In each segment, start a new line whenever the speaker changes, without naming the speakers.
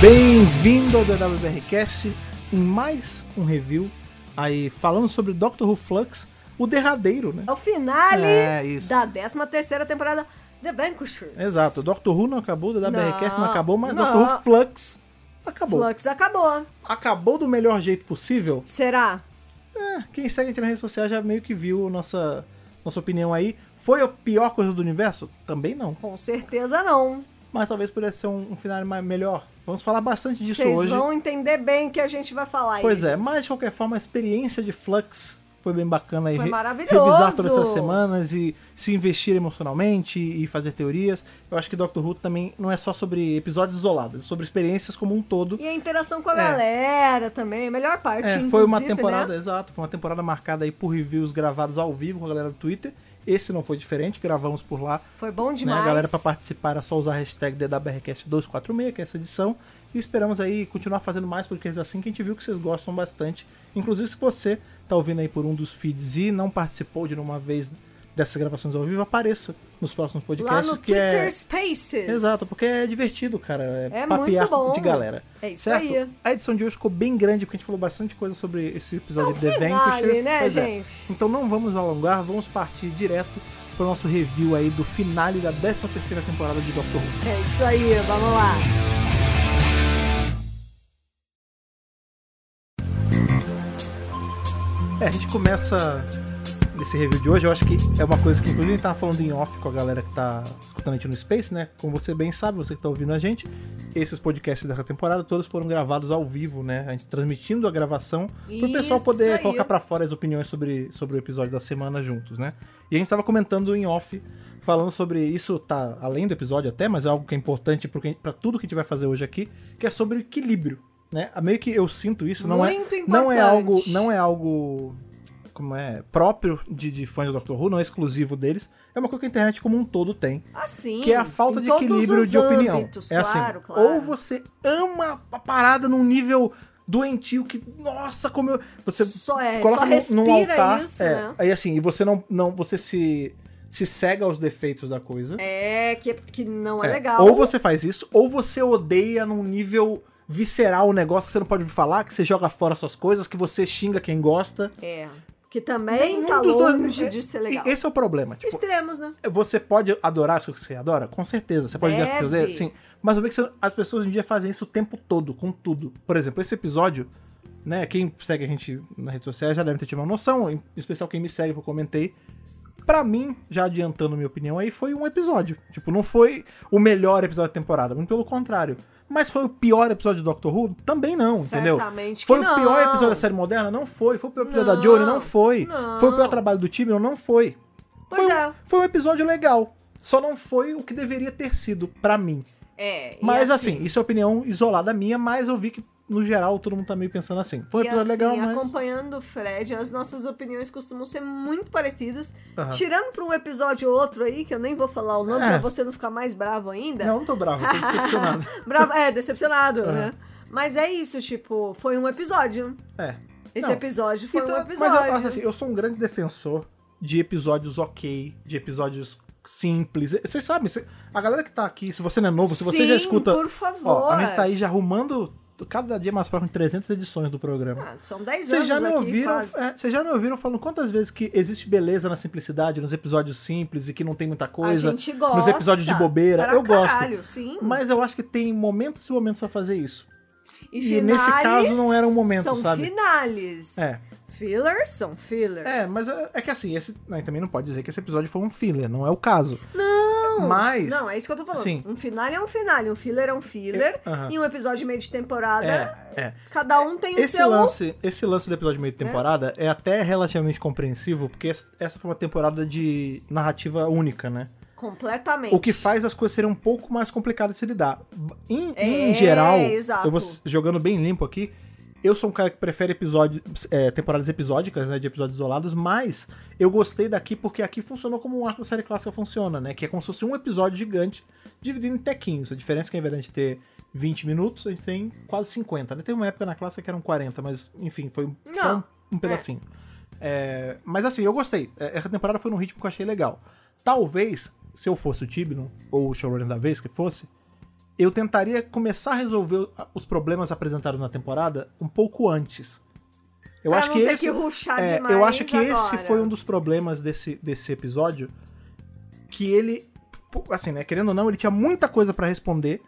Bem-vindo ao DWBRcast em mais um review aí falando sobre Doctor Who Flux, o derradeiro, né?
É o finale
É, isso.
da 13 terceira temporada The Vanquishers.
Exato, Doctor Who não acabou, o DWRcast não,
Não,
acabou, mas
não.
Doctor Who Flux acabou.
Flux acabou.
Acabou do melhor jeito possível.
Será?
É, quem segue a gente nas redes sociais já meio que viu nossa, nossa opinião aí. Foi a pior coisa do universo? Também não.
Com certeza não.
Mas talvez pudesse ser um, um final mais, melhor. Vamos falar bastante disso
Vocês
hoje.
vão entender bem o que a gente vai falar aí.
Pois é, mas de qualquer forma, a experiência de Flux foi bem bacana aí.
Foi
re-
maravilhoso.
Revisar todas essas semanas e se investir emocionalmente e fazer teorias. Eu acho que Doctor Who também não é só sobre episódios isolados, é sobre experiências como um todo.
E a interação com a
É.
galera também, a melhor parte,
É,
inclusive,
foi uma
né?
temporada, exato, foi uma temporada marcada aí por reviews gravados ao vivo com a galera do Twitter. Esse não foi diferente, gravamos por lá.
Foi bom
Né?
demais.
A galera para participar era só usar a hashtag DWRcast246, que é essa edição. E esperamos aí continuar fazendo mais podcasts assim, que a gente viu que vocês gostam bastante. Inclusive, se você tá ouvindo aí por um dos feeds e não participou de nenhuma vez dessas gravações ao vivo, apareça nos próximos
Lá
podcasts.
no
que
Twitter
é...
Spaces.
Exato, porque é divertido, cara. É,
É
papear
muito bom.
de galera.
É isso
certo?
aí.
A edição de hoje ficou bem grande, porque a gente falou bastante coisa sobre esse episódio de The
É um finale,
Vanquishers.
né,
Pois é.
gente?
Então não vamos alongar, vamos partir direto pro nosso review aí do finale da 13 terceira temporada de Doctor Who.
É isso aí, vamos lá.
É, a gente começa esse review de hoje, eu acho que é uma coisa que inclusive a gente tava falando em off com a galera que tá escutando a gente no Space, né? Como você bem sabe, você que tá ouvindo a gente, esses podcasts dessa temporada todos foram gravados ao vivo, né? A gente transmitindo a gravação pro pessoal
Isso
poder
aí.
colocar pra fora as opiniões sobre, sobre o episódio da semana juntos, né? E a gente tava comentando em off, falando sobre isso, tá além do episódio até, mas é algo que é importante pro que- pra tudo que a gente vai fazer hoje aqui, que é sobre equilíbrio, né? Meio que eu sinto isso, não é
Muito
não é
importante.
algo, não é algo como é próprio de, de fãs do Doctor Who, não é exclusivo deles. É uma coisa que a internet como um todo tem,
Assim.
que é a falta
em
de
todos
equilíbrio
os
de opinião.
âmbitos,
é assim,
claro, claro.
ou você ama a parada num nível doentio que nossa como eu, você
Só é,
coloca
só
num- num
respira
altar,
isso,
é,
né?
aí assim, e você não não você se se cega aos defeitos da coisa.
É, que, que não é,
É,
legal.
Ou você faz isso, ou você odeia num nível visceral o negócio que você não pode falar, que você joga fora suas coisas, que você xinga quem gosta. Um
É. Que também tá
dos
longe
dois-
de ser legal.
E Esse é o problema. Tipo,
Extremos, né?
você pode adorar as coisas que você adora? Com certeza. Você pode
Deve.
fazer, sim. Mas eu vejo que você- as pessoas hoje em dia fazem isso o tempo todo, com tudo. Por exemplo, esse episódio, né? Quem segue a gente nas redes sociais já deve ter tido uma noção, em especial quem me segue, que eu comentei. Pra mim, já adiantando minha opinião aí, foi um episódio. Tipo, não foi o melhor episódio da temporada, muito pelo contrário. Mas foi o pior episódio de Doctor Who? Também não, entendeu?
Certamente que
foi o
não.
pior episódio da série moderna? Não foi. Foi o pior episódio da
Não,
Jory? Não foi.
não.
Foi o pior trabalho do time? Não foi.
Pois
foi, um-
é.
foi um episódio legal. Só não foi o que deveria ter sido, pra mim.
É. e
Mas assim, isso é opinião isolada minha, mas eu vi que, no geral, todo mundo tá meio pensando assim. Foi um
e
episódio
assim,
legal, mas.
acompanhando o Fred, as nossas opiniões costumam ser muito parecidas.
Aham.
Tirando pra um episódio ou outro aí, que eu nem vou falar o nome
É.
pra você não ficar mais bravo ainda.
Não, não tô bravo, tô decepcionado.
bravo, é, decepcionado, né? Mas é isso, tipo, foi um episódio.
É.
Esse
Não.
episódio foi
Então,
um episódio.
Mas eu, acho assim, eu sou um grande defensor de episódios ok, de episódios simples. Vocês sabem, cê- a galera que tá aqui, se você não é novo, se você já
Sim,
escuta.
por favor.
Ó, a gente tá aí já arrumando cada dia mais próximo de 300 edições do programa.
Ah, são 10
Vocês
anos
já me
aqui,
ouviram?
quase.
é, Vocês já me ouviram falando quantas vezes que existe beleza na simplicidade, nos episódios simples e que não tem muita coisa.
a gente gosta.
nos episódios de bobeira.
pra
eu gosto.
caralho, sim.
Mas eu acho que tem momentos e momentos pra fazer isso.
E,
E nesse
finales
caso não era um momento,
são
sabe?
finales.
É.
Fillers são fillers.
É, mas é, é que assim, esse, né, também não pode dizer que esse episódio foi um filler, não é o caso.
Não!
Mas-
Não, é isso que eu tô falando.
Sim.
Um finale é um finale, um filler é um filler.
Eu- aham.
E um episódio de meio de temporada,
É, é.
cada um tem o
Esse
seu...
lance, esse lance do episódio de meio de temporada é. até relativamente compreensível, porque essa- essa foi uma temporada de narrativa única, né?
Completamente.
O que faz as coisas serem um pouco mais complicadas de se lidar. Em, em
É,
geral,
exato.
eu vou s- jogando bem limpo aqui. Eu sou um cara que prefere episódios, é, temporadas episódicas, né, de episódios isolados, mas eu gostei daqui porque aqui funcionou como um arco da série clássica funciona, né? Que é como se fosse um episódio gigante dividido em tequinhos. A diferença é que ao invés de a gente ter 20 minutos, a gente tem quase 50, né? Tem uma época na clássica que eram 40, mas enfim, foi um-
Não,
foi um, um pedacinho. É, mas assim, eu gostei. É, Essa temporada foi num ritmo que eu achei legal. Talvez, se eu fosse o Tibno, ou o showrunner da vez que fosse, eu tentaria começar a resolver os problemas apresentados na temporada um pouco antes. Eu
Pra
acho
não
que
ter
esse,
que rushar
é,
demais
eu acho que esse
agora.
foi um dos problemas desse, desse episódio, que ele, pô, assim, né, querendo ou não, ele tinha muita coisa pra responder.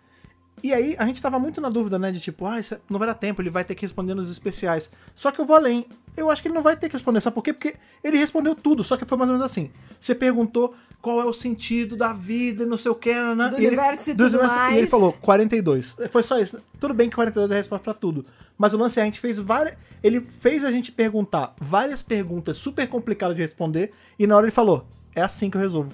E aí a gente tava muito na dúvida, né, de tipo, ah, isso não vai dar tempo, ele vai ter que responder nos especiais. Só que eu vou além. Eu acho que ele não vai ter que responder, sabe por quê? Porque ele respondeu tudo, só que foi mais ou menos assim. Você perguntou qual é o sentido da vida, não sei o que, né?
Do
e ele-
universo e tudo mais.
E ele falou 42. Foi só isso. Tudo bem que 42 é a resposta pra tudo. Mas o lance é, a gente fez várias. Ele fez a gente perguntar várias perguntas super complicadas de responder, e na hora ele falou: é assim que eu resolvo.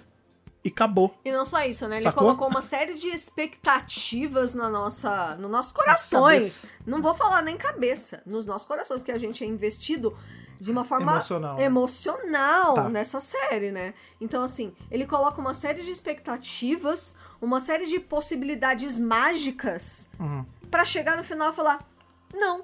E acabou.
E não só isso, né? Ele
Sacou?
colocou uma série de expectativas na nossa, nos nossos corações.
Cabeça.
Não vou falar nem cabeça, nos nossos corações, porque a gente é investido de uma forma
Emocional, né?
emocional
Tá.
nessa série, né? Então, assim, ele coloca uma série de expectativas, uma série de possibilidades mágicas
Uhum.
pra chegar no final e falar: não,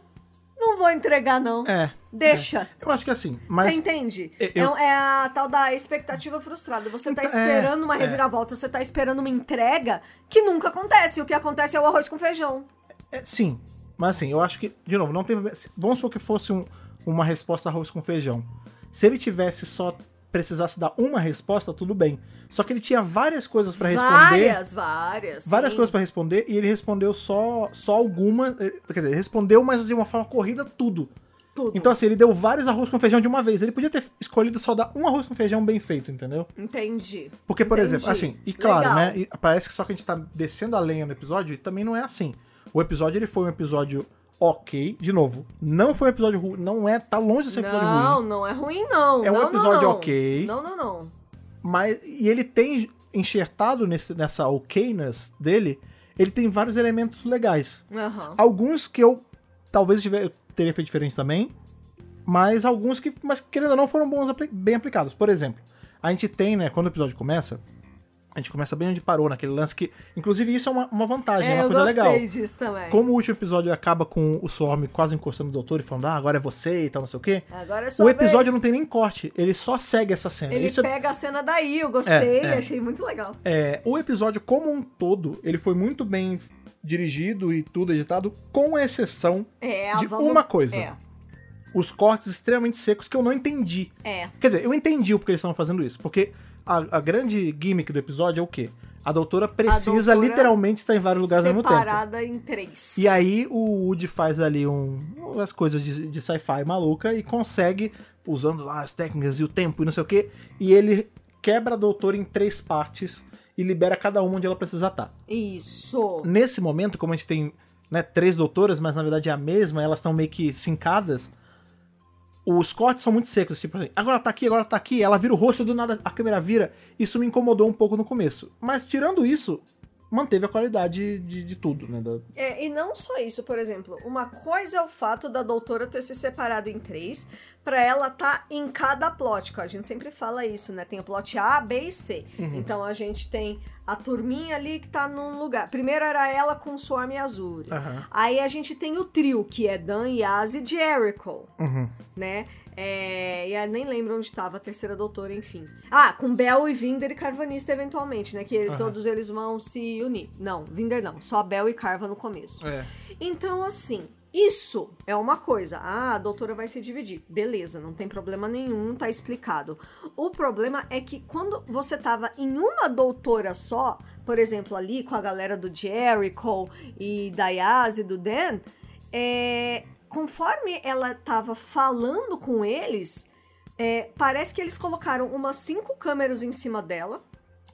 não vou entregar, não.
É.
Deixa.
Eu acho que assim.
Você
Mas
entende?
Eu-
É um- É, a tal da expectativa frustrada. Você tá
Então, é,
esperando uma
é.
reviravolta, você tá esperando uma entrega que nunca acontece. O que acontece é o arroz com feijão.
É, sim. Mas assim, eu acho que, de novo, não tem. se- Vamos supor que fosse um- uma resposta arroz com feijão. Se ele tivesse só precisasse dar uma resposta, tudo bem. Só que ele tinha várias coisas pra responder.
várias, várias.
Várias
sim.
coisas pra responder e ele respondeu só só algumas, eh, quer dizer, ele respondeu mas de uma forma corrida tudo.
Tudo.
Então assim, ele deu vários arroz com feijão de uma vez. Ele podia ter escolhido só dar um arroz com feijão bem feito, entendeu?
Entendi.
Porque, por
Entendi.
exemplo, assim, e claro,
Legal.
né? e parece que só que a gente tá descendo a lenha no episódio e também não é assim. O episódio ele foi um episódio ok, de novo. Não foi um episódio ruim, não é, tá longe de ser um episódio
Não,
ruim.
não é ruim, não.
É um
Não, não,
episódio
não.
ok.
Não, não, não.
Mas, e ele tem enxertado nesse, nessa okayness dele, ele tem vários elementos legais.
Aham.
Alguns que eu talvez tiver, eu teria feito diferente também, mas alguns que, mas querendo ou não, foram bons, apli- bem aplicados. Por exemplo, a gente tem, né, quando o episódio começa, a gente começa bem onde parou, naquele lance que, inclusive, isso é uma, uma vantagem, é
É,
uma
eu
coisa
gostei
legal.
disso também.
Como o último episódio acaba com o Swarm quase encostando no doutor e falando, ah, agora é você e tal, não sei o quê.
Agora é sua
O episódio
vez.
não tem nem corte, ele só segue essa cena.
Ele
Isso é-
pega a cena daí, eu gostei,
É, é.
achei muito legal.
é, o episódio como um todo, ele foi muito bem dirigido e tudo editado, com exceção
É,
de
vamos-
uma coisa.
É,
Os cortes extremamente secos que eu não entendi.
é.
Quer dizer, eu entendi o porquê eles estavam fazendo isso, porque a, a grande gimmick do episódio é o quê? A doutora precisa
doutora
literalmente estar em vários lugares ao mesmo tempo.
Separada em três.
E aí o Woody faz ali um, umas coisas de, de sci-fi maluca e consegue, usando lá as técnicas e o tempo e não sei o que, e ele quebra a doutora em três partes e libera cada uma onde ela precisa estar.
Isso.
Nesse momento, como a gente tem né, três doutoras, mas na verdade é a mesma, elas estão meio que sincadas, os cortes são muito secos, tipo assim, agora tá aqui, agora tá aqui, ela vira o rosto, do nada a câmera vira. Isso me incomodou um pouco no começo. Mas tirando isso, manteve a qualidade de, de tudo, né? da-
É, e não só isso, por exemplo, uma coisa é o fato da doutora ter se separado em três, pra ela tá em cada plot, que a gente sempre fala isso, né? Tem o plot A, B e C. Então a gente tem a turminha ali que tá num lugar. Primeiro era ela com Swarm e Azure.
Aham.
Aí a gente tem o trio, que é Dan, Yas e Jericho, né? É, e eu nem lembro onde estava a terceira doutora, enfim. Ah, com Bel e Vinder e Carvanista eventualmente, né? Que
Aham.
todos eles vão se unir. Não, Vinder não, só Bel e Carva no começo.
É.
Então, assim, isso é uma coisa. Ah, a doutora vai se dividir. Beleza, não tem problema nenhum, tá explicado. O problema é que quando você tava em uma doutora só, por exemplo, ali com a galera do Jericho e da Yaz e do Dan, é, conforme ela tava falando com eles, é, parece que eles colocaram umas cinco câmeras em cima dela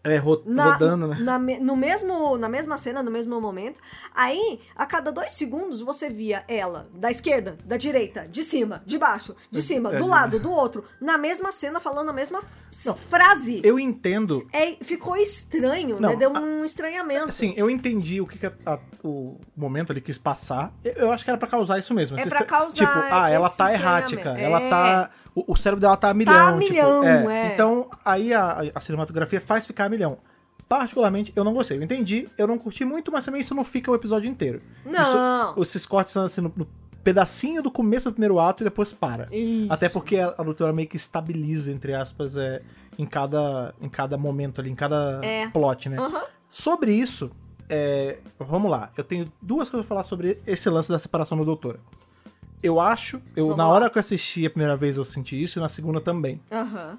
É, ro-
na,
rodando, né?
na me- no mesmo, na mesma cena, no mesmo momento. Aí, a cada dois segundos, você via ela da esquerda, da direita, de cima, de baixo, de cima,
é,
do
de-
lado, do outro, na mesma cena, falando a mesma s- frase.
Eu entendo.
É, ficou estranho, né?
Não,
Deu
a-
um estranhamento.
Assim, eu entendi o que, que a- a- o momento ali quis passar. Eu, eu acho que era pra causar isso mesmo.
É
esse
pra
estra-
causar
Tipo, ah, ela
esse
tá errática.
estranhamento.
Ela
É.
tá. O, o cérebro dela tá a milhão.
a
tipo,
milhão, é.
Então, aí a, a cinematografia faz ficar a milhão. Particularmente, eu não gostei. Eu entendi, eu não curti muito, mas também isso não fica o episódio inteiro.
Não.
Isso- esses cortes são assim no, no pedacinho do começo do primeiro ato e depois para.
Isso.
Até porque a, a doutora meio que estabiliza, entre aspas, é, em, cada, em cada momento ali, em cada
É.
plot, né?
Aham.
Sobre isso, é, vamos lá, eu tenho duas coisas pra falar sobre esse lance da separação da doutora. Eu acho, eu
Vamos
na
lá.
hora que eu assisti a primeira vez eu senti isso e na segunda também.
Aham.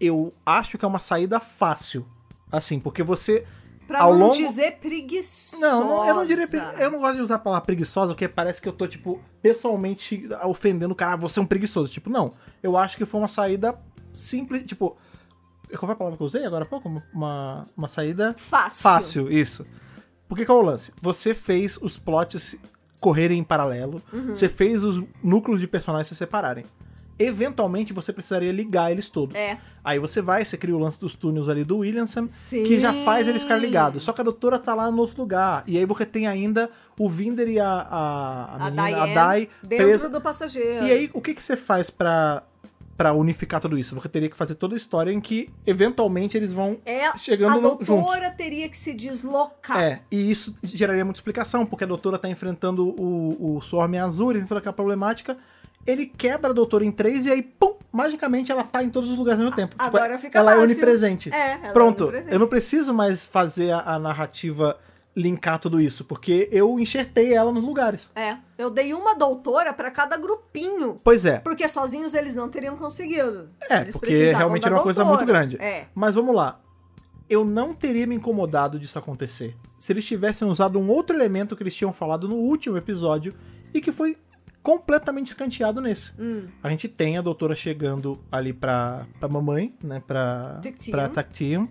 Eu acho que é uma saída fácil. Assim, porque você
Pra
ao
não
longo
dizer preguiçosa.
não, não, eu não diria. pregui- Eu não gosto de usar a palavra preguiçosa, porque parece que eu tô, tipo, pessoalmente ofendendo o cara, ah, você é um preguiçoso. Tipo, não. Eu acho que foi uma saída simples. Tipo, qual foi a palavra que eu usei agora há pouco? Uma- Uma, uma saída
Fácil.
fácil, isso. Porque qual é o lance? Você fez os plots correrem em paralelo,
Uhum.
você fez os núcleos de personagens se separarem. Eventualmente você precisaria ligar eles todos.
É.
Aí você vai, você cria o lance dos túneis ali do Williamson,
Sim.
que já faz eles ficarem ligados. Só que a doutora tá lá no outro lugar. E aí você tem ainda o Vinder e a, a, a
A,
menina,
Diane,
a Dai,
dentro
presa.
do passageiro.
E aí, o que, que você faz pra, pra unificar tudo isso? Você teria que fazer toda a história em que, eventualmente, eles vão
É,
chegando
a
no- juntos.
doutora teria que se deslocar.
É, e isso geraria muita explicação, porque a doutora tá enfrentando o, o Swarm Azul, tem toda aquela problemática. Ele quebra a doutora em três e aí, pum, magicamente ela tá em todos os lugares ao mesmo tempo.
agora
é-
fica
Ela é
fácil.
onipresente.
É, ela é
Pronto,
onipresente.
eu não preciso mais fazer a, a narrativa linkar tudo isso, porque eu enxertei ela nos lugares.
É, eu dei uma doutora pra cada grupinho.
Pois é,
Porque sozinhos eles não teriam conseguido.
É,
Eles
porque
precisavam
realmente
da
era uma coisa
doutora.
muito grande.
É.
Mas vamos lá. Eu não teria me incomodado disso acontecer se eles tivessem usado um outro elemento que eles tinham falado no último episódio e que foi completamente escanteado nesse. A gente tem a doutora chegando ali pra, pra mamãe, né? Pra
Tactium.
pra Tactium.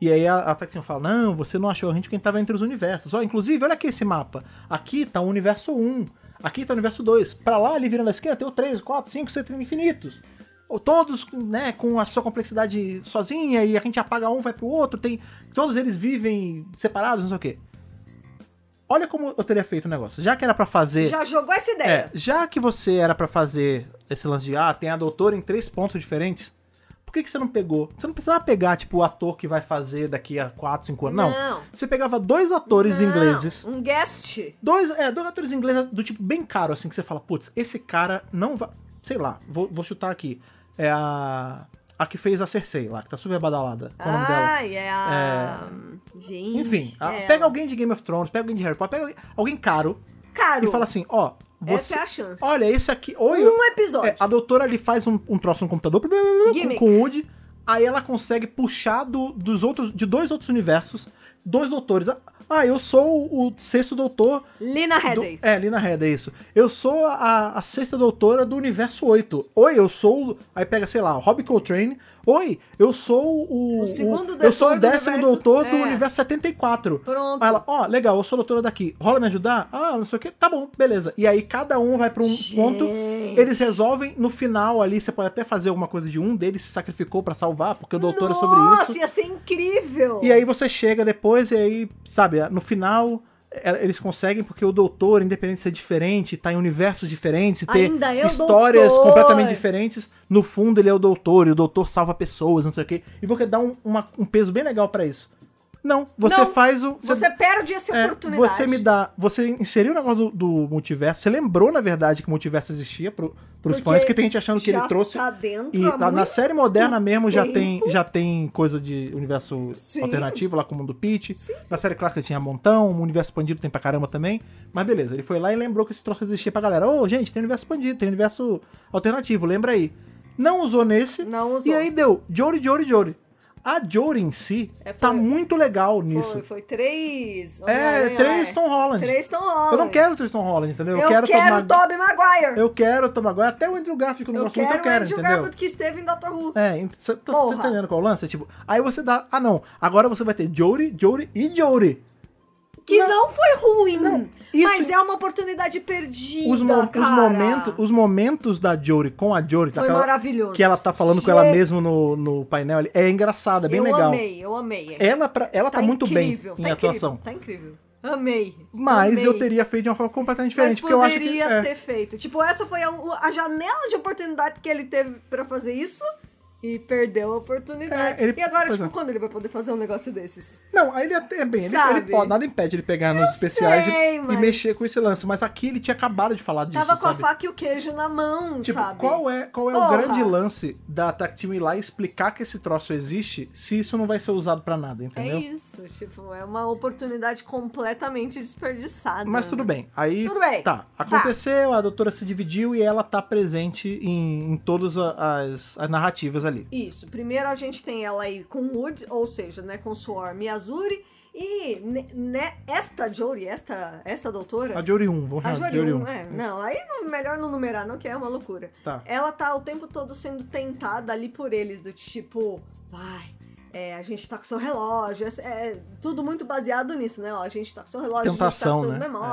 E aí a, a Tactium fala: Não, você não achou a gente quem tava entre os universos. Ó, inclusive, olha aqui esse mapa. Aqui tá o universo 1. Aqui tá o universo 2. Pra lá, ali virando à esquerda, tem o 3, 4, 5, 7 infinitos. Ou Todos, né, com a sua complexidade sozinha, e a gente apaga um, vai pro outro, tem. Todos eles vivem separados, não sei o quê. Olha como eu teria feito o negócio. Já que era pra fazer.
Já jogou essa
É,
ideia.
já que você era pra fazer esse lance de, ah, tem a doutora em três pontos diferentes, por que, que você não pegou? Você não precisava pegar, tipo, o ator que vai fazer daqui a 4, 5 anos. Não.
Não.
Você pegava dois atores
Não,
ingleses.
Um guest.
Dois, é, dois atores ingleses do tipo bem caro, assim, que você fala, putz, esse cara não vai. Sei lá, vou, vou chutar aqui. É a. A que fez a Cersei lá, que tá super badalada. Qual o nome dela? É.
Ai, é a. Gente.
Enfim, a-
é.
pega alguém de Game of Thrones, pega alguém de Harry Potter, pega alguém, alguém caro
Caro.
e fala assim: ó, você.
Essa é a chance.
Olha, esse aqui. Ou eu-
um episódio.
é, a doutora ali faz um, um troço no computador blá, blá, blá, com,
Gimmick.
com o Woody, aí ela consegue puxar do- dos outros, de dois outros universos, dois doutores. Ah, eu sou o sexto doutor.
Lina
do-
Headey.
é, Lina Head, é isso. Eu sou a, a sexta doutora do universo 8. Oi, eu sou. o- Aí pega, sei lá, o Rob Coltrane. Oi, eu sou o.
O segundo
Eu sou o
doutor do
décimo
universo-
doutor do
é.
universo 74.
Pronto.
Aí ela, ó, legal, eu sou a doutora daqui. Rola me ajudar? Ah, não sei o que. Tá bom, beleza. E aí cada um vai pra um
Gente.
ponto. Eles resolvem no final ali. Você pode até fazer alguma coisa de um deles se sacrificou pra salvar, porque o doutor é sobre isso.
Nossa, ia ser incrível.
E aí você chega depois e aí, sabe, no final é, eles conseguem porque o doutor, independente de ser diferente, tá em universos diferentes, e ter
Ainda é o
histórias
doutor.
completamente diferentes, no fundo ele é o doutor e o doutor salva pessoas, não sei o quê. E você dá um, uma- um peso bem legal pra isso. Não, você
Não,
faz o
Você perde essa
é,
oportunidade.
Você me dá. Você inseriu o negócio do, do multiverso. Você lembrou, na verdade, que o multiverso existia pro, pros
Porque
fãs, porque tem gente achando que
já
ele trouxe.
tá dentro
e
há
tá- na
muito
série moderna mesmo já tem,
tempo.
já tem coisa de universo
Sim.
alternativo lá com o mundo Peach.
Sim, sim.
Na série clássica tinha montão, o universo expandido tem pra caramba também. Mas beleza, ele foi lá e lembrou que esse troço existia pra galera. Ô, gente, tem universo expandido, tem universo alternativo, lembra aí. Não usou nesse.
Não usou.
E aí deu Jory, Jory, Jory. A Jory em si
É,
tá
foi-
muito legal nisso.
Foi, foi três.
É,
Homem-Aranha,
três
é.
Tom Holland.
Três Tom Holland.
Eu não quero três Tom Holland, entendeu?
Eu, quero,
Tom Mag-
Tobey Maguire.
Eu quero Tom Maguire. Até o Andrew Garfield, que eu não
Eu
gosto muito, eu
quero o
quero,
Andrew
entendeu?
Garfield que esteve em Doctor Who.
É, ent- cê tá, tá
Porra.
entendendo qual é o lance? É Tipo, aí você dá. Ah, não. Agora você vai ter Jory, Jory e Jory.
Que não, foi ruim.
isso-
Mas é uma oportunidade perdida.
Os, mo- os,
cara.
momentos, os momentos da Jory com a Jory.
Foi
daquela-
maravilhoso.
Que ela tá falando com ela
Gente.
mesma no, no painel ali. É engraçado, é bem
eu
legal.
amei, eu amei.
Ela, pra, ela tá, muito
incrível,
bem
tá
em
incrível,
atuação.
Tá incrível. Amei.
Mas eu
amei.
teria feito de uma forma completamente
Mas
diferente. porque eu acho que.
poderia
é.
ter feito. Tipo, essa foi a, a janela de oportunidade que ele teve pra fazer isso. e perdeu a oportunidade.
É, ele-
e agora,
pois
tipo,
é.
quando ele vai poder fazer um negócio desses?
Não, aí ele até, bem, ele,
Sabe?
ele pode, nada impede ele pegar nos especiais e-
sei,
e,
mas-
mexer com esse lance, mas aqui ele tinha acabado de falar disso,
Tava com
sabe?
a faca e o queijo na mão,
Tipo,
sabe?
qual é, qual é o
Porra.
grande lance da Attack Team ir lá e explicar que esse troço existe se isso não vai ser usado pra nada, entendeu?
É isso, tipo, é uma oportunidade completamente desperdiçada.
Mas tudo bem. Aí.
Tudo bem.
Tá. Aconteceu, a doutora se dividiu e ela tá presente em, em todas a- as, as narrativas ali.
Isso. Primeiro a gente tem ela aí com Wood, ou seja, né, com Swarm e Azuri. E ne- né, esta Jory, esta, esta doutora.
A de Orium, vamos
É. A
chamar de
Jory
Orium.
um, é. Não, aí não- melhor não numerar, não, que é uma loucura.
Tá.
Ela tá o tempo todo sendo tentada ali por eles, do tipo, vai. é, a gente tá com seu relógio, é, é tudo muito baseado nisso, né? Ó, a gente tá com seu relógio, a
Tentação,
gente tá com suas
né?
um, tipo,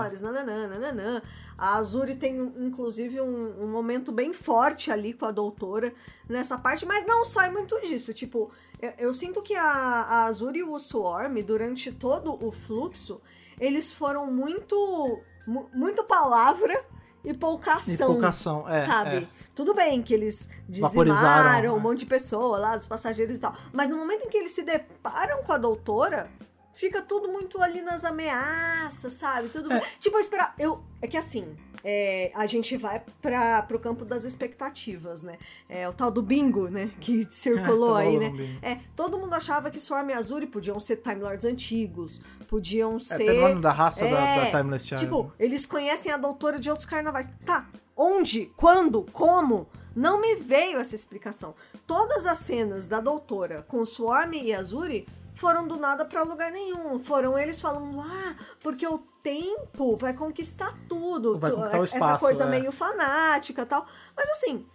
E
ação.
pouca ação, é.
sabe?
é.
Tudo bem que eles dizimaram
Vaporizaram,
um
é.
monte de pessoa lá, dos passageiros e tal. Mas no momento em que eles se deparam com a doutora, fica tudo muito ali nas ameaças, sabe?
É.
Tudo. Tipo, eu esperar. Eu... É que assim. é, a gente vai para pro campo das expectativas, né? É o tal do bingo, né? Que circulou
tá
aí, né?
rolando bingo.
É, todo mundo achava que Swarm e Azuri podiam ser Time Lords antigos, podiam
É,
ser
até no nome da raça da, da
é,
Timeless Child.
Tipo, eles conhecem a doutora de outros carnavais. Tá, onde? Quando? Como? Não me veio essa explicação. Todas as cenas da doutora com Swarm e Azuri foram do nada pra lugar nenhum. Foram eles falando, ah, porque o tempo vai conquistar tudo.
Vai
Tu-
conquistar o
essa
espaço,
coisa
é.
meio fanática e tal. Mas assim,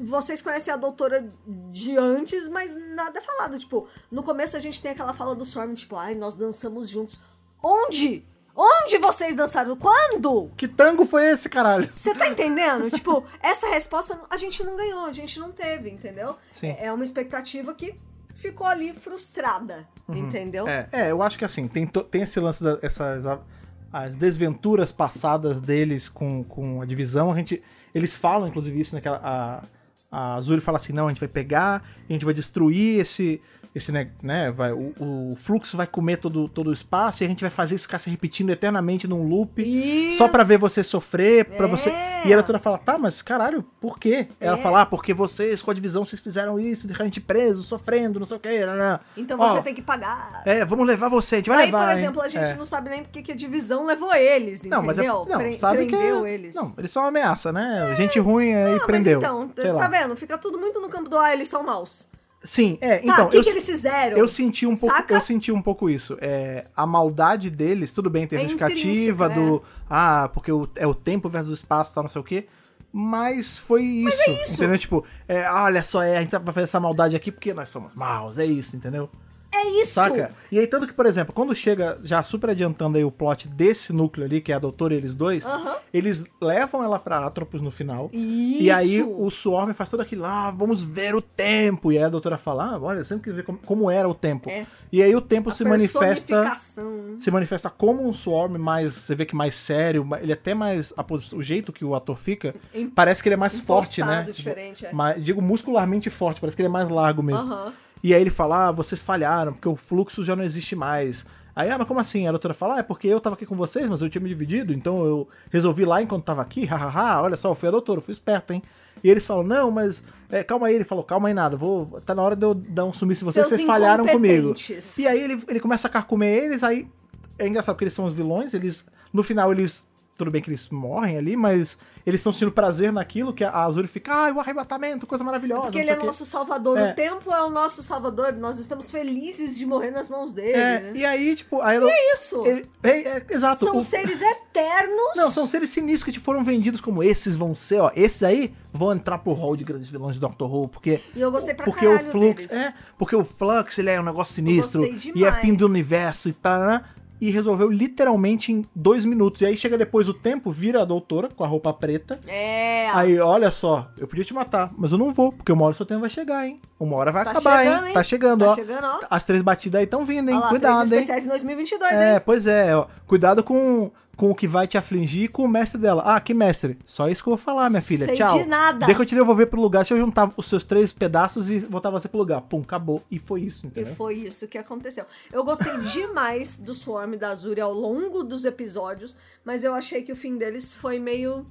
vocês conhecem a doutora de antes, mas nada é falado. Tipo, no começo a gente tem aquela fala do Swarm, tipo, ai, nós dançamos juntos. Onde? Onde vocês dançaram? Quando?
que tango foi esse, caralho?
Você tá entendendo? tipo, essa resposta a gente não ganhou, a gente não teve, entendeu?
Sim.
É é uma expectativa que ficou ali frustrada, entendeu?
É, é, eu acho que assim, tem, to- tem esse lance das as desventuras passadas deles com, com a divisão. A gente, eles falam, inclusive, isso naquela. A, a Azuri fala assim: não, a gente vai pegar, a gente vai destruir esse. esse ne- né, vai, o, o fluxo vai comer todo, todo o espaço e a gente vai fazer isso ficar se repetindo eternamente num loop. Só pra ver você sofrer, pra
É.
você. E ela toda fala, tá, mas caralho, por quê? Ela
É.
fala, ah, porque vocês com a divisão vocês fizeram isso, deixaram a gente preso, sofrendo, não sei o quê. nananã."
Então
Ó,
você tem que pagar.
é, vamos levar você, a gente vai
Aí,
levar.
por
hein?
exemplo, a gente
É.
não sabe nem porque que a divisão levou eles, entendeu?
Não, mas é, não,
Pre-
sabe que é-
prendeu eles.
Não, eles são uma ameaça, né? Gente ruim aí
Ah,
prendeu.
Mas então,
sei
tá
lá.
vendo? Fica tudo muito no campo do ah, eles são maus.
Sim, é,
Tá,
então
o que,
eu,
que eles fizeram?
eu senti um pouco,
Saca?
eu senti um pouco isso. É, a maldade deles, tudo bem, tem a
É
justificativa
intrínseca, é.
do ah, porque o- é o tempo versus o espaço, tal, não sei o quê. Mas foi isso,
isso.
entendeu? Tipo, é, olha só, é, a gente tá pra fazer essa maldade aqui porque nós somos maus, é isso, entendeu?
É isso!
Saca? E aí, tanto que, por exemplo, quando chega, já super adiantando aí o plot desse núcleo ali, que é a doutora e eles dois,
Aham.
eles levam ela pra Atropos no final.
Isso!
E aí o Swarm faz todo aquilo, ah, vamos ver o tempo. E aí a doutora fala, ah, olha, sempre quis ver como, como era o tempo.
É.
E aí o tempo
A
se manifesta.
personificação.
Se manifesta como um Swarm mais. Você vê que mais sério, ma- ele é até mais. a posi- o jeito que o ator fica,
Em-
parece que ele é mais forte, né?
Impostado, diferente, é.
Mas, digo, muscularmente forte, parece que ele é mais largo mesmo.
Aham.
E aí ele fala, ah, vocês falharam, porque o fluxo já não existe mais. Aí, ah, mas como assim? A doutora fala, ah, é porque eu tava aqui com vocês, mas eu tinha me dividido, então eu resolvi lá enquanto tava aqui, hahaha, olha só, eu fui a doutora, eu fui esperta, hein? E eles falam, não, mas é, calma aí, ele falou, calma aí nada, vou, tá na hora de eu dar um sumiço em vocês,
Seus
vocês falharam comigo.
incompetentes.
E aí ele, ele começa a carcomer eles, aí é engraçado porque eles são os vilões, eles, no final eles, tudo bem que eles morrem ali, mas eles estão sentindo prazer naquilo, que a Azuri fica, ah, o arrebatamento, coisa maravilhosa,
Porque
não
ele
sei
é
o quê.
nosso salvador.
É.
O tempo é o nosso salvador. Nós estamos felizes de morrer nas mãos dele.
É,
né?
e aí, tipo, aí ela-
É isso!
ele- é, é, exato.
São
o-
seres eternos.
Não, são seres sinistros que te foram vendidos como esses vão ser, ó. Esses aí vão entrar pro hall de grandes vilões de Doctor Who, porque.
E eu gostei pra
porque
caralho
o Flux.
deles.
É, porque o Flux, ele é um negócio sinistro.
gostei
E é fim do
demais.
universo e tal, né? E resolveu literalmente em dois minutos. E aí chega depois o tempo, vira a doutora com a roupa preta.
É.
Aí, olha só, eu podia te matar, mas eu não vou, porque uma hora seu tempo vai chegar, hein? Uma hora vai
Tá
acabar,
chegando,
hein?
hein?
Tá chegando,
Tá
ó.
chegando, ó.
As três batidas aí estão vindo, hein?
Olha lá, três
Cuidado, hein?
especiais em 2022,
É,
hein?
pois é. ó. Cuidado com, com o que vai te afligir e com o mestre dela. Ah, que mestre? Só isso que eu vou falar, minha filha.
Sei
Tchau.
de nada.
Deixa eu te devolver pro lugar se eu juntava os seus três pedaços e voltava você pro lugar. Pum, acabou. E foi isso,
E
entendeu?
foi isso que aconteceu. Eu gostei demais do Swarm e da Azuri ao longo dos episódios, mas eu achei que o fim deles foi meio.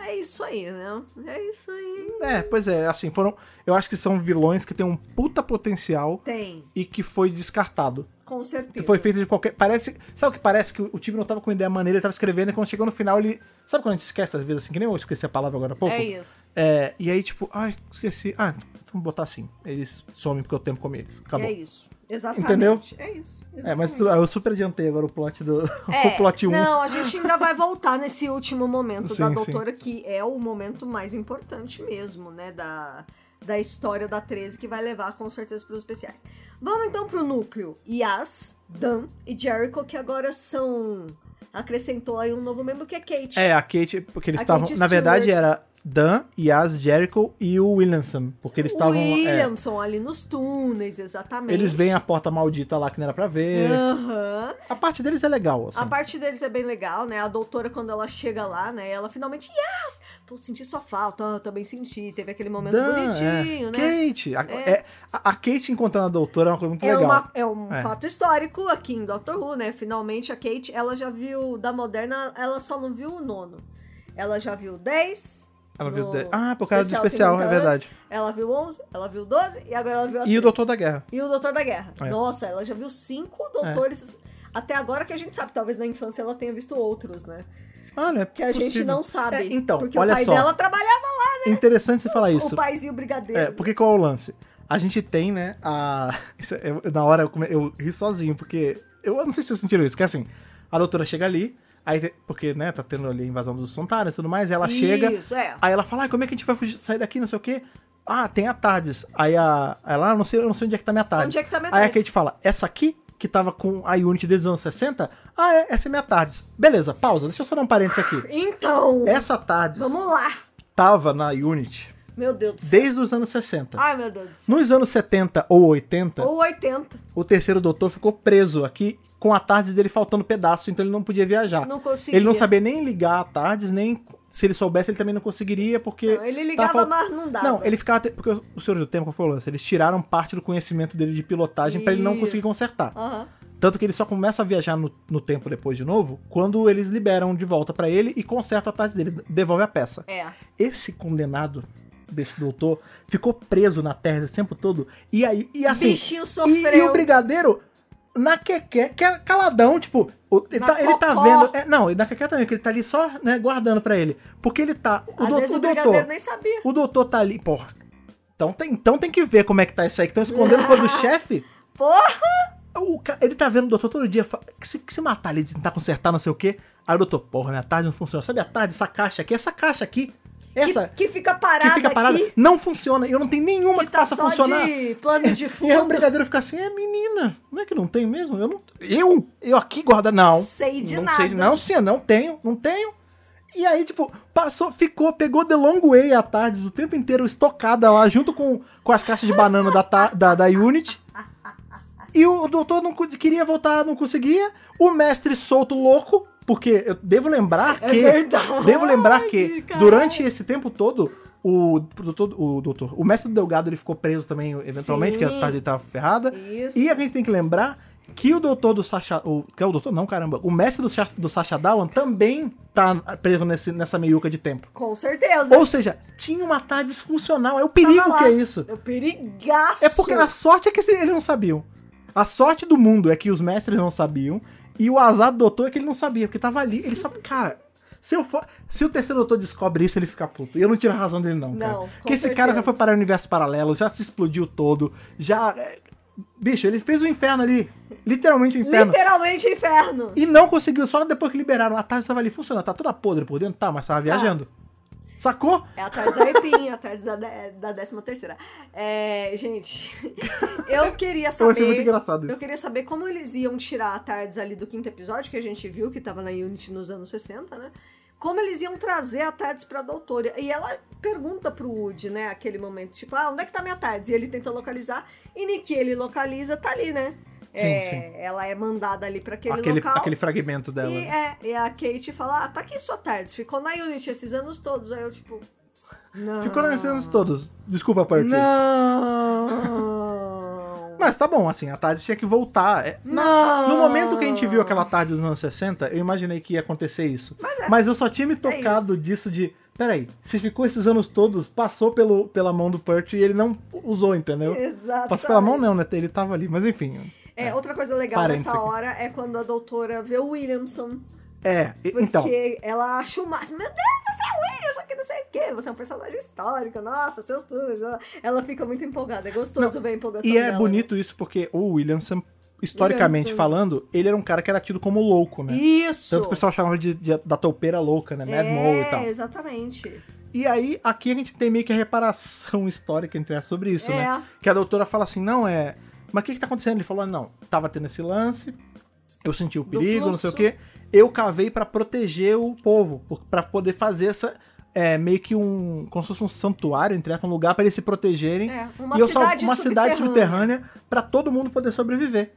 É isso aí, né? É isso aí.
É, pois é, assim, foram. Eu acho que são vilões que têm um puta potencial
Tem,
e que foi descartado.
com certeza.
Então Foi feito de qualquer. Parece. Sabe o que parece? Que o o time não tava com ideia maneira, ele tava escrevendo e quando chegou no final ele. Sabe quando a gente esquece às vezes assim, que nem eu esqueci a palavra agora há pouco?
É isso.
É, e aí, tipo, ai, esqueci. Ah, então vamos botar assim. Eles somem porque eu tempo come eles. Acabou.
É isso. Exatamente.
Entendeu?
É isso.
É, mas
exatamente.
tu- eu super adiantei agora o plot do. o plot 1.
É, Não, a gente ainda vai voltar nesse último momento da
Sim,
doutora, que é o momento mais importante mesmo, né? Da, da história da 13, que vai levar com certeza para os especiais. Vamos então pro núcleo. Yas, Dan e Jericho, que agora são. Acrescentou aí um novo membro que é Kate.
É, a Kate, porque eles
A
estavam.
Kate
Na verdade,
Stewart.
era Dan, Yas, Jericho e o Williamson. Porque eles estavam. é,
Williamson ali nos túneis, exatamente.
eles veem a porta maldita lá que não era pra ver.
Aham.
A parte deles é legal, assim.
A parte deles é bem legal, né? A doutora, quando ela chega lá, né? Ela finalmente, yes! Pô, senti sua falta, ah, eu também senti. Teve aquele momento bonitinho,
é.
né?
Kate. A, é- a- a Kate encontrando a doutora é uma coisa muito
É,
legal.
uma- é um
É.
fato histórico aqui em Doctor Who, né? Finalmente a Kate, ela já viu da Moderna, ela só não viu o nono. Ela já viu 10.
Ela viu
no
dez- Ah, por causa do especial,
50
é
anos,
verdade.
Ela viu 11, ela viu 12 e agora ela viu a
E o
13.
Doutor da Guerra.
E o Doutor da Guerra.
É.
Nossa, ela já viu cinco doutores até agora que a gente sabe. Talvez na infância ela tenha visto outros, né?
Olha, é
Que a gente
possível.
não sabe.
É, então,
porque
olha
o pai
só.
dela trabalhava lá,
É Interessante você falar isso.
o paizinho brigadeiro.
É, porque qual é o lance? A gente tem, né, a... isso é- eu- na hora eu, come- eu ri sozinho, porque... Eu, eu não sei se vocês sentiram isso, que é assim, a doutora chega ali, aí tem- porque, né, tá tendo ali a invasão dos Sontaras e tudo mais, e ela chega,
Isso, é.
aí ela fala, ah, como é que a gente vai fugir- sair daqui, não sei o quê? Ah, tem a TARDIS. Aí a, ela, ah, não sei, eu não sei onde é que tá minha TARDIS.
Onde é que tá minha
Aí a
TARDIS?
Kate fala, essa aqui, que tava com a Unity desde os anos 60, ah, é, essa é minha TARDIS. Beleza, pausa, deixa eu só dar um parênteses aqui.
Então,
Essa TARDIS
vamos lá.
tava na Unity
Meu Deus do céu.
desde os anos 60.
Ai, meu Deus do céu.
Nos anos 70 ou 80,
Ou 80.
o terceiro doutor ficou preso aqui com a tarde dele faltando pedaço, então ele não podia viajar.
Não conseguia.
Ele não sabia nem ligar a tardes, nem se ele soubesse ele também não conseguiria, porque...
Não, ele ligava,
tava
mas não dava.
Não, ele ficava... te- Porque o Senhor do Tempo, como falou, eles tiraram parte do conhecimento dele de pilotagem pra ele não
Isso.
conseguir consertar.
Aham.
Tanto que ele só começa a viajar no, no tempo depois de novo, quando eles liberam de volta pra ele e consertam a tarde dele, devolve a peça.
É.
Esse condenado desse doutor ficou preso na Terra esse tempo todo. E aí, e assim.
Bichinho
e,
sofreu.
e o brigadeiro na queque, que é caladão, tipo, o- ele,
Na
tá, ele tá
cocó.
vendo. é, não, e na queque também, que ele tá ali só, né, guardando pra ele. Porque ele tá. O,
Às
dou-
vezes
o
o brigadeiro
doutor.
nem sabia.
O doutor tá ali, porra. Então tem, então tem que ver como é que tá isso aí. Que estão escondendo coisa do chefe.
Porra!
O ca- ele tá vendo o doutor todo dia, fa- que se, que se matar ali, tentar consertar, não sei o quê. Aí o doutor, porra, minha tarde não funciona. Sabe a tarde, essa caixa aqui, essa caixa aqui. Essa,
Que, que fica parada
que fica parada,
aqui.
não funciona. E eu não tenho nenhuma que,
Tá
faça
só
funcionar.
de plano de
E aí o
fundo.
brigadeiro fica assim, é menina, não é que não tem mesmo? Eu não. Eu? Eu aqui guarda. Não.
Sei de
não
nada.
Sei, não, sim, não tenho, não tenho. E aí, tipo, passou, ficou, pegou The Long Way à tarde, o tempo inteiro estocada lá, junto com, com as caixas de banana da, ta- da, da Unity. E o doutor não cu- queria voltar, não conseguia. O mestre solto louco, porque eu devo lembrar
É
que.
verdade,
devo lembrar que
caralho.
durante esse tempo todo, o doutor, o doutor, o mestre do Delgado ele ficou preso também, eventualmente,
Sim.
porque a tarde ele tava ferrada.
Isso.
E a gente tem que lembrar que o doutor do Sacha. O, que é o doutor? Não, caramba. O mestre do, Sha- do Sacha Dawan também tá preso nesse, nessa meiuca de tempo.
Com certeza.
Ou seja, tinha uma tarde disfuncional. É o perigo
é Tava
que
lá.
é isso.
É o perigaço.
É porque a sorte é que se- eles não sabiam. A sorte do mundo é que os mestres não sabiam. E o azar do doutor é que ele não sabia, porque tava ali. Ele sabe, cara. Se, eu for, se o terceiro doutor descobre isso, ele fica puto. E eu não tiro a razão dele, não. Cara.
Não, com
Porque esse cara já
certeza.
foi para o universo paralelo, já se explodiu todo, já. é, Bicho, ele fez o inferno ali. Literalmente o inferno.
Literalmente inferno.
E não conseguiu, só depois que liberaram. A tarde tava ali funcionando, tá toda podre por dentro, tá, mas tava viajando. Sacou?
É a tarde da Aipim, a tarde da, de- da décima terceira. É, gente, eu queria saber...
Eu achei muito engraçado isso.
Eu queria saber como eles iam tirar a tardes ali do quinto episódio, que a gente viu que tava na Unity nos anos 60, né? Como eles iam trazer a Tardes pra doutora. E ela pergunta pro Woody, né, aquele momento, tipo, ah, onde é que tá minha Tardes? E ele tenta localizar, e Nick, ele localiza, tá ali, né? É,
sim.
Ela é mandada ali pra aquele,
Aquele,
local.
aquele fragmento dela.
E,
né?
é, e a Kate fala, ah, tá aqui sua tarde, ficou na Unity esses anos todos. Aí eu, tipo, não.
Ficou nesses anos todos. Desculpa, Parker.
Não.
Mas tá bom, assim, a tarde tinha que voltar. É, na-
Não.
No momento que a gente viu aquela tarde dos anos 60, eu imaginei que ia acontecer isso. Mas, eu só tinha me tocado
é. isso.
disso de. Peraí, se ficou esses anos todos, passou pelo, pela mão do Pert e ele não usou, entendeu?
Exatamente.
Passou pela mão não, né? Ele tava ali, mas enfim.
É, outra coisa legal
Parênteses
nessa
aqui.
hora é quando a doutora vê o Williamson.
É, e-
Porque
então.
ela acha o máximo. Meu Deus, você é o Williamson, que não sei o quê. Você é um personagem histórico. Nossa, seus túneis. Ela fica muito empolgada. É gostoso ver a empolgação
E é
dela. né?
bonito isso porque o Williamson, historicamente
Williamson.
falando, ele era um cara que era tido como louco, né?
Isso.
Tanto que o pessoal chamava de, de- da toupeira louca, né? Mad Mole e tal.
É, exatamente.
E aí, aqui a gente tem meio que a reparação histórica entre as sobre isso,
É.
né? Que a doutora fala assim, não, é. Mas o que, que tá acontecendo? Ele falou, não, tava tendo esse lance, eu senti o perigo, não sei o
fluxo.
quê. Eu cavei pra proteger o povo, por- pra poder fazer essa. É, meio que um. Como se fosse um santuário, entre aspas, um lugar pra eles se protegerem.
É, uma
e eu sal-
cidade
uma cidade
subterrânea.
subterrânea pra todo mundo poder sobreviver.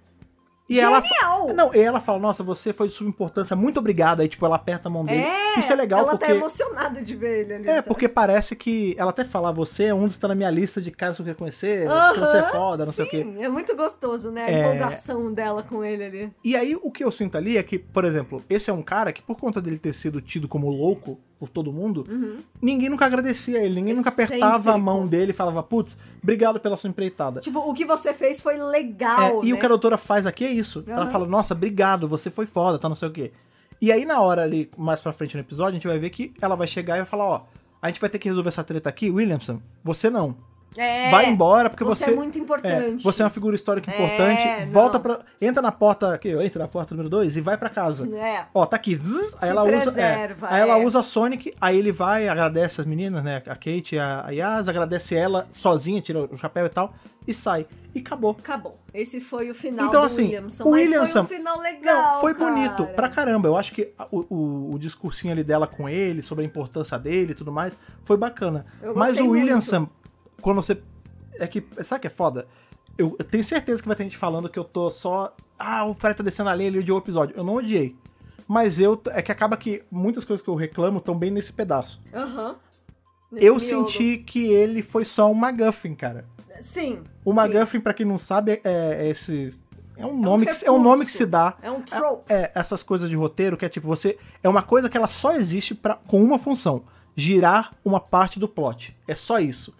E ela.
Genial!
Não, e ela fala, nossa, você foi de suma importância, muito obrigada. Aí, tipo, ela aperta a mão dele.
É,
Isso é legal
ela
porque.
tá emocionada de ver ele ali.
É,
sabe?
porque parece que ela até fala, você é um dos que tá na minha lista de caras que eu queria conhecer, que você é
Aham,
foda, não sei o quê.
Sim, é muito gostoso, né? A
É.
empolgação dela com ele ali.
E aí, o que eu sinto ali é que, por exemplo, esse é um cara que, por conta dele ter sido tido como louco por todo mundo,
Uhum.
ninguém nunca agradecia ele,
É
ninguém nunca apertava a mão
Excêntrico.
dele e falava, putz, obrigado pela sua empreitada.
Tipo, o que você fez foi
É,
legal,
E
né?
o que a doutora faz aqui é isso. Ela
Aham.
fala, nossa, obrigado, você foi foda, tá não sei o quê. E aí, na hora ali, mais pra frente no episódio, a gente vai ver que ela vai chegar e vai falar, ó, a gente vai ter que resolver essa treta aqui, Williamson, você não.
É,
Vai embora, porque você.
você é muito importante.
é, você é uma figura histórica
É,
importante.
não.
volta pra. Entra na porta. Aqui, ó, entra na porta número 2 e vai pra casa.
É.
Ó, tá aqui. zzz, aí
Se
ela usa. é,
preserva,
aí ela
é.
usa a Sonic, aí ele vai, agradece as meninas, né? A Kate e a a Yas, agradece ela sozinha, tira o chapéu e tal, e sai. E acabou.
Acabou. Esse foi o final
Então,
do
assim,
Williamson.
o
mas foi
Williamson-
um final legal.
Não, foi
cara.
bonito pra caramba. Eu acho que a- o, o- o discursinho ali dela com ele, sobre a importância dele e tudo mais, foi bacana.
Eu
Mas
gostei
o Williamson, quando você. É que. Sabe que é foda? Eu, eu tenho certeza que vai ter gente falando que eu tô só. Ah, o Fred tá descendo a lenha, ele odiou o episódio. Eu não odiei. Mas eu. t- É que acaba que muitas coisas que eu reclamo estão bem nesse pedaço.
Aham. Nesse
eu
miolo.
senti que ele foi só um MacGuffin, cara.
Sim.
O
sim.
MacGuffin, pra quem não sabe, é, é esse. É um,
É um
nome que, se- é um nome que
recurso.
se dá
É um trope.
é, essas coisas de roteiro que é tipo, você. É uma coisa que ela só existe pra, com uma função: girar uma parte do plot. É só isso.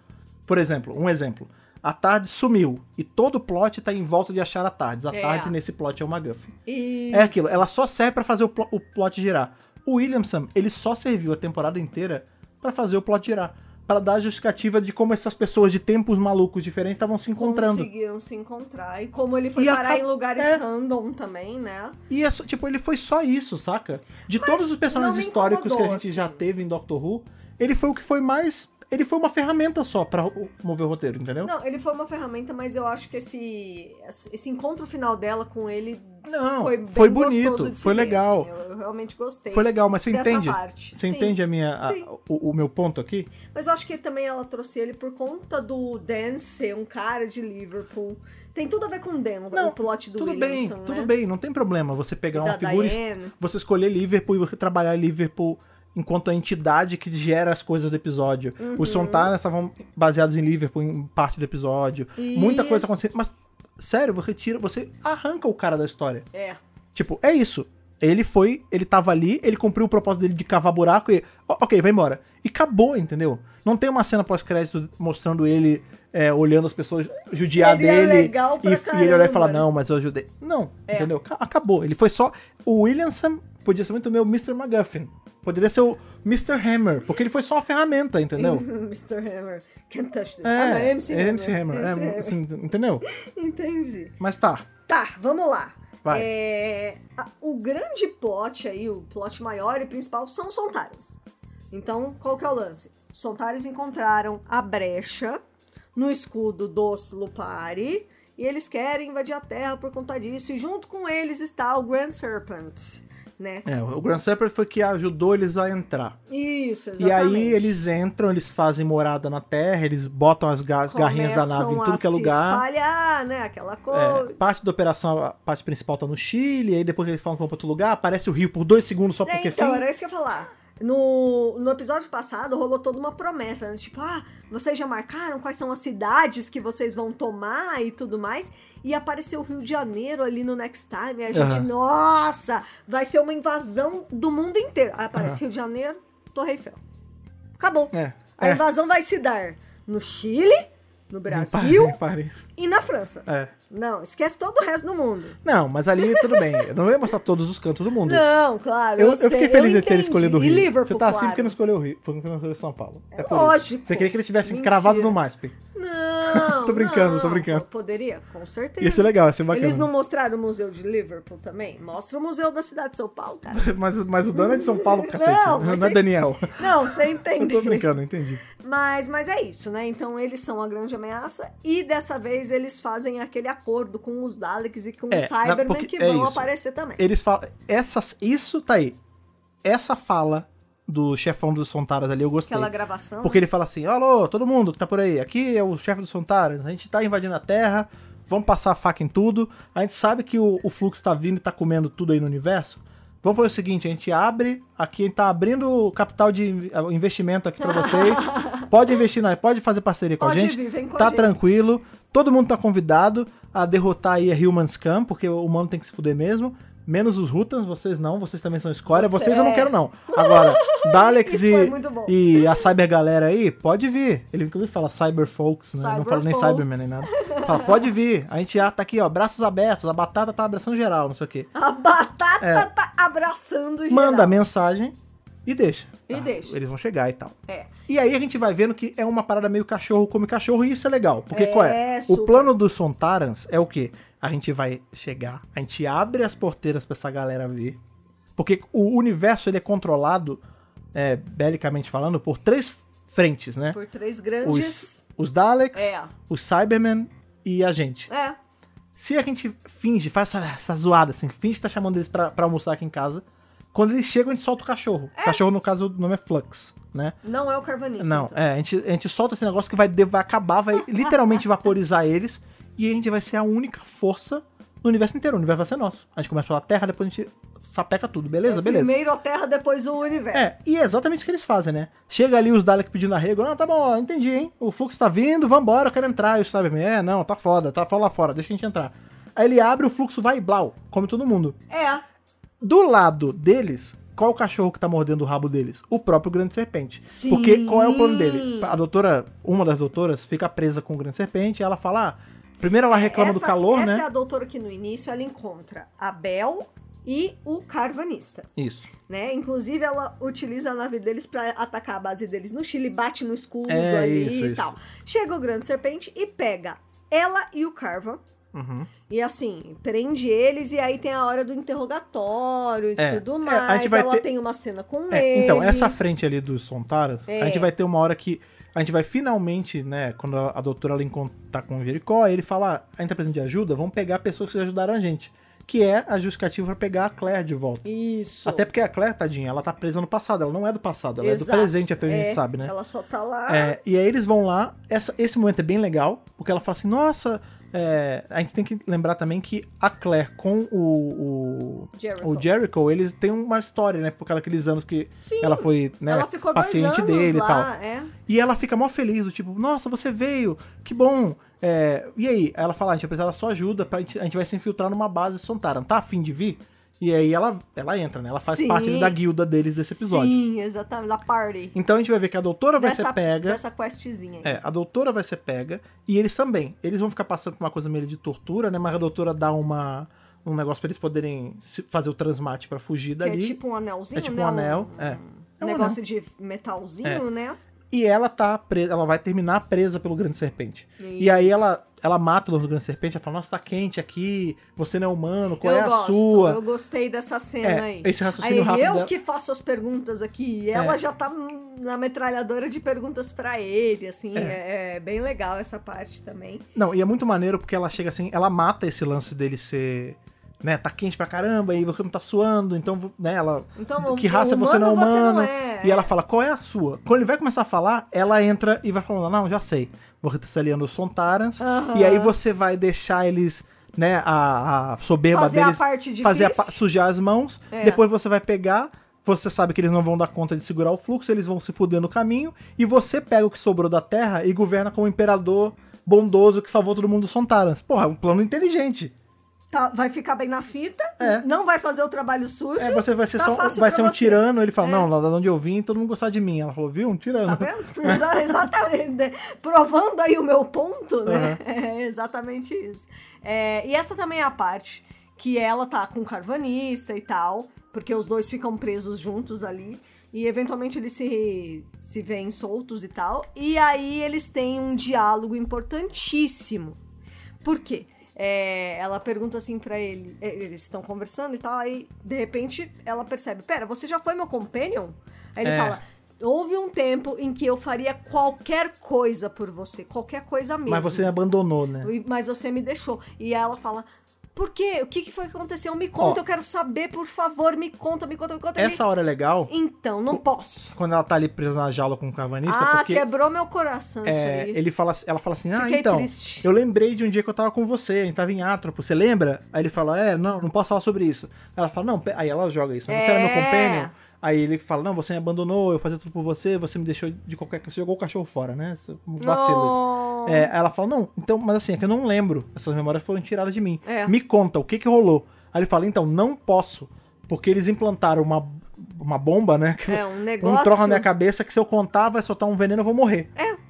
Por exemplo, um exemplo. A tarde sumiu e todo o plot tá em volta de achar a tarde. A
É.
tarde nesse plot é o MacGuffin.
Isso.
É aquilo, ela só serve pra fazer o, plo- o plot girar. O Williamson, ele só serviu a temporada inteira pra fazer o plot girar. Pra dar a justificativa de como essas pessoas de tempos malucos diferentes estavam se encontrando.
Conseguiram se encontrar. E como ele foi
E
parar
acab-
em lugares
é.
random também, né?
E é só- tipo, ele foi só isso, saca? De todos os personagens
não me
históricos que a
incomodou,
gente já
assim.
teve em Doctor Who, ele foi o que foi mais. Ele foi uma ferramenta só pra o- mover o roteiro, entendeu?
Não, ele foi uma ferramenta, mas eu acho que esse, esse encontro final dela com ele
Não,
foi bem
foi bonito,
gostoso de se
foi
ver,
legal.
assim. eu, eu realmente gostei.
Foi legal, mas você
dessa
entende?
parte.
Você
Sim.
entende a minha, a-
Sim.
o, o meu ponto aqui?
Mas eu acho que também ela trouxe ele por conta do Dan ser um cara de Liverpool. Tem tudo a ver com o Dan,
Não,
o plot do
tudo bem,
Williamson,
tudo
né?
bem, não tem problema você pegar
E
uma
da
figura. es-
Diane.
Você escolher Liverpool e você trabalhar Liverpool enquanto a entidade que gera as coisas do episódio.
Uhum.
Os Sontanas estavam baseados em Liverpool em parte do episódio. Muita coisa
Isso.
acontecendo. Mas, sério, você tira, você arranca o cara da história.
É.
Tipo, é isso. Ele foi, ele tava ali, ele cumpriu o propósito dele de cavar buraco e. "Ó, Ok, vai embora. E acabou, entendeu? Não tem uma cena pós-crédito mostrando ele é, olhando as pessoas judiar
Seria
dele
legal
e,
pra
e ele olhar e falar,
caramba. É.
não, mas eu ajudei. Não, entendeu? Ca- Acabou. Ele foi só. O Williamson podia ser muito meu Mr. McGuffin. Poderia ser o Mr. Hammer, porque ele foi só uma ferramenta, entendeu?
Mr. Hammer. Can't touch this. Uhum. ah, não,
é,
é MC
é
Hammer.
MC Hammer. é,
MC Hammer.
assim, entendeu?
Entendi.
Mas tá.
Tá, vamos lá.
Vai.
É, a- o grande plot aí, o plot maior e principal são os Sontares. Então, qual que é o lance? Os Sontares encontraram a brecha no escudo dos Lupari e eles querem invadir a Terra por conta disso. E junto com eles está o Grand Serpent, né?
É, o Grand Serpent foi que ajudou eles a entrar.
Isso,
E
exatamente.
aí eles entram, eles fazem morada na Terra, eles botam as ga- as garrinhas da nave em
Começam
tudo que é
a
lugar.
Se espalhar, né? Aquela
É,
coisa.
parte da operação, a parte principal tá no Chile, aí depois que eles falam que vão pra outro lugar, aparece o Rio por dois segundos só
É,
porque
então,
sim.
era isso que eu ia falar. No, no episódio passado rolou toda uma promessa, né? tipo, ah, vocês já marcaram quais são as cidades que vocês vão tomar e tudo mais. E apareceu o Rio de Janeiro ali no Next Time. E a gente,
Aham.
nossa, vai ser uma invasão do mundo inteiro. Aí aparece Rio de Janeiro, Torre Eiffel. Acabou.
É,
A
é.
invasão vai se dar no Chile, no Brasil
Em Paris.
e na França.
É.
Não, esquece todo o resto do mundo.
Não, mas ali tudo bem. Eu não ia mostrar todos os cantos do mundo.
Não, claro.
eu,
Eu,
eu
sei,
fiquei feliz de ter
entendi.
escolhido o
E
Rio.
Liverpool,
Você tá assim
claro.
porque não escolheu o Rio, porque não escolheu São Paulo. É por
lógico.
Isso. Você queria que eles tivessem
Mentira.
cravado no MASP.
Não.
Tô brincando,
não.
tô brincando.
Pô, Poderia, com certeza.
Ia ser legal, ia ser bacana.
Eles não mostraram o museu de Liverpool também? Mostra o museu da cidade de São Paulo, cara.
Mas, mas o dono é de São Paulo, cacete.
Não,
Não,
você-
é Daniel.
Não, você
Eu
entende.
tô brincando, entendi.
Mas, mas é isso, né? Então eles são a grande ameaça e dessa vez eles fazem aquele acordo com os Daleks e com
É,
os Cybermen
na- porque-
que
é
vão
isso.
aparecer também.
Eles falam. Essas, isso tá aí. Essa fala do chefão dos Sontaras ali, eu gostei.
Aquela gravação.
Porque ele fala assim: alô, todo mundo que tá por aí, aqui é o chefe dos Sontaras, a gente tá invadindo a terra, vamos passar a faca em tudo. A gente sabe que o, o fluxo tá vindo e tá comendo tudo aí no universo. Vamos fazer o seguinte: a gente abre, aqui a gente tá abrindo o capital de in- investimento aqui pra vocês. pode investir, na, pode fazer parceria com
Pode
a gente.
vir, vem com a
tá
gente.
tranquilo, todo mundo tá convidado a derrotar aí a Human Scam, porque o humano tem que se fuder mesmo. Menos os Rutans, vocês não, vocês também são escória,
Você
vocês eu não
é.
quero não. Agora, Daleks
Isso foi
e,
muito bom.
e a Cyber Galera aí, pode vir. Ele inclusive fala Cyber Folks, né? não
Cyber
fala nem
folks.
Cyberman nem nada. Fala, pode vir. A gente já tá aqui, ó, braços abertos, a batata tá abraçando geral, não sei o quê.
né? A batata
É.
tá abraçando geral.
Manda mensagem e deixa. Tá.
E deixa.
Eles vão chegar e tal.
É.
E aí a gente vai vendo que é uma parada meio cachorro come cachorro, e isso é legal. Porque
É,
qual é?
super.
O plano dos Sontarans é o quê? A gente vai chegar, a gente abre as porteiras pra essa galera ver. Porque o universo ele é controlado, é, belicamente falando, por três frentes, né?
Por três
Os,
grandes.
os Daleks,
É.
os Cybermen e a gente.
É.
Se a gente finge, faz essa, essa zoada, assim, finge que tá chamando eles pra, pra almoçar aqui em casa, quando eles chegam, a gente solta o cachorro. O cachorro, no caso, o nome é Flux, né?
Não é o carvanista.
Não,
então.
é, a gente, a gente solta esse negócio que vai, de- vai acabar, vai literalmente vaporizar eles, e a gente vai ser a única força no universo inteiro. O universo vai ser nosso. A gente começa pela Terra, depois a gente sapeca tudo, beleza? beleza.
É Primeiro a Terra, depois o universo.
É, e é exatamente isso que eles fazem, né? Chega ali os Dalek pedindo arrego. Não, tá bom, ó, entendi, hein? O fluxo tá vindo, vambora, eu quero entrar. E o Cyberman, é, não, tá foda, tá foda lá fora, deixa a gente entrar. Aí ele abre, o fluxo vai e blau, come todo mundo.
É.
Do lado deles, qual o cachorro que tá mordendo o rabo deles? O próprio Grande Serpente.
Sim.
Porque qual é o plano dele? A doutora, uma das doutoras, fica presa com o Grande Serpente e ela fala, ah, primeiro ela reclama
essa,
do calor,
essa é
né?
a doutora que no início ela encontra a Bel e o carvanista,
Isso.
né? Inclusive ela utiliza a nave deles pra atacar a base deles no Chile, bate no escudo
É,
ali
isso,
e
isso.
tal. Chega o grande serpente e pega ela e o Carvan.
Uhum.
E assim, prende eles e aí tem a hora do interrogatório e
É, é, a
tudo
gente
mais.
vai
ela
ter-
tem uma cena com
É,
ele.
então, essa frente ali dos Sontaras,
É.
a gente vai ter uma hora que. A gente vai finalmente, né? Quando a, a doutora ela encon- tá com o Jericó, ele fala: a gente tá precisando de ajuda, vamos pegar pessoas que ajudaram a gente. Que é a justificativa pra pegar a Claire de volta.
Isso.
Até porque a Claire, tadinha, ela tá presa no passado, ela não é do passado, ela é
Exato.
do presente, até onde a
É,
gente sabe, né?
Ela só tá lá.
É, e aí eles vão lá, essa- esse momento é bem legal, porque ela fala assim, nossa, é, a gente tem que lembrar também que a Claire com o, o,
Jericho.
o Jericho, eles têm uma história, né, por causa daqueles anos que
Sim,
ela foi, né,
ela ficou dois
paciente
anos
dele
lá,
e tal.
É.
E ela fica mó feliz, do tipo, nossa, você veio, que bom. É, e aí? Aí ela fala, a gente vai precisar da sua ajuda, pra, a, gente, a gente vai se infiltrar numa base de Sontaran, tá afim de vir? E aí ela, ela entra, né, ela faz
Sim.
parte ali da guilda deles desse episódio.
Sim, exatamente, da party.
Então a gente vai ver que a doutora vai
dessa,
ser pega.
Dessa questzinha. aí.
É, a doutora vai ser pega e eles também. Eles vão ficar passando por uma coisa meio de tortura, né? Mas a doutora dá uma um negócio pra eles poderem se- fazer o transmate pra fugir
que é
dali.
tipo um anelzinho,
É tipo
né?
um anel, é. É um É.
negócio de metalzinho, né?
E ela tá presa, ela vai terminar presa pelo grande serpente. E aí ela ela mata o grande serpente, ela fala: "Nossa, tá quente aqui, você não é humano, qual
eu
é a
gosto,
sua?"
eu gostei dessa cena
É,
aí.
esse raciocínio
aí
rápido É.
eu
dela-
que faço as perguntas aqui, e ela já tá hum, na metralhadora de perguntas pra ele, assim, é, é bem legal essa parte também.
Não, e é muito maneiro porque ela chega assim, ela mata esse lance dele ser né, tá quente pra caramba e você não tá suando, então, né, ela.
Então,
que
o-
raça
o
você não é
humano você não
humano?
é,
E ela
é.
fala, qual é a sua? Quando ele vai começar a falar, ela entra e vai falando, não, já sei. Você tá se aliando aos Sontarans,
Aham.
e aí você vai deixar eles, né, a, a soberba
Fazer a
deles.
parte
fazer
difícil.
sujar as mãos,
É.
depois você vai pegar. Você sabe que eles não vão dar conta de segurar o fluxo, eles vão se fuder no caminho, e você pega o que sobrou da terra e governa como imperador bondoso que salvou todo mundo dos Sontarans. Porra, é um plano inteligente.
Tá, vai ficar bem na fita,
É.
não vai fazer o trabalho sujo.
É, você vai ser
tá
só
fácil
vai
pra
ser um
você. É.
tirano. Ele fala, não, lá de onde eu vim, todo mundo gostava de mim. Ela falou, viu? Um tirano.
Tá vendo? Exa- exatamente. Provando aí o meu ponto, né?
Aham.
É exatamente isso. É, e essa também é a parte que ela tá com o carvanista e tal, porque os dois ficam presos juntos ali. E eventualmente eles se, se veem soltos e tal. E aí eles têm um diálogo importantíssimo. Por quê? É, ela pergunta assim pra ele, é, eles estão conversando e tal, aí de repente ela percebe: Pera, você já foi meu companion? Aí ele
É.
fala: Houve um tempo em que eu faria qualquer coisa por você, qualquer coisa mesmo.
Mas você me abandonou, né?
E- Mas você me deixou. E ela fala. Por quê? O que, que foi que aconteceu? Me conta,
Ó.
eu quero saber, por favor, me conta, me conta, me conta.
Essa hora é legal,
Me... Então, não posso.
quando ela tá ali presa na jaula com o carvanista,
ah,
porque
quebrou meu coração isso
é,
aí.
ele fala, ela fala assim, ah,
Fiquei
então,
triste.
eu lembrei de um dia que eu tava com você, a gente tava em Atropo, você lembra? Aí ele fala, é, não, não posso falar sobre isso. Ela fala, não, pe- aí ela joga isso, você era meu
É.
companion? Aí ele fala, não, você me abandonou, eu fazia tudo por você, você me deixou de qualquer... Você jogou o cachorro fora, né? Vacilos.
Oh.
É, ela fala, não, então, mas assim, é que eu não lembro. Essas memórias foram tiradas de mim.
É.
Me conta, o que que rolou? Aí ele fala, então, não posso. Porque eles implantaram uma, uma bomba, né? que-
É, um
Um
negócio-
troço na minha cabeça que se eu contar vai soltar um veneno eu vou morrer.
É.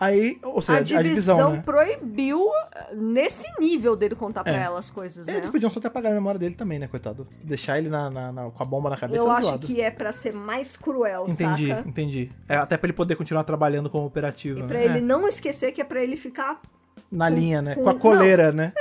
Aí, ou seja,
a divisão,
né?
proibiu eh, nesse nível dele contar pra
É.
ela as coisas, né?
Eles podiam só até apagar a memória dele também, né, coitado? Deixar ele na, na- na- com a bomba na cabeça
Eu
é
acho
zoado.
que é pra ser mais cruel,
Entendi,
saca?
entendi. É, até pra ele poder continuar trabalhando como operativo,
E
né?
pra
É,
ele não esquecer que é pra ele ficar.
na linha, né?
com-
Com a
não.
coleira, né?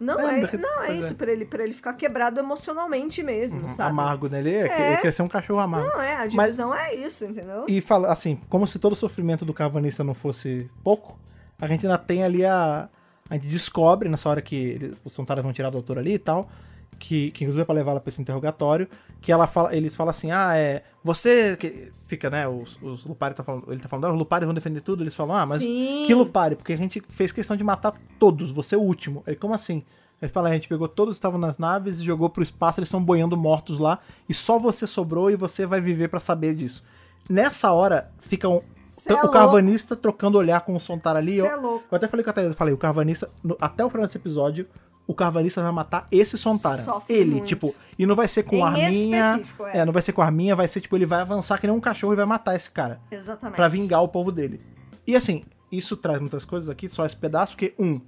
Não,
É,
é,
porque-
não, é
pois
isso,
é.
pra ele, pra ele ficar quebrado emocionalmente mesmo, é, sabe?
Amargo, né? Ele ia
É.
ele queria ser um cachorro amargo.
Não, é, a divisão é isso, entendeu?
E fala assim, como se todo o sofrimento do Cavanista não fosse pouco, a gente ainda tem ali a. A gente descobre nessa hora que ele- os Sontaras vão tirar a doutora ali e tal, que, que inclusive é pra levá-la pra esse interrogatório, que ela fala, eles falam assim: ah, é. Você. Que, fica, né? Os, os Lupari tá falando. Ele tá falando, ah, os Lupari vão defender tudo. Eles falam, ah, mas.
Sim.
Que Lupari? Porque a gente fez questão de matar todos, você é o último. Ele, como assim? Eles falam, a gente pegou todos que estavam nas naves e jogou pro espaço, eles estão boiando mortos lá, e só você sobrou e você vai viver pra saber disso. Nessa hora, fica um-
Cê é
o
louco.
carvanista trocando olhar com o Sontar ali.
Cê
Eu,
é louco.
eu até falei com a Thaís, eu falei, o carvanista, no- até o final desse episódio, o carvanista vai matar esse Sontara.
Sofre
Ele,
muito.
tipo, e não vai ser com
Em
arminha.
específico, é.
É. não vai ser com arminha, vai ser, tipo, ele vai avançar que nem um cachorro e vai matar esse cara.
Exatamente.
Pra vingar o povo dele. E assim, isso traz muitas coisas aqui, só esse pedaço, porque um,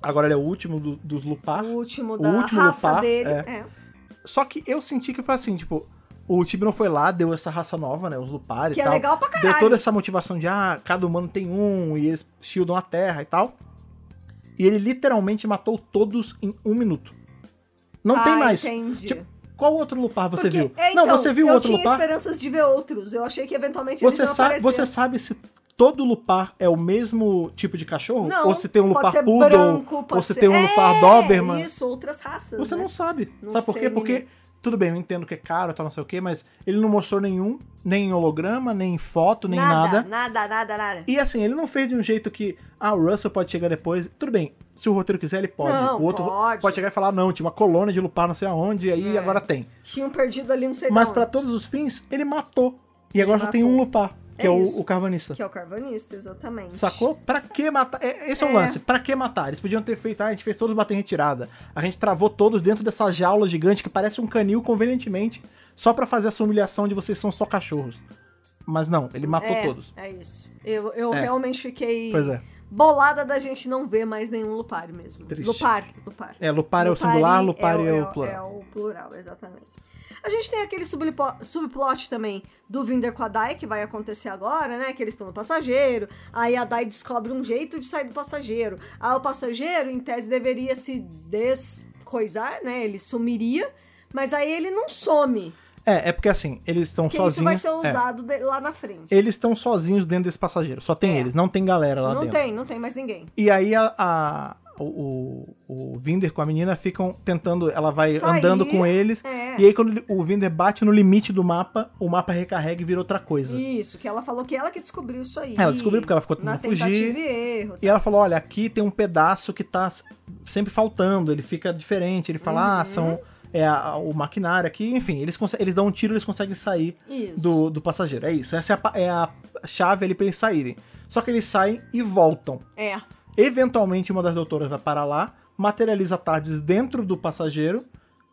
agora ele é o último do- dos Lupar.
O último
O
da
último
raça
Lupar,
dele.
é.
é.
Só que eu senti que foi assim, tipo, o Tibno foi lá, deu essa raça nova, né? Os Lupares
Que
e
é
tal.
legal pra caralho.
Deu toda essa motivação de, ah, cada humano tem um, e eles shieldam a terra e tal. E ele literalmente matou todos em um minuto. Não tem
Ah,
mais.
entendi.
Tipo, qual outro Lupar você
Porque-
viu?
é,
não,
então,
você viu
eu
outro
tinha
Lupar?
esperanças de ver outros. Eu achei que eventualmente
Você
eles iam
sabe,
aparecer.
você sabe se todo lupar é o mesmo tipo de cachorro?
Não,
ou se tem um
pode
lupar
ser
poodle?
branco, pode
ou se
ser-
tem um
É,
lupar doberman?
Isso, outras raças.
Você
né?
não sabe.
Não
sabe por
sei,
quê? Porque,
menino.
tudo bem, eu entendo que é caro, tal, não sei o quê, mas ele não mostrou nenhum, nem em holograma, nem em foto, nem nada.
Nada, nada, nada, nada.
E assim, ele não fez de um jeito que, ah, o Russell pode chegar depois. Tudo bem, se o roteiro quiser, ele pode.
Não,
o outro
pode.
chegar e falar, não, tinha uma colônia de lupar não sei aonde, e aí agora tem.
Tinham um perdido ali, não sei
Mas
de
pra
onde,
todos os fins, ele matou. E agora só tem
matou.
um lupar, que
É
é, o,
isso.
o carvanista.
Que é o carvanista, exatamente.
Sacou? Pra que matar? É, esse é, o lance. Pra que matar? Eles podiam ter feito, ah, a gente fez todos bater em retirada. A gente travou todos dentro dessa jaula gigante que parece um canil convenientemente, só pra fazer essa humilhação de vocês são só cachorros. Mas não, ele matou
é,
todos.
É isso. Eu, eu
É.
realmente fiquei
Pois é.
bolada da gente não ver mais nenhum Lupar mesmo.
Triste.
Lupar, Lupar.
É, Lupar é o
Lupari
singular, Lupar é, o
É
plural.
o plural, exatamente. A gente tem aquele sublipo- subplot também do Vinder com a Dai, que vai acontecer agora, né? Que eles estão no passageiro. Aí a Dai descobre um jeito de sair do passageiro. Aí o passageiro, em tese, deveria se descoisar, né? Ele sumiria. Mas aí ele não some.
É, é, porque assim, eles estão
Porque
sozinhos.
isso vai ser
é.
usado de- lá na frente.
Eles estão sozinhos dentro desse passageiro. Só tem
É.
eles, não tem galera tá lá
não
dentro.
tem, não tem mais ninguém.
E aí a, a, o, o, o Vinder com a menina ficam tentando. Ela vai
Sair,
andando com eles.
é.
E aí, quando ele- o Vinder bate no limite do mapa, o mapa recarrega e vira outra coisa.
Isso, que ela falou que ela que descobriu isso aí.
Ela descobriu porque ela ficou
na
tentando fugir.
tentativa e erro.
E ela falou: olha, aqui tem um pedaço que tá s- sempre faltando, ele fica diferente. Ele fala:
Uhum.
ah, são. É a- a- o maquinário aqui, enfim, eles, conse- eles dão um tiro eles conseguem sair
Isso.
do, do passageiro. É isso, essa é a, pa- é a chave ali pra eles saírem. Só que eles saem e voltam.
É.
Eventualmente, uma das doutoras vai parar lá, materializa tardes dentro do passageiro,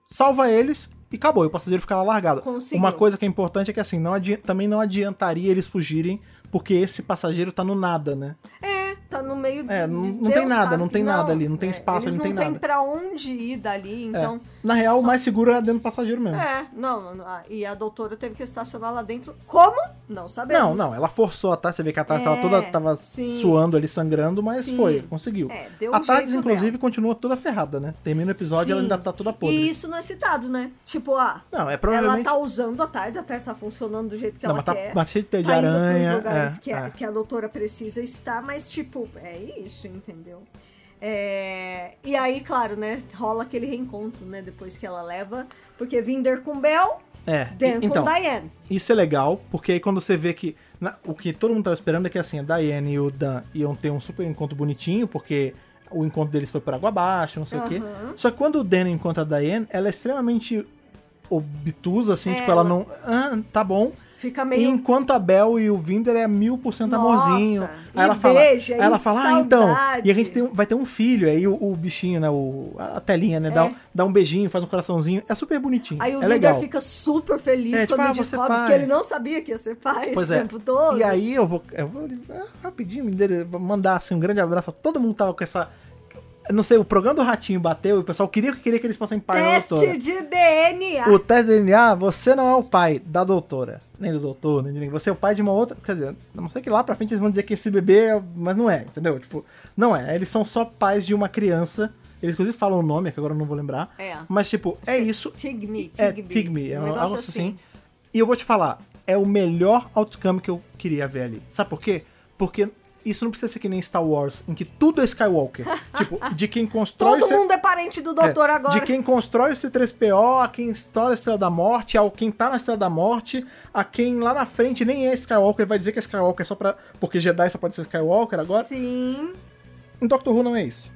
salva eles e acabou. E o passageiro fica lá largado.
Conseguiu.
Uma coisa que é importante é que, assim, não adi- também não adiantaria eles fugirem, porque esse passageiro tá no nada, né?
É, tá no meio
É,
de-
não-
de
não tem
Deus
nada,
sabe-
não tem nada ali, não tem
é,
espaço,
eles
não tem
Não
nada.
tem pra onde ir dali,
É.
então.
Na real, o
só-
mais seguro era dentro do passageiro mesmo.
É, não, não, ah, e a doutora teve que estacionar lá dentro. Como? Não sabemos.
Não, não, ela forçou a Tati, você vê que a Tati
É,
tava toda tava
sim.
suando ali, sangrando, mas
Sim.
foi, conseguiu.
É, deu um
a Tati,
jeito
inclusive, continua toda ferrada, né? Termina o episódio e ela
Sim.
ainda tá toda podre.
E isso não é citado, né? Tipo, ah,
Não, é
ela
provavelmente.
tá usando a tarde, a tarde tá funcionando do jeito que
não,
ela
mas tá
quer.
mas cheio de teia de
tá indo
aranha.
pros lugares
é,
que, a,
é.
que a doutora precisa estar, mas tipo, é isso, entendeu? É, E aí, claro, né? Rola aquele reencontro, né? Depois que ela leva. Porque Vinder com Bel,
É, e-
Dan
então,
com Diane.
isso é legal, porque aí quando você vê que. na- o que todo mundo tava esperando é que assim, a Diane e o Dan iam ter um super encontro bonitinho, porque o encontro deles foi por água abaixo, não sei o quê.
Aham.
Só que quando o Dan encontra a Diane, ela é extremamente obtusa, assim,
É,
tipo, ela
ela-
não. Ah, tá bom.
Fica
E
meio.
Enquanto a Bel e o Vinder é mil por cento
Nossa,
amorzinho.
e
Aí ela fala,
beija,
aí ela
e
fala ah, então.
saudade.
E a gente tem um- vai ter um filho. Aí o, o bichinho, né? O, a telinha, né? Dá,
É.
um, dá um beijinho, faz um coraçãozinho. É super bonitinho.
Aí
é
o Vinder
legal.
fica super feliz
É, tipo,
quando
ah, você
descobre
é pai.
que ele não sabia que ia ser pai
Pois
esse
é.
tempo todo.
E aí eu vou, eu vou ah, rapidinho me dele- vou mandar assim, um grande abraço. a Todo mundo que tava com essa. eu Não sei, o programa do Ratinho bateu e o pessoal queria, queria que eles fossem pai da
Teste
doutora.
de DNA.
O teste de DNA, você não é o pai da doutora. Nem do doutor, nem de ninguém. Você é o pai de uma outra. Quer dizer, a não sei que lá pra frente eles vão dizer que esse bebê é. Mas não é, entendeu? Tipo, não é. Eles são só pais de uma criança. Eles inclusive falam o nome, que agora eu não vou lembrar.
É.
Mas, tipo, é isso.
Tigme,
É,
Tigme.
Tigme, é
um
um
negócio
algo assim. E eu vou te falar, é o melhor outcome que eu queria ver ali. Sabe por quê? Porque isso não precisa ser que nem Star Wars, em que tudo é Skywalker. tipo, de quem constrói
Todo
o C-
mundo é parente do doutor
é,
agora.
De quem constrói o C3PO, a quem estoura a Estrela da Morte, ao quem tá na Estrela da Morte, a quem lá na frente nem é Skywalker, vai dizer que é Skywalker só pra. Porque Jedi só pode ser Skywalker agora.
Sim.
Em Doctor Who não é isso.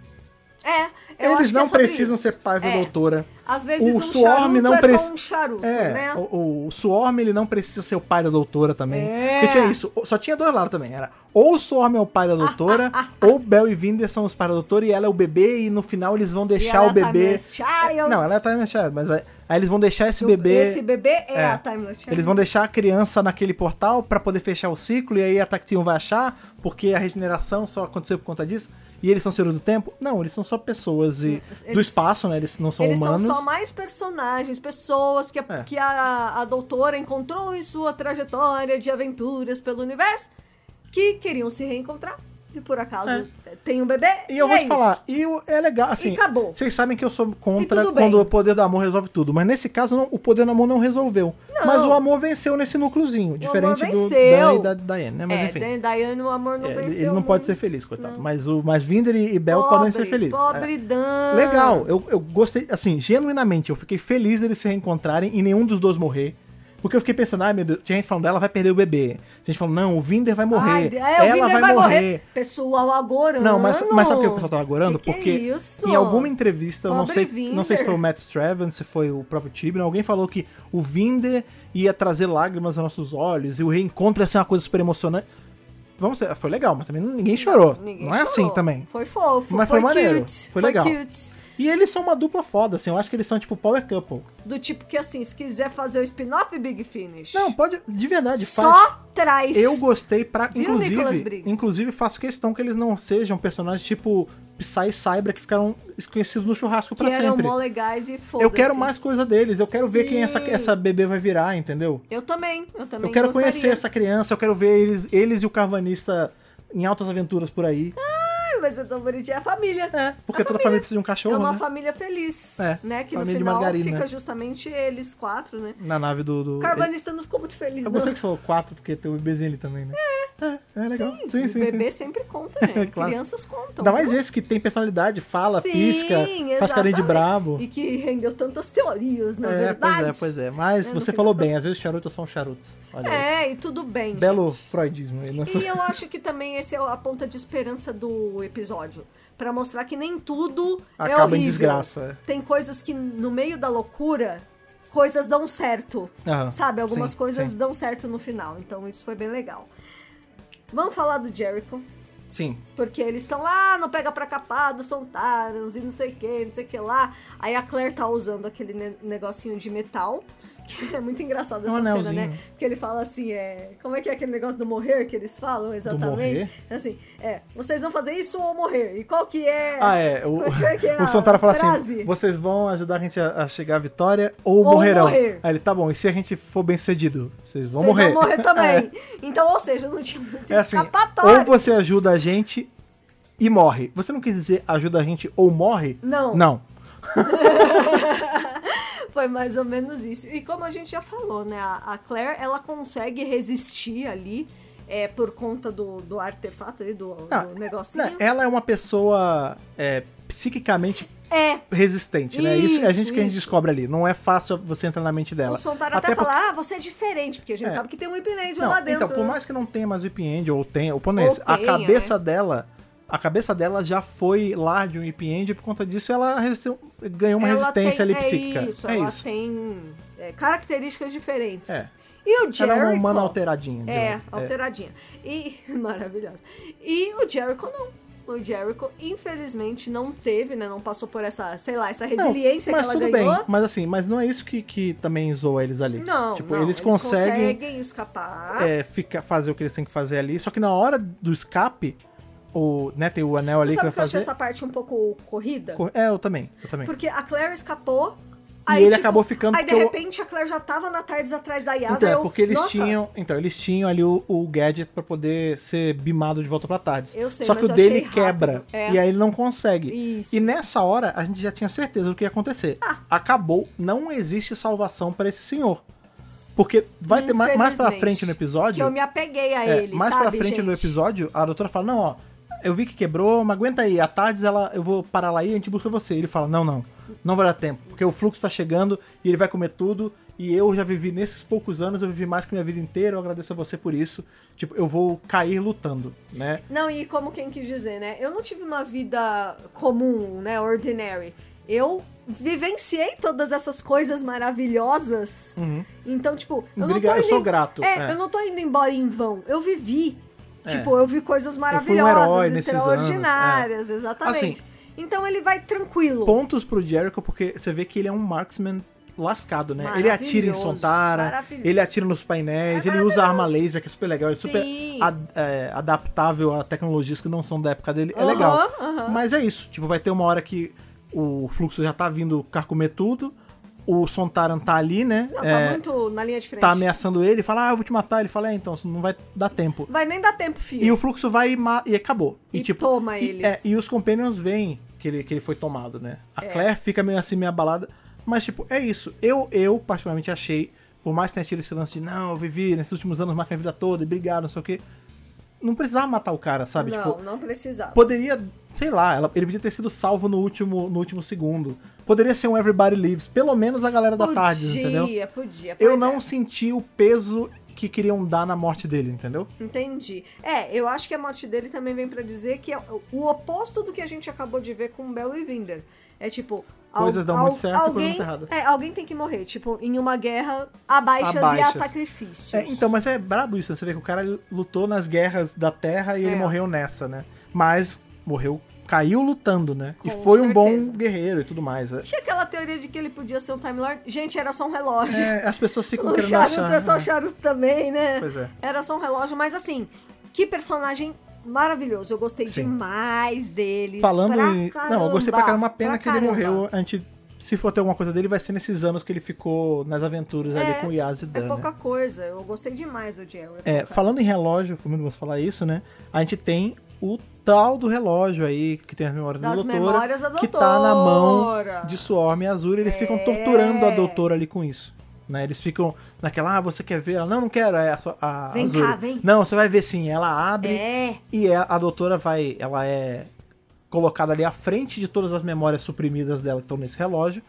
É. eu acho
Eles
que
não
é sobre
precisam
isso.
ser pais da
É.
doutora.
Às vezes
O
um
Swarm
charuto
não
é
preci-
só um charuto,
É,
né?
o, o Swarm ele não precisa ser o pai da doutora também.
É.
Porque tinha isso, só tinha dois lados também. Era ou o Swarm é o pai da doutora, ou Bel e Vinder são os pais da doutora e ela é o bebê e no final eles vão
E é
deixar
ela
o bebê.
Tá Child,
Não, ela é Time Child, mas aí, aí eles vão deixar esse bebê.
Esse bebê é,
É.
a Timeless Child.
Eles vão deixar a criança naquele portal pra poder fechar o ciclo e aí a Tactium vai achar, porque a regeneração só aconteceu por conta disso. E eles são senhores do tempo? Não, eles são só pessoas e do
Eles-
espaço, né? Eles não são
Eles
humanos.
são só mais personagens, pessoas que, a,
É.
que a, a doutora encontrou em sua trajetória de aventuras pelo universo que queriam se reencontrar. E por acaso tem um bebê.
É. E eu vou
é
te
isso.
falar, e o- é legal, assim.
E acabou.
Vocês sabem que eu sou contra
E tudo bem.
quando o poder do amor resolve tudo. Mas nesse caso, não- o poder do amor não resolveu. Mas o amor venceu nesse núcleozinho. Diferente do
venceu.
Dan e da Diane, né? Mas
é,
enfim.
Dan- Diane, o amor não
é,
venceu.
ele não
muito.
pode ser feliz, coitado. Mas, o, mas Vinder e e Bel podem ser felizes.
Pobre Dan.
É. Legal, eu, eu gostei, assim, genuinamente, eu fiquei feliz deles se reencontrarem e nenhum dos dois morrer. Porque eu fiquei pensando, ai meu Deus, tinha gente falando, ela vai perder o bebê. Tinha gente falando, não, o Vinder vai
Ai,
morrer.
é,
ela
o Vinder
vai, morrer.
Pessoal agorando.
Não, mas, mas sabe por que o pessoal tava agorando?
Que que
Porque
é isso?
em alguma entrevista, eu não
Pobre
sei,
Vinder.
não sei se foi o Matt Straven, se foi o próprio Tibner, alguém falou que o Vinder ia trazer lágrimas aos nossos olhos e o reencontro ia ser uma coisa super emocionante. Vamos ser, foi legal, mas também ninguém chorou.
Ninguém
não é assim
chorou.
também.
Foi fofo.
Mas foi
foi,
maneiro,
Cute,
foi legal.
cute.
E eles são uma dupla foda, assim, eu acho que eles são tipo power couple.
Do tipo que assim, se quiser fazer o spin-off Big Finish.
Não, pode, de verdade, faz.
Só traz.
Eu gostei pra,
Viu, Nicolas
inclusive,
Briggs?
inclusive faço questão que eles não sejam personagens tipo Psy e Cybra que ficaram esquecidos no churrasco
Que
pra
eram
sempre.
mó legais e foda
Eu quero mais coisa deles. Eu quero ver quem essa,
Sim.
essa bebê vai virar, entendeu?
Eu também, eu também
eu quero
gostaria.
conhecer essa criança. Eu quero ver eles, eles e o carvanista em altas aventuras por aí.
Ai, mas é tão bonitinha. É a família.
É, porque toda família. precisa de um
É
cachorro,
uma
né?
família feliz,
É,
né? Que no
família de
final
margarina.
fica justamente eles quatro, né?
Na nave do... do...
O carbanista não ficou muito feliz,
Eu
não.
gostei que você falou quatro, porque tem o bebezinho ali também, né? É, é legal. Sim, sim,
Sim,
sim.
bebê sempre conta, né?
Claro.
Crianças contam.
Ainda mais
viu?
esse que tem personalidade, fala,
Sim,
pisca, faz carinha de
exatamente.
brabo.
E que rendeu tantas teorias, na
É,
verdade.
pois é, pois é. Mas
É, no
você
fim
falou
das
bem, às vezes charuto é só um charuto. Olha aí.
É, e tudo bem.
Belo freudismo aí na sua-
E eu acho que também esse é a ponta de esperança do episódio. Pra mostrar que nem tudo é
Acaba
horrível.
em desgraça. é.
Tem coisas que no meio da loucura, coisas dão certo.
Aham.
Sabe? Algumas
Ah, Sim,
coisas
Sim.
dão certo no final. Então isso foi bem legal. Vamos falar do Jericho.
Sim.
Porque eles estão lá, não pega pra capado, são taros e não sei o que, não sei o que lá. Aí a Claire tá usando aquele ne- negocinho de metal. Que é muito engraçado
É um
essa cena, né?
anelzinho.
Porque ele fala assim, é. Como é que é aquele negócio do morrer que eles falam exatamente?
morrer?
Assim, é, vocês vão fazer isso ou morrer? E qual que é.
Ah, é. O,
Como é que é
o
a
Sontara fala assim:
frase?
vocês vão ajudar a gente a, a chegar à vitória ou,
Ou
morrerão.
morrer.
Aí ele, tá bom, e se a gente for bem sucedido? Vocês vão morrer.
vocês vão morrer
É.
também. Então, ou seja, não tinha muito
É assim,
escapatória.
ou você ajuda a gente e morre. Você não quis dizer ajuda a gente ou morre?
Não.
Não.
Foi mais ou menos isso. E como a gente já falou, né? A a Claire, ela consegue resistir ali é, por conta do, do artefato ali, do,
Ah,
do negocinho.
Né, Ela é uma pessoa é, psiquicamente
É.
resistente, né? Isso, é a
Isso,
gente que a gente
isso.
descobre ali. Não é fácil você entrar na mente dela.
O Sontara até,
porque-
fala, ah, você é diferente, porque a gente
É.
sabe que tem um Ipiland
Não,
lá dentro.
então, por
né?
mais que não tenha mais Whip End ou tenha, ou ponense,
Ou
a
tenha, né?
cabeça dela, a cabeça dela já foi lá de um Whip End e por conta disso ela resistiu- ganhou uma
Ela
resistência
tem-
ali psíquica.
É isso,
é
ela
isso.
tem é, características diferentes.
É.
E o Jericho...
Ela é uma humana alteradinha. né?
É,
digamos.
alteradinha. E maravilhosa. E o Jericho não. O Jericho, infelizmente, não teve, né? Não passou por essa, sei lá, essa
Não,
resiliência
mas
que ela
tudo
ganhou.
bem, mas assim, mas não é isso que, que também zoa eles ali.
Não,
tipo,
não, tá?
eles conseguem
escapar.
é, fica, fazer o que eles têm que fazer ali. Só que na hora do escape, o, né, tem o anel
Você
ali que
sabe
vai
que eu achei
fazer.
essa parte um pouco corrida?
Cor- É, eu também, eu também.
Porque a Claire escapou.
E
aí,
ele
tipo,
acabou ficando
Aí, de
porque eu-
repente, a Claire já tava na tardes atrás da Yasa.
Então, é
eu,
porque eles
nossa,
tinham. Então, eles tinham ali o, o gadget pra poder ser bimado de volta pra tarde.
Eu sei,
Só que
mas
o
eu
dele
achei
quebra.
rápido. É.
E aí ele não consegue.
Isso. Ah.
E nessa hora, a gente já tinha certeza do que ia acontecer. Acabou, não existe salvação pra esse senhor. Porque vai ter ma- mais pra
Infelizmente.
frente no episódio.
Que eu me apeguei a
é,
ele,
mais
sabe,
pra frente
gente?
no episódio, a doutora fala: Não, ó, eu vi que quebrou, mas aguenta aí. À tarde ela, eu vou parar lá e a gente busca você. Ele fala: Não, não, não vai dar tempo, porque o fluxo tá chegando e ele vai comer tudo. E eu já vivi nesses poucos anos, eu vivi mais que minha vida inteira, eu agradeço a você por isso. Tipo, eu vou cair lutando, né?
Não, e como quem quis dizer, né? Eu não tive uma vida comum, né? Ordinary. Eu vivenciei todas essas coisas maravilhosas. Então, tipo, eu
Uhum. Obrigado,
não tô
eu
indo
sou grato,
É,
é.
eu não tô indo embora em vão. Eu vivi.
É.
Tipo, eu vi coisas
fui um herói
maravilhosas,
nesses
extraordinárias, exatamente.
Assim,
então ele vai tranquilo.
Pontos pro Jericho, porque você vê que ele é um marksman lascado, né? Ele atira em
Maravilhoso,
Sontara,
maravilhoso.
ele atira nos painéis,
É
ele usa arma
maravilhoso.
laser, que é super legal, é super
Sim.
ad- é, adaptável a tecnologias que não são da época dele. É
Aham,
legal.
aham.
Mas é isso. Tipo, vai ter uma hora que o fluxo já tá vindo carcomer tudo. O Sontaran tá ali, né?
Não,
É,
tá muito na linha de frente.
tá ameaçando ele, fala, ah, eu vou te matar. Ele fala, é, então, não vai dar tempo.
Vai nem dar tempo, filho.
E o fluxo vai e, ma- e acabou. E,
E
tipo.
toma
e-
ele.
é, e os Companions veem que ele, que ele foi tomado, né?
É.
A Claire fica meio assim, meio abalada. Mas, tipo, é isso. Eu, eu particularmente, achei. Por mais que tenha tido esse lance de, não, eu vivi nesses últimos anos, marca a vida toda, e brigaram, não sei o quê. Não precisava matar o cara, sabe?
não,
Tipo,
não precisava.
poderia, sei lá, ela- ele podia ter sido salvo no último, no último segundo. Poderia ser um Everybody Leaves, pelo menos a galera da
podia,
tarde, entendeu?
Podia, podia.
Eu
pois é.
não senti o peso que queriam dar na morte dele, entendeu?
Entendi. É, eu acho que a morte dele também vem pra dizer que é o oposto do que a gente acabou de ver com Bell e Vinder. É tipo. al-
Coisas dão
al-
muito certo e coisas
alguém,
muito errado.
É, alguém tem que morrer. Tipo, em uma guerra, há baixas, e há
baixas.
sacrifícios.
É, então, mas é brabo isso, né? Você vê que o cara lutou nas guerras da Terra e ele
É.
morreu nessa, né? Mas morreu, caiu lutando, né? e
Com
foi um bom
certeza.
guerreiro e tudo mais. é.
Tinha aquela teoria de que ele podia ser um Time Lord. Gente, era só um relógio.
É, as pessoas ficam
o
querendo
charuto
achar.
é só
né?
o charuto também, né?
Pois é.
Era só um relógio, mas assim, que personagem maravilhoso. Eu gostei
Sim.
demais dele.
Falando
pra
em.
Caramba,
não, eu gostei pra caramba, uma pena
pra
que ele
caramba.
morreu. A gente, se for ter alguma coisa dele, vai ser nesses anos que ele ficou nas aventuras ali
É,
com o Yaz e Dan.
É
né?
pouca coisa. Eu gostei demais do Jerry.
É, falando em relógio, foi muito bom você falar isso, né? A gente tem o tal do relógio aí, que tem as memórias da
Das
doutora.
memórias da
Que tá na mão
doutora. É.
de Swarm e Azul. E eles ficam torturando a doutora ali com isso. Né? Eles ficam naquela, ah, você quer ver? Ela, não, não quero. É a, sua- a
Vem
a
cá,
Zuri.
vem.
Não, você vai ver sim. Ela abre
É.
e é- a doutora vai, ela é colocada ali à frente de todas as memórias suprimidas dela que estão nesse relógio.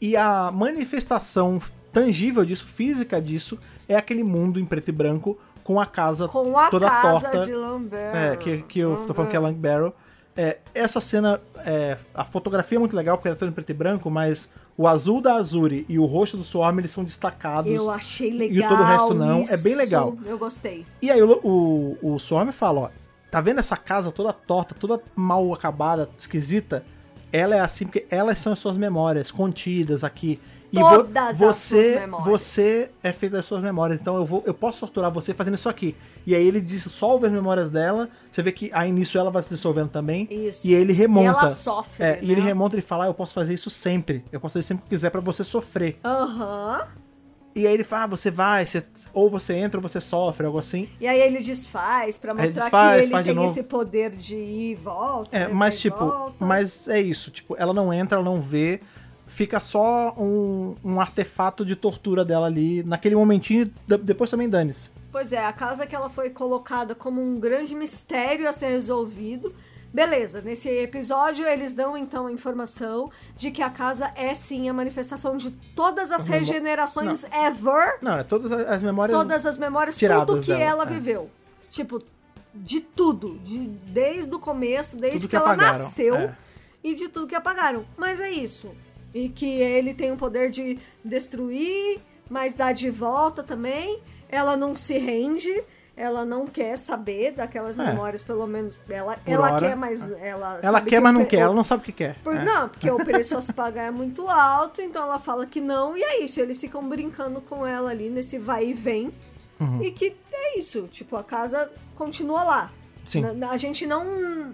E a manifestação tangível disso, física disso, é aquele mundo em preto e branco com a casa
Com a
toda
casa
torta.
de Lambert.
É, que, que eu tô falando que é Lang Barrel. É, essa cena, é, a fotografia é muito legal porque ela tá em preto e branco, mas o azul da Azuri e o roxo do Swarm eles são destacados.
Eu achei legal.
E o todo o resto não, é
isso.
bem legal.
Eu gostei.
E aí o, o, o Swarm fala: ó, tá vendo essa casa toda torta, toda mal acabada, esquisita? Ela é assim porque elas são as suas memórias contidas aqui. E vo-
Todas as
você,
suas memórias.
você é feito das suas memórias, então eu vou, eu posso torturar você fazendo isso aqui. E aí ele dissolve as memórias dela. Você vê que aí nisso ela vai se dissolvendo também.
Isso.
E ele remonta.
E ela sofre,
É, E ele
né?
remonta e fala: ah, eu posso fazer isso sempre. Eu posso fazer sempre que eu quiser pra você sofrer.
Aham.
E aí ele fala: ah, você vai, você- ou você entra ou você sofre, algo assim.
E aí ele desfaz pra
Aí
mostrar
desfaz,
que ele
faz de
tem
novo.
esse poder de ir e volta. né,
É,
vai
mas
e
tipo,
volta.
mas é isso, tipo, ela não entra, ela não vê, fica só um, um artefato de tortura dela ali, naquele momentinho, de- depois também dane-se.
Pois é, a casa que ela foi colocada como um grande mistério a ser resolvido. Beleza, nesse episódio eles dão então a informação de que a casa é sim a manifestação de todas as
As memó-
regenerações ever,
Não, é todas a- as memórias...
todas as memórias, tudo
tiradas
que
dela,
ela
é.
viveu. Tipo, de tudo, de- desde o começo, desde
Tudo
que,
que
ela
apagaram,
nasceu
é.
e de tudo que apagaram. Mas é isso. E que ele tem o poder de destruir, mas dar de volta também. Ela não se rende, ela não quer saber daquelas
É.
memórias, pelo menos. Ela, ela
hora,
quer, mas ela.
Ela
sabe
quer,
que
mas
o
não
pre-
quer,
o-
ela não sabe o que quer.
por-
É.
Não, porque o preço a se pagar é muito alto, então ela fala que não, e é isso, eles ficam brincando com ela ali nesse vai e vem.
Uhum.
E que é isso, tipo, a casa continua lá.
Sim.
Na- na- a gente não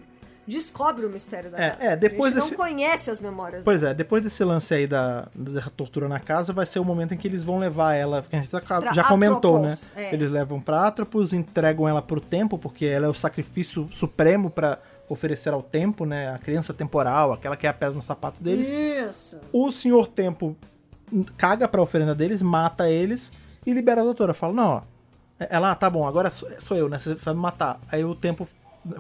descobre o mistério da
É,
casa.
é, depois
a gente
desse-
não conhece as memórias
Pois é, depois desse lance aí da, da tortura na casa, vai ser o momento em que eles vão levar ela, porque a gente já,
Pra
já comentou, né?
Atropos, é.
Eles levam pra Atropos, entregam ela pro tempo, porque ela é o sacrifício supremo pra oferecer ao tempo, né? A criança temporal, aquela que é a pedra no sapato deles.
Isso.
O senhor tempo caga pra oferenda deles, mata eles e libera a doutora. Fala, não, ó. Ela, ah, tá bom, agora sou sou eu, né? Você vai me matar. Aí o tempo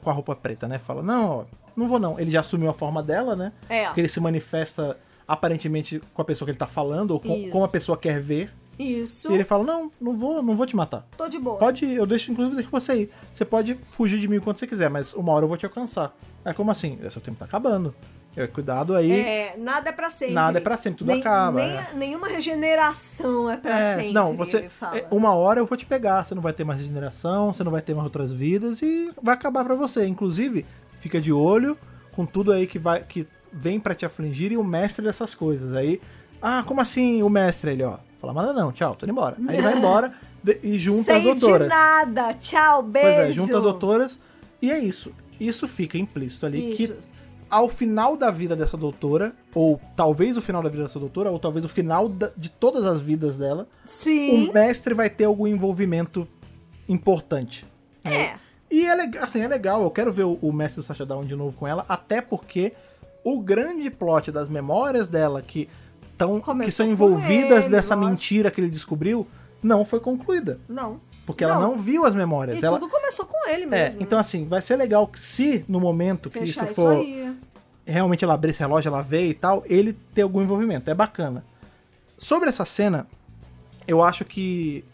com a roupa preta, né? Fala, não, ó, não vou não. Ele já assumiu a forma dela, né?
É.
Porque ele se manifesta aparentemente com a pessoa que ele tá falando, ou com,
Isso.
como a pessoa quer ver.
Isso.
E ele fala, não, não vou, não vou te matar.
Tô de boa.
Pode, eu deixo, inclusive, deixo você ir. Você pode fugir de mim quando você quiser, mas uma hora eu vou te alcançar. Aí, como assim? Seu tempo tá acabando. Eu, cuidado aí.
É, nada é pra sempre.
Nada é pra sempre, tudo acaba,
nem-
é.
Nenhuma regeneração é pra
É,
sempre.
não, você.
Ele fala.
é, Uma hora eu vou te pegar, você não vai ter mais regeneração, você não vai ter mais outras vidas e vai acabar pra você. Inclusive, fica de olho com tudo aí que vai que vem pra te afligir e o mestre dessas coisas. Aí, ah, como assim o mestre? Ele, ó, fala, mas não, tchau, tô indo embora. Aí ele vai embora de- e junta
Sei
as doutoras.
de nada. Tchau, beijo.
Pois é, junta doutoras e é isso. Isso fica implícito ali
Isso.
que ao final da vida dessa doutora, ou talvez o final da vida dessa doutora, ou talvez o final da- de todas as vidas dela,
Sim.
o mestre vai ter algum envolvimento importante.
É.
E é legal, assim, é legal, eu quero ver o, o mestre do Sasha Down de novo com ela, até porque o grande plot das memórias dela que, tão, que
Começou
são
com
envolvidas
ele,
dessa
lógico.
mentira que ele descobriu não foi concluída.
Não.
Porque ela não viu as memórias.
E
ela,
tudo começou com ele
é,
mesmo. né?
então assim, vai ser legal que se no momento que
Fechar
isso
isso,
for
aí.
realmente ela abrir esse relógio, ela vê e tal, ele ter algum envolvimento. É bacana. Sobre essa cena, eu acho que.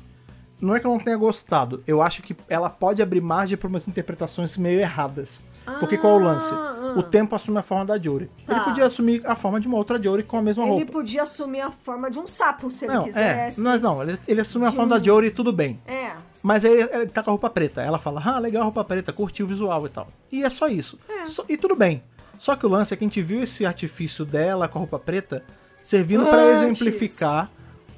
Não é que eu não tenha gostado, eu acho que ela pode abrir margem para umas interpretações meio erradas. Porque qual é o lance?
Ah, ah.
O tempo assume a forma da Jory.
Tá.
Ele podia assumir a forma de uma outra Jory com a mesma
Ele
roupa.
podia assumir a forma de um sapo se ele
Não, é,
quisesse.
mas não, ele, ele assume a forma da Jory e tudo bem.
É.
Mas aí ele- ele tá com a roupa preta. Ela fala, ah, legal a roupa preta, curtiu o visual e tal. E é só isso. Só- e tudo bem. Só que o lance é que a gente viu esse artifício dela com a roupa preta servindo pra
Antes.
exemplificar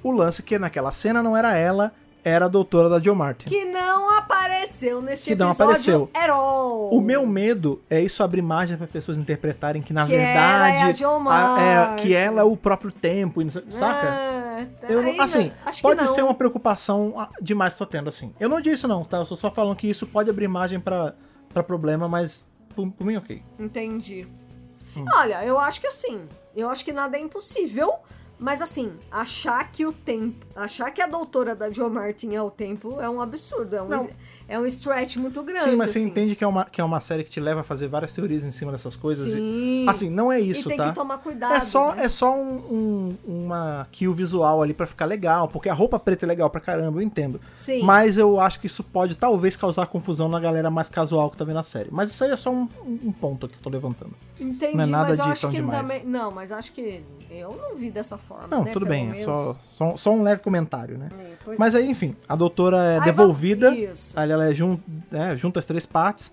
o lance que naquela cena não era ela, era a doutora da Joe Martin.
Que não apareceu neste
Que não
episódio
apareceu.
at all.
O meu medo é isso abrir margem para pessoas interpretarem que na
Que
verdade
ela é a Jo
é, que
Martin.
ela é o próprio tempo, e não sei- saca?
Ah, tá,
Eu não-
aí
assim,
não- acho que
pode
não.
ser uma preocupação ah, demais que eu tô tendo, assim. Eu não disse isso não, tá? Eu tô só falando que isso pode abrir margem pra, pra problema, mas por, por mim, ok. Hum.
Entendi. Olha, eu acho que assim, eu acho que nada é impossível, Mas assim, achar que o tempo, achar que a doutora da Jo Martin é o tempo é um absurdo, é um,
Não.
é um stretch muito grande.
Sim, mas você
assim.
entende que é, uma, que é uma série que te leva a fazer várias teorias em cima dessas coisas. e-
Sim.
assim, não é
e
isso,
tem
tá?
que tomar cuidado.
É só,
né?
é só um, um- uma kill visual ali pra ficar legal, porque a roupa preta é legal pra caramba, eu entendo.
Sim.
é- Mas eu acho que isso pode talvez causar confusão na galera mais casual que tá vendo a série. Mas isso aí é só um, um ponto que eu tô levantando.
Entendi,
não é nada
mas eu
de
acho
tão
que
demais.
também. Não, mas acho que eu não vi dessa forma.
Não,
né?
tudo
Pelo
bem, é
menos.
só, só, só um leve comentário, né?
É, pois
Mas aí, enfim, a doutora é
Aí
devolvida.
vai- isso.
Aí ela é jun, né, junta as três partes.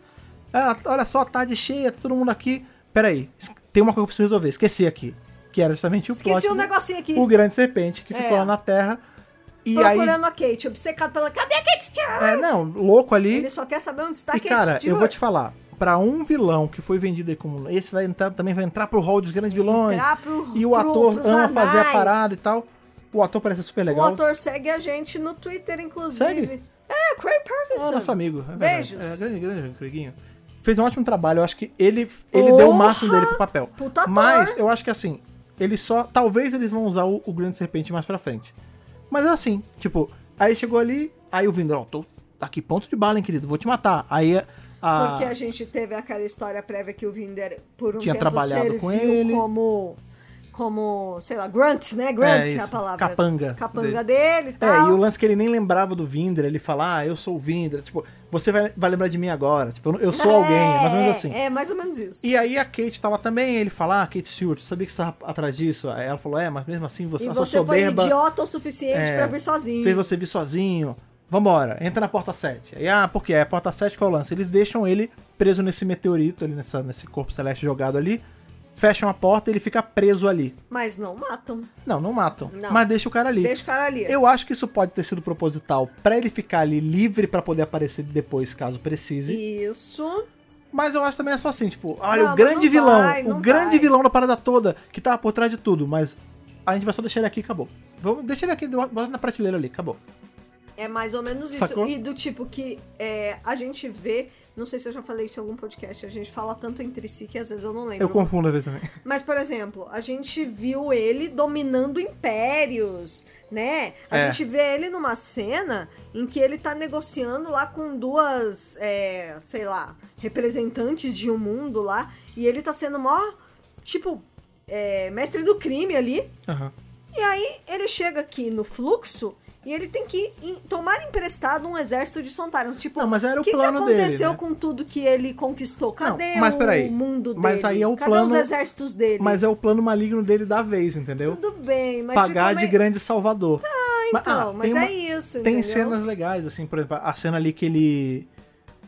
Ah, olha só, tarde cheia, tá todo mundo aqui. Peraí, es- tem uma coisa que eu preciso resolver. Esqueci aqui. Que era justamente o
Esqueci
plot
um
do-
negocinho aqui.
o grande serpente que ficou
É.
lá na Terra. E
procurando a Kate, obcecado pela. Cadê a Kate Stewart?
aí. É, não, louco ali.
Ele só quer saber onde está a
E
Kate
cara, eu
Stewart.
vou te falar. Pra um vilão que foi vendido aí como. Esse vai entrar também, vai entrar pro hall dos grandes vilões.
entrar pro-
e o
pro-
ator
pros
ama fazer a
anais.
parada e tal. O ator parece super
O
legal.
ator segue a gente no Twitter, inclusive.
um- Segue?
É, Craig Ferguson.
Ah, nosso amigo. é verdade.
Beijos.
É, grande, grande, Creguinho. Fez um ótimo trabalho. Eu acho que ele, ele
Porra!
deu o máximo dele pro papel.
Puta ator!
Mas eu acho que assim, ele só. Talvez eles vão usar o, o Grande Serpente mais pra frente. Mas é assim, tipo, aí chegou ali, aí o Vindo, ó, tô aqui, ponto de bala, hein, querido, vou te matar. Aí a. a- É,
Porque é a gente teve aquela história prévia que o Vinder, por um
Ah. Tinha
tempo,
trabalhado
serviu
com ele.
como... Como, sei lá, Grunt, né? Grunt é, a
isso,
palavra.
capanga
Capanga dele
É,
e tal.
e o lance que ele nem lembrava do Vinder, ele fala, ah, eu sou o Vinder, tipo, você vai, vai lembrar de mim agora, tipo, eu, eu sou alguém, é mais ou menos assim.
É, mais ou menos isso.
E aí a Kate tá lá também, ele fala, ah, Kate Stewart, eu sabia que você estava atrás disso. Aí ela falou, é, mas mesmo assim, você,
E
a sua
você foi
soberba
idiota o suficiente
É,
pra vir sozinho.
fez você vir sozinho. Vambora, entra na porta 7. Aí, ah, por quê? É, porta 7 qual é o lance? Eles deixam ele preso nesse meteorito, ali nessa, nesse corpo celeste jogado ali, fecham a porta e ele fica preso ali.
Mas não matam.
Não, não matam,
Não.
mas deixa o cara ali.
Deixa o cara ali.
Eu acho que isso pode ter sido proposital pra ele ficar ali livre pra poder aparecer depois, caso precise.
Isso.
Mas eu acho também é só assim, tipo, olha,
Não,
o grande
mas não
vilão,
vai,
o
não
grande
vai.
vilão da parada toda, que tava por trás de tudo, mas a gente vai só deixar ele aqui e acabou. Vamos, deixa ele aqui, bota na prateleira ali, acabou.
É mais ou menos isso.
Sacou?
E do tipo que é, a gente vê. Não sei se eu já falei isso em algum podcast. A gente fala tanto entre si que às vezes eu não lembro.
Eu confundo às vezes também.
Mas, por exemplo, a gente viu ele dominando impérios, né? A
É.
gente vê ele numa cena em que ele tá negociando lá com duas, é, sei lá, representantes de um mundo lá. E ele tá sendo mó, tipo, é, mestre do crime ali.
Aham.
E aí ele chega aqui no fluxo e ele tem que em- tomar emprestado um exército de Sontarans. Tipo,
Não, mas era o
que
plano
que
dele,
aconteceu
né?
com tudo que ele conquistou? Cadê
mas peraí,
o mundo dele?
mas aí é o
Cadê os
plano-
exércitos dele?
Mas é o plano maligno dele da vez, entendeu?
Tudo bem, mas
Pagar
ficou
de
meio-
grande salvador. Mas,
Então,
ah,
mas
tem uma-
é isso,
Tem
entendeu?
cenas legais, assim, por exemplo, a cena ali que ele.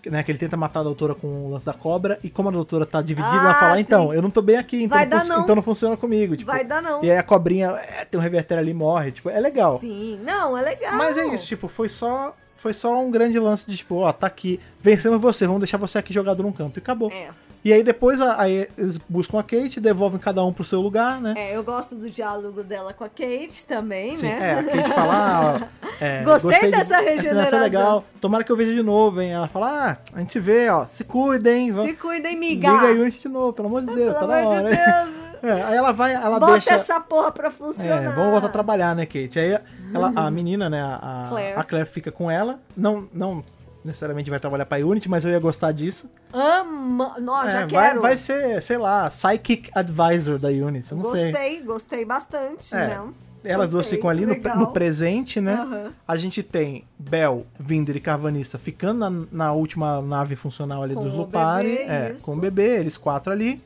que, Né, que ele tenta matar a doutora com o lance da cobra, e como a doutora tá dividida,
Ah,
ela fala,
sim.
então, eu não tô bem aqui, então,
Vai
não,
dar
funci-
não.
então não funciona comigo. Tipo,
Vai dar não.
E aí a cobrinha é, tem um reverter ali e morre. Tipo, é legal.
Sim, não, é legal.
Mas é isso, tipo, foi só. Foi só um grande lance de tipo, ó, tá aqui, vencemos você, vamos deixar você aqui jogado num canto. E acabou.
É.
E aí depois a- aí eles buscam a Kate, devolvem cada um pro seu lugar, né?
É, eu gosto do diálogo dela com a Kate também,
Sim,
né?
é, a Kate fala. ah, é,
Gostei dessa
essa
regeneração.
é legal. Tomara que eu veja de novo, hein? Ela fala, ah, a gente vê, ó, se cuidem.
Se
vamos-
cuidem, miga.
Liga a Unity de novo, pelo amor de Deus, tá
Pelo
na
amor
hora.
de Deus.
É, aí ela vai, ela
Bota
deixa.
essa porra pra funcionar.
É, vamos voltar a trabalhar, né, Kate? Aí ela, a menina, né, a a
Uhum. Claire.
Claire. a Claire fica com ela. Não, não necessariamente vai trabalhar pra Unity, mas eu ia gostar disso.
Ama. Nossa, já
É, vai,
quero.
vai ser, sei lá, Psychic Advisor da Unity, eu não
gostei,
sei.
gostei bastante,
É,
né?
Elas duas
Gostei,
ficam ali no,
legal.
no presente, né?
Aham.
A gente tem Bel, Vinder e Carvanista ficando na, na última nave funcional ali
Com
dos
o
Lupari.
bebê,
É,
isso.
com o bebê, eles quatro ali.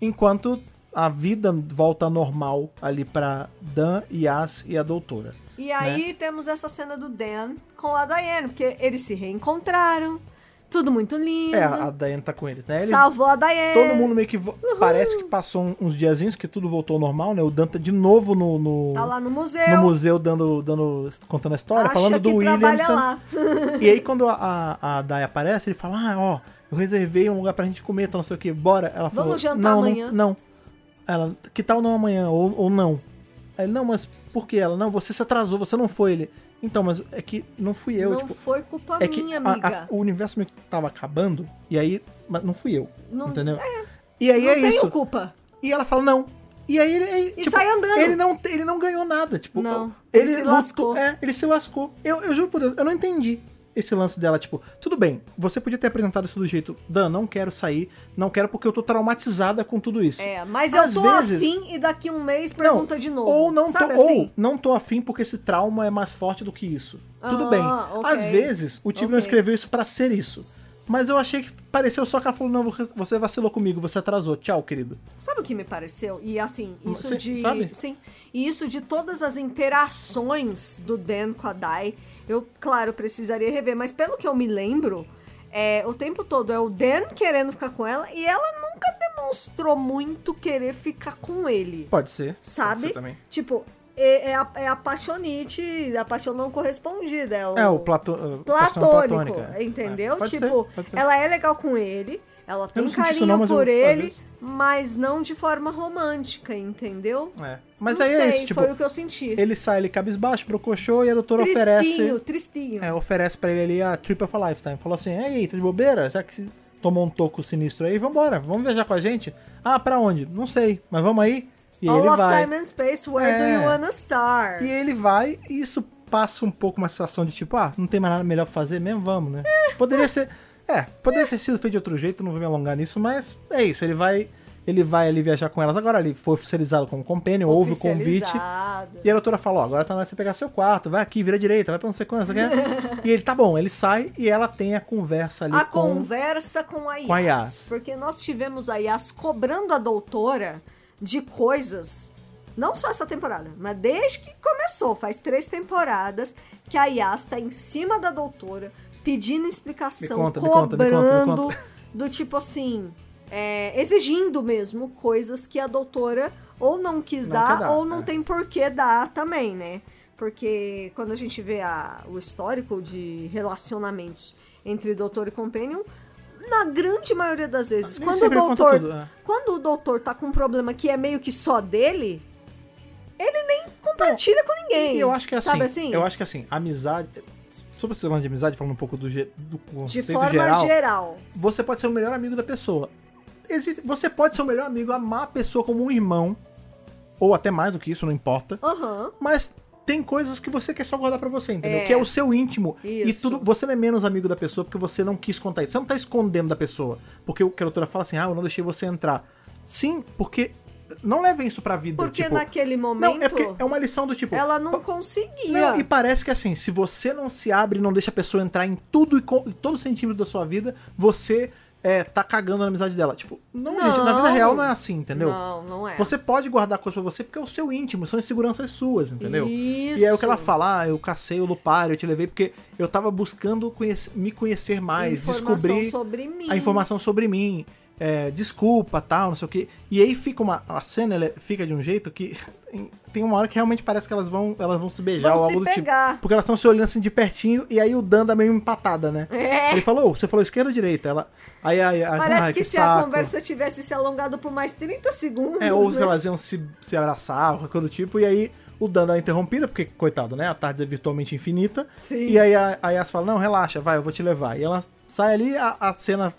Enquanto a vida volta normal ali pra Dan, Yas e a doutora.
E aí
né?
temos essa cena do Dan com a Diane, porque eles se reencontraram, tudo muito lindo.
É, a a Diane tá com eles, né? Eles-
Salvou a Diane.
todo mundo meio que. vo- Parece que passou um- uns diazinhos que tudo voltou ao normal, né? O Dan tá de novo no, no,
tá lá no museu.
no museu dando, dando, contando a história,
acha
falando
que
do William.
trabalha lá.
E aí, quando a, a, a Dai aparece, ele fala: Ah, ó, eu reservei um lugar pra gente comer, então não sei o que, bora. Ela falou:
jantar
não,
amanhã."
Não, não. Ela, que tal não amanhã? Ou, ou não? Aí, ele, não, mas por que ela? Não, você se atrasou, você não foi. Ele, então, mas é que não fui eu.
Não
tipo,
foi culpa
é que
minha,
a- a-
amiga.
o universo meio que tava acabando, e aí, mas não fui eu.
Não-
entendeu? E aí
não
é
tenho
isso.
culpa.
E ela fala: Não. E aí ele. ele,
E sai andando.
Ele não, te- ele não ganhou nada. Tipo,
Não,
Ele,
ele se
lutou-
lascou.
É, ele se lascou. Eu, eu juro por Deus, eu não entendi esse lance dela. Tipo, tudo bem, você podia ter apresentado isso do jeito, Dan, não quero sair, não quero porque eu tô traumatizada com tudo isso.
É, mas
Às
eu tô
vezes-
afim e daqui um mês
Não,
pergunta de novo.
Ou não,
Sabe
tô,
assim?
ou não tô afim porque esse trauma é mais forte do que isso. Tudo
Ah,
bem.
ok.
Às vezes, o Tibner
Ok.
escreveu isso pra ser isso. Mas eu achei que pareceu só que ela falou: não, você vacilou comigo, você atrasou. Tchau, querido.
Sabe o que me pareceu? E assim, isso
Sim,
de.
sabe?
Sim. E isso de todas as interações do Dan com a Dai, eu, claro, precisaria rever, mas pelo que eu me lembro, é, o tempo todo é o Dan querendo ficar com ela e ela nunca demonstrou muito querer ficar com ele.
Pode ser. Pode
Sabe?
ser também.
Tipo, é, é, a- é a apaixonite, a paixão não correspondida. É o,
É, o plato, uh, paixão
platônico,
platônica.
entendeu?
É, pode ser,
tipo,
pode ser.
ela é legal com ele, ela tem
não senti isso
carinho
não, mas eu-
por
às
ele,
vezes-
mas não de forma romântica, entendeu?
É. Mas
não
aí
sei,
é isso, tipo,
foi o que eu senti.
ele sai ele cabisbaixo, brocochô, e a doutora
tristinho,
oferece.
tristinho.
É, oferece pra ele ali a Trip of a Lifetime. Falou assim: "E aí, tá de bobeira? Já que se tomou um toco sinistro aí, vambora, vamos viajar com a gente? Ah, pra onbe? Não sei, mas vamos aí. E aí
All
ele
of
vai.
time and space, where
É.
do you wanna start?
E ele vai, e isso passa um pouco uma sensação de tipo, ah, não tem mais nada melhor pra fazer mesmo, vamos, né? Poderia ser. É, poderia ter sido feito de outro jeito, não vou me alongar nisso, mas é isso, ele vai. Ele vai ali viajar com elas agora, ele foi oficializado como companion, houve o convite.
Oficializado.
E a doutora fala, ó, agora tá na hora de você pegar seu quarto, vai aqui, vira direita, vai pra não sei quanto, não sei o quê. E ele, tá bom, ele sai e ela tem a conversa ali
A
com...
conversa com a Yas,
com a Yas.
Porque nós tivemos a Yas cobrando a doutora de coisas, não só essa temporada, mas desde que começou, faz três temporadas, que a Yas tá em cima da doutora, pedindo explicação,
Me conta, me
cobrando,
conta, me conta, me conta.
do tipo assim, é, exigindo mesmo coisas que a doutora ou não quis
Não
dar,
quer dar,
ou não
é.
tem por que dar também, né? Porque quando a gente vê a- o histórico de relacionamentos entre doutor e companion, na grande maioria das vezes,
Nem
quando o
sempre ele conta
doutor.
tudo, é.
Quando o doutor tá com um problema que é meio que só dele, ele nem compartilha com ninguém.
E eu acho que é assim,
Sabe assim?
eu acho que é assim, amizade... Sobre esse lance de amizade, falando um pouco do, ge- do
de
conceito
forma
geral,
geral.
você pode ser o melhor amigo da pessoa. Existe- você pode ser o melhor amigo, amar a pessoa como um irmão, ou até mais do que isso, não importa.
Aham.
mas tem coisas que você quer só guardar pra você, entendeu?
É.
Que é o seu íntimo. E
Isso.
tudo, você não é menos amigo da pessoa porque você não quis contar isso. Você não tá escondendo da pessoa. Porque o que a doutora fala assim, ah, eu não deixei você entrar. Sim, porque não levem isso pra vida.
Porque
tipo,
naquele
não,
momento
é porque é uma lição do tipo.
ela não
pa-
conseguia.
não, e parece que assim, se você não se abre e não deixa a pessoa entrar em tudo e com, em todo centímetro da sua vida, você é, tá cagando na amizade dela. Tipo, não,
Não.
gente, na vida real não é assim, entendeu?
Não, não é.
Você pode guardar coisas pra você porque é o seu íntimo, são inseguranças suas, entendeu?
Isso.
E aí o que ela fala, ah, eu cacei o Lupar, eu te levei porque eu tava buscando conhece- me conhecer mais,
Informação
descobrir
sobre mim.
a informação sobre mim, é, desculpa, tal, não sei o que. E aí fica uma. A cena ela fica de um jeito que tem uma hora que realmente parece que elas vão, elas vão se beijar
Vão
ou
se
algo do
pegar.
tipo. Porque elas estão se olhando assim de pertinho e aí o Dan dá meio empatada, né?
É.
Ele falou, "Ô, você falou esquerda ou direita? Ela. Aí, aí, aí
Parece
ai,
que,
que
se
saco.
a conversa tivesse se alongado por mais 30 segundos.
É, ou
né?
se elas iam se, se abraçar, ou qualquer coisa do tipo, e aí o Dan dá uma interrompida, porque, coitado, né? A tarde é virtualmente infinita.
Sim.
E aí a, a Yas fala, não, relaxa, vai, eu vou te levar. E ela sai ali, a, a cena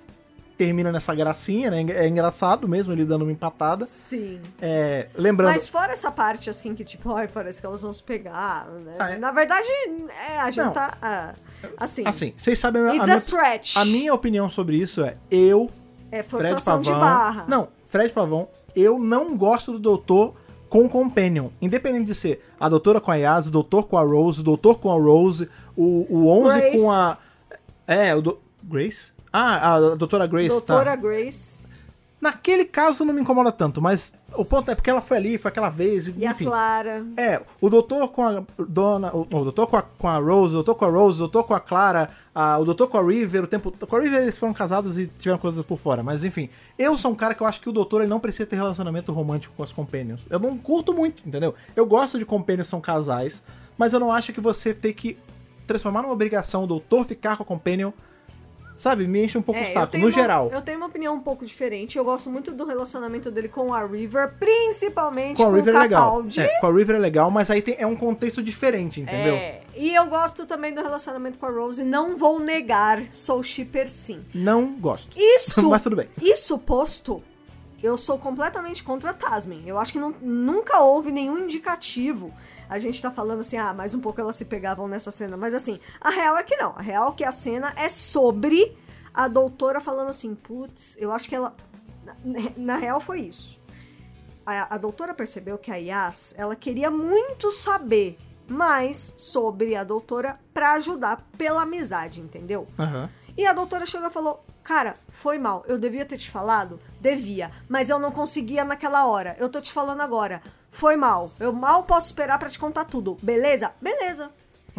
termina nessa gracinha, né? É engraçado mesmo, ele dando uma empatada.
Sim.
É, lembrando...
Mas fora essa parte, assim, que tipo, ai, parece que elas vão se pegar, né?
Ah, é.
Na verdade, é, a gente
Não.
tá, ah, assim,
Assim, vocês sabem... A,
It's
a,
a
minha,
stretch.
a minha opinião sobre isso é, eu,
é
Fred
forçação
Pavão...
de barra.
Não, Fred Pavão, eu não gosto do doutor com companion. Independente de ser a doutora com a Yas, o doutor com a Rose, o doutor com a Rose, o, o 11
Grace.
com a... É, o... Do... Grace? Ah, a doutora Grace, tá.
Doutora Grace
Naquele caso não me incomoda tanto, mas o ponto é porque ela foi ali, foi aquela vez,
e
enfim.
a Clara.
É, o doutor com a dona, o, o doutor com a, com a Rose, o doutor com a Rose, o doutor com a Clara, a- o doutor com a River, o tempo, com a River eles foram casados e tiveram coisas por fora, mas enfim. Eu sou um cara que eu acho que o doutor ele não precisa ter relacionamento romântico com as companions. Eu não curto muito, entendeu? Eu gosto de companions que são casais, mas eu não acho que você ter que transformar numa obrigação o doutor ficar com a companion, sabe? Me enche um pouco
É,
o
eu
saco,
tenho
no
uma-
geral.
Eu tenho uma opinião um pouco diferente. Eu gosto muito do relacionamento dele com a River, principalmente
Com
com,
a River
o
é legal.
tipo um Capaldi.
É, com a River é legal, mas aí tem- é um contexto diferente, entendeu?
É, e eu gosto também do relacionamento com a Rose. Não vou negar, sou shipper sim.
Não gosto.
Isso,
Mas tudo bem.
isso posto, Eu sou completamente contra Tasmin. Eu acho que não- nunca houve nenhum indicativo. A gente tá falando assim, ah, mais um pouco elas se pegavam nessa cena. Mas assim, a real é que não. A real é que a cena é sobre a doutora falando assim, putz, eu acho que ela. Na, na real foi isso. A, a doutora percebeu que a Yas, ela queria muito saber mais sobre a doutora pra ajudar pela amizade, entendeu?
Aham.
E a doutora chegou e falou: Cara, foi mal, eu devia ter te falado? Devia, mas eu não conseguia naquela hora. Eu tô te falando agora. Foi mal. Eu mal posso esperar pra te contar tudo. Beleza? Beleza.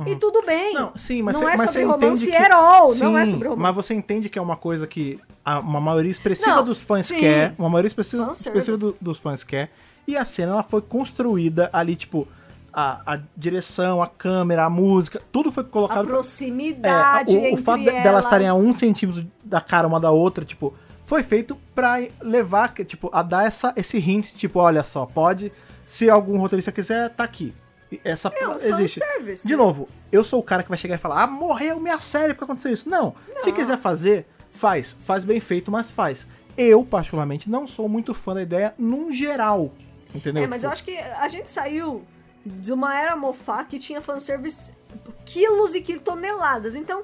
E tudo bem.
Não, sim, mas
não
você,
é
mas
sobre
você
romance
entende que...
herol, não é
Sim,
sobre romance.
Mas você entende que é uma coisa que a- uma maioria expressiva
Não,
dos fãs
sim.
quer, uma maioria expressiva,
Fanservice.
expressiva do- dos fãs quer, e a cena ela foi construída ali, tipo, a, a direção, a câmera, a música, tudo foi
A
colocado... pra-
proximidade.
É, o, o
entre
fato de-
elas.
delas estarem a um centímetro da cara uma da outra, tipo, foi feito pra levar, que- tipo, a dar essa, esse hint, tipo, olha só, pode, se algum roteirista quiser, tá aqui. E Essa
É um
existe.
fanservice,
De
né?
novo, eu sou o cara que vai chegar e falar, ah, morreu minha série porque aconteceu isso. Não. Se quiser fazer, faz. Faz bem feito, mas faz. Eu, particularmente, não sou muito fã da ideia num geral. Entendeu?
É, mas eu acho que a gente saiu de uma era mofá que tinha fanservice quilos e quilos, toneladas. Então,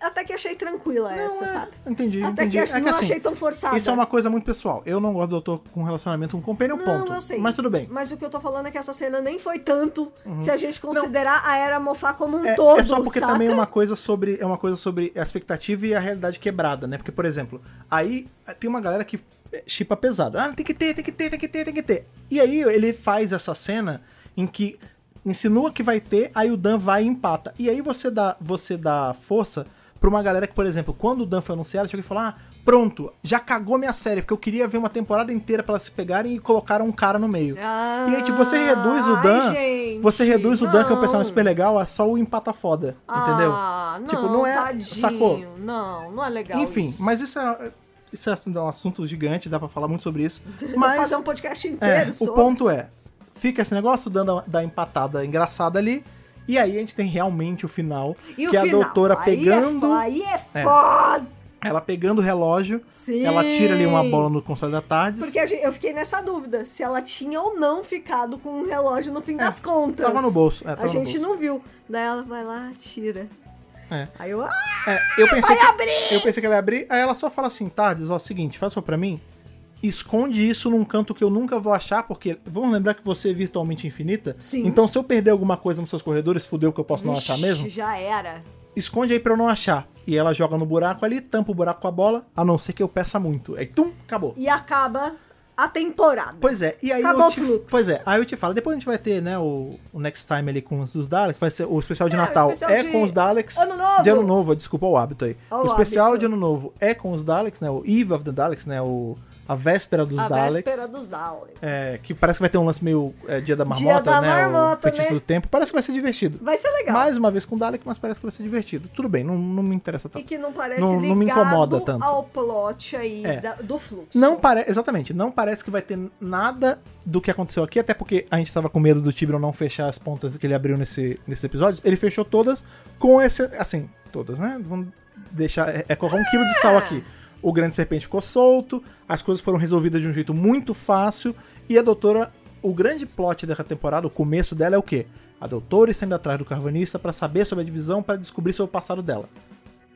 até que achei tranquila
é.
essa, sabe?
Entendi,
Até
entendi.
que ach-
É que
não
assim,
achei tão forçada.
Isso é uma coisa muito pessoal. Eu não gosto do doutor com relacionamento com companheiro,
Não,
ponto.
eu sei.
Mas tudo bem. Uhum.
Mas o que eu tô falando é que essa cena nem foi tanto se a gente considerar a era mofá como um
É,
todo.
é só porque
saca?
também é uma coisa sobre é uma coisa sobre a expectativa e a realidade quebrada, né? Porque por exemplo, aí tem uma galera que é, chipa pesado. Ah, tem que ter, tem que ter, tem que ter, tem que ter. E aí ele faz essa cena em que insinua que vai ter, aí o Dan vai e empata. E aí você dá você dá força pra uma galera que, por exemplo, quando o Dan foi anunciado, chegou e falou: "Ah, pronto, já cagou minha série, porque eu queria ver uma temporada inteira pra elas se pegarem e colocaram um cara no meio".
Ah,
e aí tipo, você reduz o Dan,
ai, gente,
você reduz o Dan que é um
não.
personagem super legal a só o empata foda, entendeu?
Ah, não,
Tipo, não é-
tadinho,
sacou?
Não, não é legal.
Enfim,
isso.
mas isso é, isso é um assunto gigante, dá pra falar muito sobre isso.
Vou
Mas
fazer um podcast
é,
inteiro
o
sobre.
ponto é, fica esse negócio dando da empatada engraçada ali, e aí a gente tem realmente o final,
E o
que é
final?
a doutora
Aí é
pegando,
fo- aí é
É.
foda.
ela pegando o relógio,
Sim.
ela tira ali uma bola no console da tarde.
Porque a gente- eu fiquei nessa dúvida se ela tinha ou não ficado com o relógio no fim das contas.
É, tava no bolso, é,
a
tava no
gente
bolso.
não viu. Daí ela vai lá, tira.
É.
Aí eu. Ah,
É, eu pensei
vai
que,
abrir!
Eu pensei que ela ia abrir, aí ela só fala assim, Tardes, ó, seguinte, faz só pra mim, esconde isso num canto que eu nunca vou achar, porque vamos lembrar que você é virtualmente infinita?
Sim.
Então se eu perder alguma coisa nos seus corredores, fudeu que eu posso não achar
Vixe,
mesmo?
Já era.
Esconde aí pra eu não achar. E ela joga no buraco ali, tampa o buraco com a bola, a não ser que eu peça muito. Aí, tum, acabou.
E acaba a temporada.
Pois é, e aí
Acabou
eu
o
te,
fluxo.
Pois é, aí eu te falo, depois a gente vai ter, né, o, o next time ali com os dos Daleks, vai ser o especial de
É, o
Natal
especial
é
de
com os Daleks.
Ano Novo.
De Ano Novo, desculpa o hábito aí.
Ó o
o especial
hábito.
de Ano Novo é com os Daleks, né, o Eve of the Daleks, né, o a véspera dos
a
Daleks.
véspera dos Daleks.
é, que parece que vai ter um lance meio é, Dia da Marmota,
da
né,
Marmota,
o Feitiço
né?
do Tempo. Parece que vai ser divertido.
Vai ser legal.
Mais uma vez com o Dalek, mas parece que vai ser divertido. Tudo bem, não, não me interessa
E
tanto.
que não parece
Não-
ligado
não me incomoda tanto.
ao plot aí
É.
da- do fluxo.
Não parece, exatamente, não parece que vai ter nada do que aconteceu aqui, até porque a gente tava com medo do Tiberon não fechar as pontas que ele abriu nesse, nesse episódio. Ele fechou todas com esse, assim, todas, né? Vamos deixar, é, é colocar um quilo de sal
Ah!
aqui. O grande serpente ficou solto, as coisas foram resolvidas de um jeito muito fácil, e a doutora, o grande plot dessa temporada, o começo dela é o quê? A doutora está indo atrás do carvanista para saber sobre a divisão, para descobrir sobre o passado dela.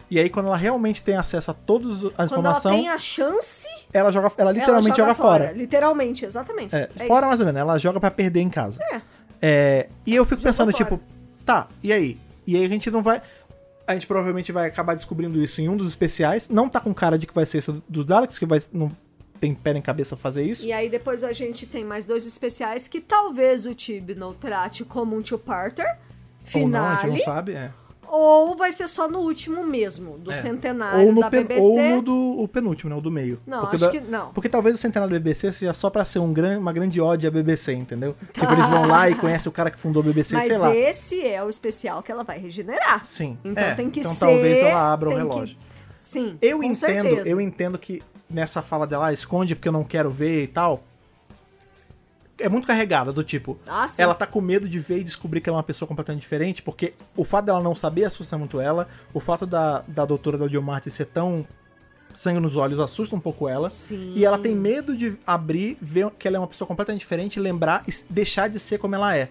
E aí, quando ela realmente tem acesso a todas as
Quando ela
informações
tem a chance,
ela joga, ela literalmente
ela
joga, fora.
Literalmente, exatamente.
É,
É
fora
isso.
mais ou menos, ela joga pra perder em casa.
É.
É, e eu fico
Joga
pensando,
fora.
tipo, tá, e aí? E aí a gente não vai. A gente provavelmente vai acabar descobrindo isso em um dos especiais. Não tá com cara de que vai ser esse do Daleks, que vai, não tem pé nem cabeça fazer isso.
E aí depois a gente tem mais dois especiais que talvez o Tibno trate como um two-parter,
Ou não, a gente não
finale,
sabe. é.
ou, vai ser só no último mesmo, do
É.
centenário
Ou no,
da
pen-
BBC.
ou no do, o penúltimo, né? O do meio.
Não,
porque
acho
da-
que não.
Porque talvez o centenário da BBC seja só pra ser um gran, uma grande ódio à BBC, entendeu? Tipo, eles vão lá e conhecem o cara que fundou a BBC,
Mas
sei lá.
esse é o especial que ela vai regenerar.
Sim.
Então
é,
tem que
então
ser.
talvez ela abra o
tem que-
relógio.
Sim.
Eu
com
entendo,
certeza.
eu entendo que nessa fala dela, ah, esconde porque eu não quero ver e tal. É muito carregada, do tipo.
Ah, sim.
Ela tá com medo de ver e descobrir que ela é uma pessoa completamente diferente, porque o fato dela não saber assusta muito ela, o fato da, da doutora da Diomarte ser tão sangue nos olhos assusta um pouco ela.
Sim.
E ela tem medo de abrir, ver que ela é uma pessoa completamente diferente, lembrar e deixar de ser como ela é.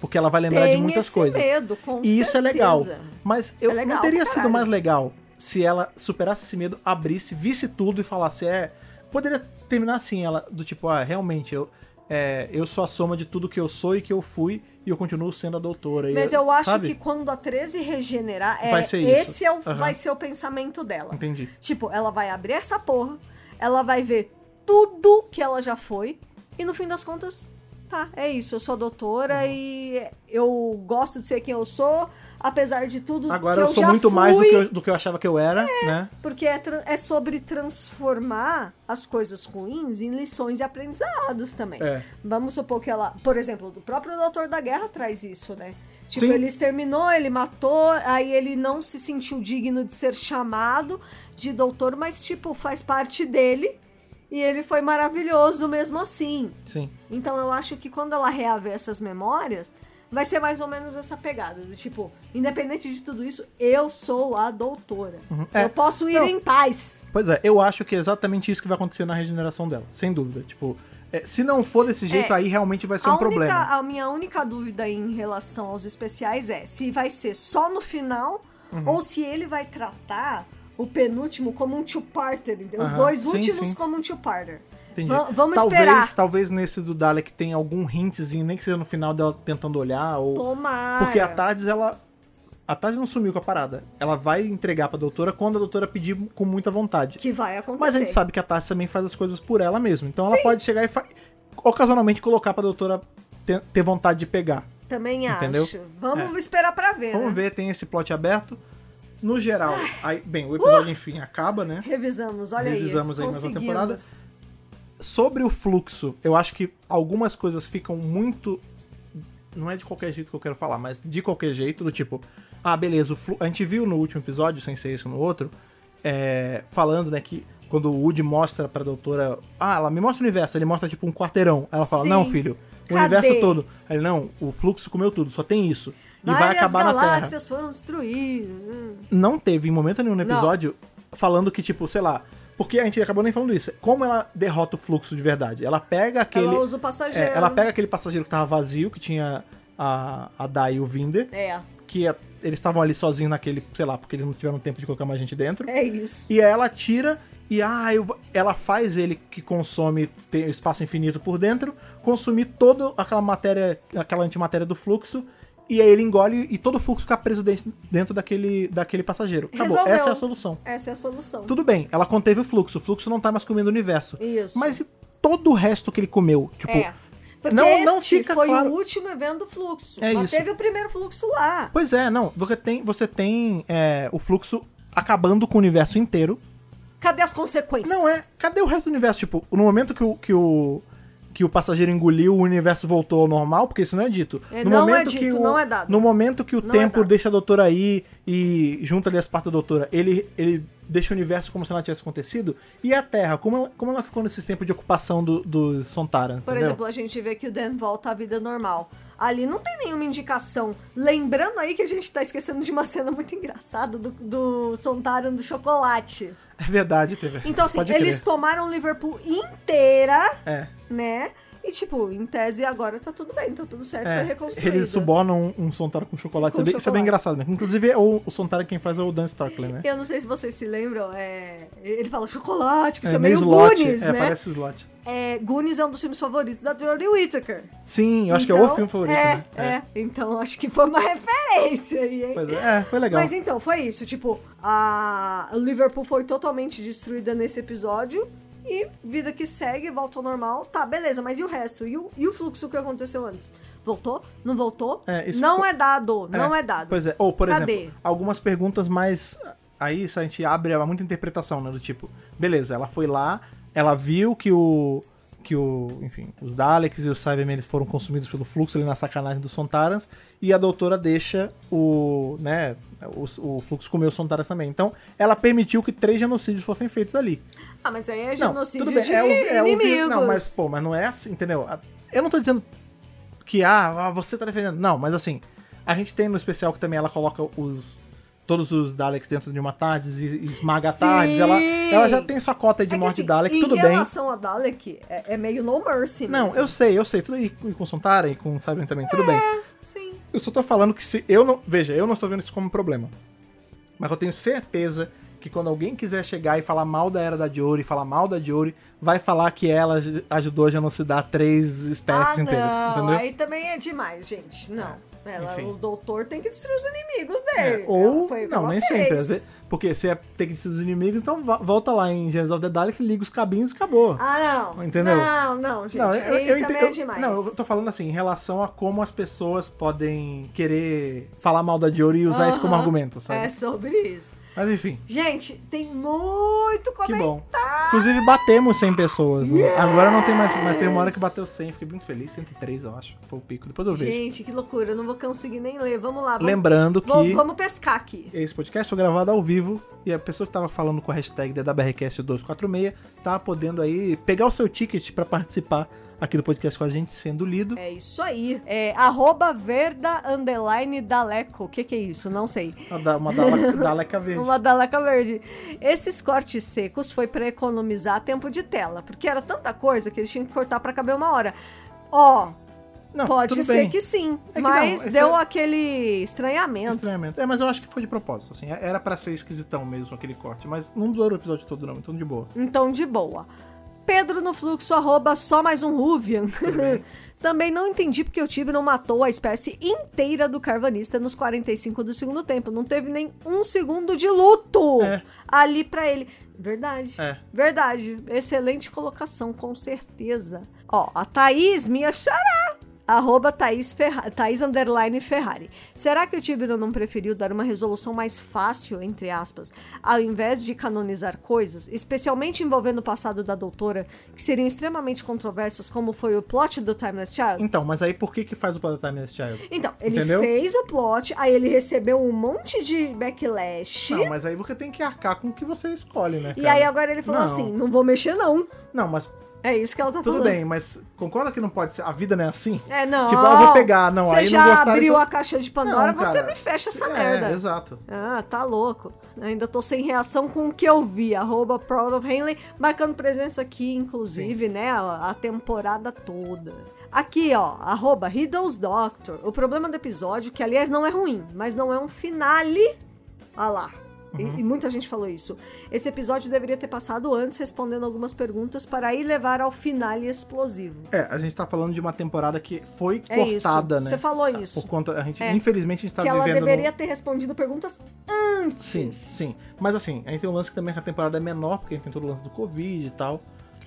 Porque ela vai lembrar
tem
de muitas
esse
coisas.
medo, com
E isso é legal.
certeza.
Mas eu
É legal
não teria
pra
sido
caralho.
mais legal se ela superasse esse medo, abrisse, visse tudo e falasse, é. Poderia terminar assim, ela, do tipo, ah, realmente, eu, é, eu sou a soma de tudo que eu sou e que eu fui, e eu continuo sendo a doutora. e
Mas eu acho
sabe?
que quando a 13 regenerar, é,
Vai ser isso.
esse é o,
Aham.
vai ser o pensamento dela.
Entendi.
Tipo, ela vai abrir essa porra, ela vai ver tudo que ela já foi, e no fim das contas, tá, é isso. Eu sou a doutora e eu gosto de ser quem eu sou, apesar de tudo.
Agora
que
eu, sou
já
muito mais do
fui,
que, eu, do que eu achava que eu era, né?
Porque é, tra- é sobre transformar as coisas ruins em lições e aprendizados também.
É.
Vamos supor que ela. Por exemplo, o próprio Doutor da Guerra traz isso, né? Tipo,
Sim.
ele exterminou, ele matou, aí ele não se sentiu digno de ser chamado de doutor, mas, tipo, faz parte dele. E ele foi maravilhoso mesmo assim.
Sim.
Então eu acho que quando ela reaver essas memórias, vai ser mais ou menos essa pegada. Do tipo, independente de tudo isso, eu sou a doutora.
É.
Eu posso ir
Não.
em paz.
Pois é, eu acho que é exatamente isso que vai acontecer na regeneração dela, sem dúvida. Tipo, é, se não for desse jeito aí, realmente vai ser
a,
um
única,
problema.
a minha única dúvida em relação aos especiais é se vai ser só no final
Uhum.
ou se ele vai tratar o penúltimo como um two-parter. entendeu? Os
Aham,
dois
sim,
últimos
sim.
como um two-parter.
Entendi.
Va- vamos
talvez,
esperar.
Talvez nesse do Dalek tenha algum hintzinho, nem que seja no final dela tentando olhar, ou...
Tomara.
Porque a Tardes, ela... A Tardes não sumiu com a parada. Ela vai entregar pra doutora quando a doutora pedir com muita vontade.
Que vai acontecer.
Mas a gente sabe que a Tardes também faz as coisas por ela mesma. Então ela pode chegar e fa- ocasionalmente colocar pra doutora ter, ter vontade de pegar.
Também
Entendeu? É.
acho. Vamos esperar pra ver.
Vamos
né?
ver, tem esse plot aberto. No geral, aí, bem, o
Uh!
episódio, enfim, acaba, né?
Revisamos, olha
Revisamos aí
aí.
mais uma
conseguimos.
temporada. Sobre o fluxo, eu acho que algumas coisas ficam muito. Não é de qualquer jeito que eu quero falar, mas de qualquer jeito, do tipo, ah, beleza, o flu- a gente viu no último episódio, sem ser isso no outro, é, falando, né, que quando o Woody mostra pra doutora, ah, ela me mostra o universo, ele mostra tipo um quarteirão. Ela fala,
Sim.
não, filho, o
Cadê?"
universo todo. Aí, ele, não, o fluxo comeu tudo, só tem isso. E
Várias
vai acabar na Terra.
galáxias foram destruídas. Hum.
não teve em momento nenhum no
Não.
episódio falando que, tipo, sei lá. Porque a gente acabou nem falando isso. Como ela derrota o fluxo de verdade? Ela pega aquele.
Ela usa o passageiro.
é, ela pega aquele passageiro que tava vazio, que tinha a, a Dai e o Vinder,
É,
que é- eles estavam ali sozinhos naquele, sei lá, porque eles não tiveram tempo de colocar mais gente dentro.
é isso.
E aí ela tira e ah, eu vou- ela faz ele que consome tem espaço infinito por dentro, consumir toda aquela matéria, aquela antimatéria do fluxo, e aí ele engole e todo o fluxo fica preso dentro, dentro daquele, daquele passageiro. Acabou,
Resolveu.
essa é a solução.
Essa é a solução.
Tudo bem, ela conteve o fluxo, o fluxo não tá mais comendo o universo.
Isso.
Mas e todo o resto que ele comeu? Tipo,
é. Porque
não- não
este
fica
foi
claro.
o último evento do fluxo.
É
Mas
isso.
teve o primeiro fluxo lá.
Pois é, não, você tem, você tem é, o fluxo acabando com o universo inteiro,
Cadê as consequências?
Não é. Cadê o resto do universo? Tipo, no momento que o, que o, que o passageiro engoliu, o universo voltou ao normal, porque isso não é dito.
É,
no
não é
momento
dito,
que o,
não é dado.
No momento que o
Não é
tempo
dado.
deixa a doutora aí e junta ali as partes da doutora, ele, ele deixa o universo como se nada tivesse acontecido. E a Terra, como ela, como ela ficou nesse tempo de ocupação do- dos Sontarans,
Por
entendeu?
exemplo, a gente vê que o Dan volta à vida normal. Ali não tem nenhuma indicação. Lembrando aí que a gente tá esquecendo de uma cena muito engraçada do, do Sontaran do chocolate.
É verdade, TV.
Então, assim,
Pode crer.
eles tomaram Liverpool inteira,
É.
né? E, tipo, em tese agora tá tudo bem, tá tudo certo,
É,
foi reconstruído.
eles subornam um, um Sontara com chocolate.
Com
isso, é bem, isso é bem
chocolate.
engraçado, né? Inclusive, é o, o Sontara quem faz é o Dan Starkler, né?
Eu não sei se vocês se lembram, é... ele fala chocolate, que isso é
é
meio
slot.
Goonies,
é,
né?
parece o slot.
É, Goonies é um dos filmes favoritos da Jodie Whittaker.
Sim, eu acho que é o
Então,
filme favorito,
é,
né?
É. então acho que foi uma referência aí, hein?
Pois é, é, foi legal.
Mas então, foi isso. Tipo, a o Liverpool foi totalmente destruída nesse episódio. E vida que segue, volta ao normal. Tá, beleza, mas e o resto? E o, e o fluxo que aconteceu antes? Voltou? Não voltou?
É, isso
não
ficou-
é dado, não é dado.
Pois é, ou por
Cadê?
exemplo, algumas perguntas mais. Aí isso a gente abre a muita interpretação, né? Do tipo, beleza, ela foi lá, ela viu que o. Que o. Enfim, os Daleks e os Cybermen eles foram consumidos pelo fluxo ali na sacanagem dos Sontarans. E a doutora deixa o. né? O, o fluxo comer os Sontarans também. Então, ela permitiu que três genocídios fossem feitos ali.
Ah, mas aí é
Não,
genocídio
tudo bem,
de
é o, é o
inimigos.
vi- Não, mas pô, mas não é assim, entendeu? A- Eu não tô dizendo que ah, ah, você tá defendendo. Não, mas assim, a gente tem no especial que também ela coloca os todos os Daleks dentro de uma TARDIS e, e esmaga a
Sim.
TARDIS. Ela, ela já tem sua cota de
que,
morte
assim,
Dalek,
em
tudo bem.
relação a Dalek, é, é meio no mercy
Não,
mesmo.
eu sei, eu sei. Tudo, e, com- e com Sontara e com Sabian também, tudo bem.
Sim.
Eu só tô falando que se eu não. Veja, eu não estou vendo isso como um problema. Mas eu tenho certeza que quando alguém quiser chegar e falar mal da era da Jory, falar mal da Jory, vai falar que ela aj- ajudou a genocidar três espécies
ah,
inteiras,
não,
entendeu? Ah,
aí também é demais, gente. Não. Ela-
enfim.
o doutor tem que destruir os inimigos dele.
É, ou,
Ela- foi o que
não,
ela
nem
fez.
sempre. às vezes- porque se é ter que ser dos inimigos, então vo- volta lá em Genesis of the Dalek, liga os cabinhos e acabou.
Ah, não.
Entendeu?
Não, não, gente. aí
ente-
também é
eu-
demais.
Não, eu tô falando assim, em relação a como as pessoas podem querer falar mal da Jory e usar isso como
Aham.
argumento, sabe?
É sobre isso.
Mas enfim.
Gente, tem muito
Que
comentário.
bom. Inclusive, batemos 100 pessoas. né? Agora não tem mais, mas teve uma hora que bateu 100. Fiquei muito feliz. 103, eu acho. Foi o pico. Depois eu vejo.
Gente, que loucura. Eu não vou conseguir nem ler. Vamos lá. Vamos,
Lembrando que
vamos, vamos pescar aqui.
esse podcast foi gravado ao vivo e a pessoa que tava falando com a hashtag DWRcast246 tá podendo aí pegar o seu ticket pra participar aqui do podcast com a gente sendo lido.
É isso aí. É arroba verda underline daleco. O que, que é isso? Não sei.
Uma da- Uma dala- daleca verde.
Uma daleca verde. Esses cortes secos foi pra economizar tempo de tela, porque era tanta coisa que eles tinham que cortar pra caber uma hora. Ó,
Não,
pode
tudo
ser
bem.
que sim,
É que
mas
não, esse
deu
é-
aquele estranhamento.
Estranhamento. É, mas eu acho que foi de propósito, assim. Era pra ser esquisitão mesmo aquele corte, mas não durou o episódio todo, não, então de boa.
Então, de boa. Pedro no fluxo, arroba só mais um Ruvian. Também não entendi porque o Tibi não matou a espécie inteira do carvanista nos 45 do segundo tempo. Não teve nem um segundo de luto
É.
ali pra ele. Verdade.
É.
Verdade. Excelente colocação, com certeza. Ó, a Thaís, minha xará. Arroba Thaís, Ferra- Thaís underline Ferrari. Será que o Tibiro não preferiu dar uma resolução mais fácil, entre aspas, ao invés de canonizar coisas, especialmente envolvendo o passado da doutora, que seriam extremamente controversas, como foi o plot do Timeless Child?
Então, mas aí por que que faz o Planet Time nesse Child?
Então, ele
Entendeu?
fez o plot, aí ele recebeu um monte de backlash.
Não, mas aí você tem que arcar com o que você escolhe, né?
e
cara?
aí agora ele falou
Não.
assim: não vou mexer, não.
Não, mas
É isso que ela tá
tudo
falando.
bem, mas concorda que não pode ser. A vida não é assim?
É, não.
Tipo, ah, eu vou pegar, não,
Você
aí não
já
gostaram,
abriu
então-
a caixa de Pandora,
Não,
você
cara.
me fecha essa
é,
merda.
Exato.
Ah, tá louco. Ainda tô sem reação com o que eu vi. Arroba Proud of Henley, marcando presença aqui, inclusive, né? A, a temporada toda. Aqui, ó, arroba Riddles Doctor. O problema do episódio, que aliás não é ruim, mas não é um finale. Ah lá. E,
Uhum.
e muita gente falou isso. Esse episódio deveria ter passado antes respondendo algumas perguntas para aí levar ao finale explosivo.
É, a gente tá falando de uma temporada que foi
É
cortada,
isso.
né?
Você falou isso.
Por conta. A gente,
É.
Infelizmente, a gente tá
que ela
vivendo. no-
deveria ter respondido perguntas antes.
Sim, sim. Mas assim, a gente tem um lance que também que a temporada é menor, porque a gente tem todo o lance do Covid e tal.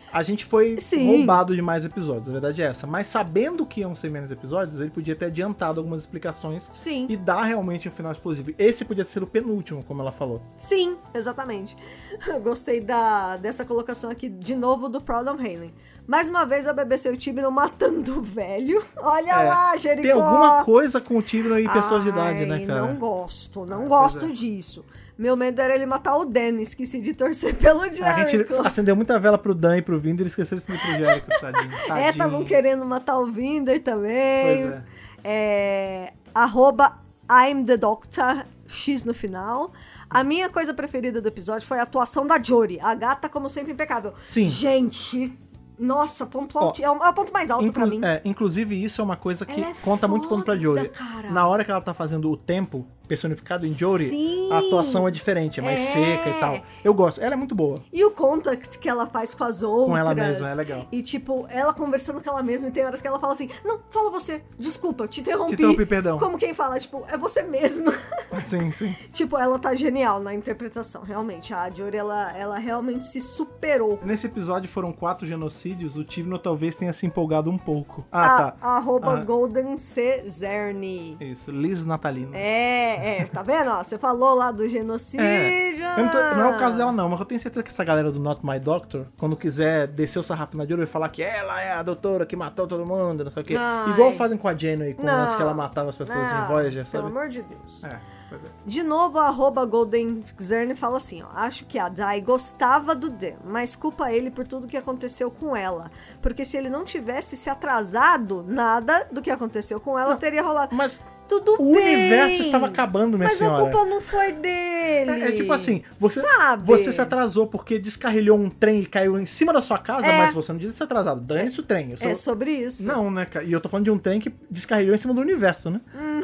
A gente foi
Sim.
roubado de mais episódios, a verdade é essa. Mas sabendo que iam ser menos episódios, ele podia ter adiantado algumas explicações
Sim,
e dar realmente um final explosivo. Esse podia ser o penúltimo, como ela falou.
sim, exatamente. Eu Gostei da, dessa colocação aqui, de novo, do Problem Halen. Mais uma vez a BBC e o Tibno matando o velho. Olha
É,
lá, Jericó!
Tem alguma coisa com o Tibno e pessoas de idade,
Ai,
né, cara?
Não gosto, não
Ah,
gosto
pois é.
disso. Meu medo era ele matar o Danny, esqueci de torcer pelo
A gente
Jericho.
acendeu muita vela pro Dan e pro Vindo e ele esqueceu de acender pro Jericho, tadinho. tadinho.
É, estavam querendo matar o Vinder também.
Pois é.
É, arroba I'm the Doctor, X no final. A minha coisa preferida do episódio foi a atuação da Jory. A gata, como sempre, impecável.
Sim.
Gente, nossa, ponto
Ó,
alto. É o é o ponto mais alto pra
Inclu-
mim.
é, inclusive, isso é uma coisa que
Ela é
conta muito quanto pra
foda,
Jory.
cara.
Na hora que ela tá fazendo o tempo personificado em Jory,
Sim.
a atuação é diferente, é mais
É.
seca e tal. Eu gosto. Ela é muito boa.
E o contact que ela faz com as outras.
ela mesma, é legal.
E, tipo, ela conversando com ela mesma, e tem horas que ela fala assim: Não, fala você, desculpa, eu te interrompi.
Te interrompi, perdão.
Como quem fala, tipo, é você mesma.
Sim, sim.
tipo, ela tá genial na interpretação, realmente. A Jory, ela, ela realmente se superou.
Nesse episódio foram quatro genocídios, o Tibno talvez tenha se empolgado um pouco.
A-
Ah, tá.
Arroba
Ah.
Golden Cezerny.
Isso, Liz Natalino.
É, é, tá vendo? ó? Você falou lá do genocídio.
Eu não, tô- não é o caso dela, não, mas eu tenho certeza que essa galera do Not My Doctor, quando quiser descer o sarrafo na Jory, vai falar que ela é a doutora que matou todo mundo, não sei o quê.
Ai.
Igual fazem com a Janeway, com o
Não.
lance que ela matava as pessoas em
Não,
Voyager, sabe?
Pelo amor de Deus.
É, pois é.
De novo, a arroba Golden Xerne fala assim, ó. Acho que a Dai gostava do Dan, mas culpa ele por tudo que aconteceu com ela. Porque se ele não tivesse se atrasado, nada do que aconteceu com ela teria rolado.
Mas
Tudo
O
bem.
universo estava acabando, minha
Mas
senhora.
a culpa não foi dele.
É, é tipo assim, você,
Sabe?
você se atrasou porque descarrilhou um trem e caiu em cima da sua casa,
É.
mas você não diz se atrasado. Dane-se o trem. Eu sou-
É sobre isso.
Não, né, cara? E eu tô falando de um trem que descarrilhou em cima do universo, né?
Hum.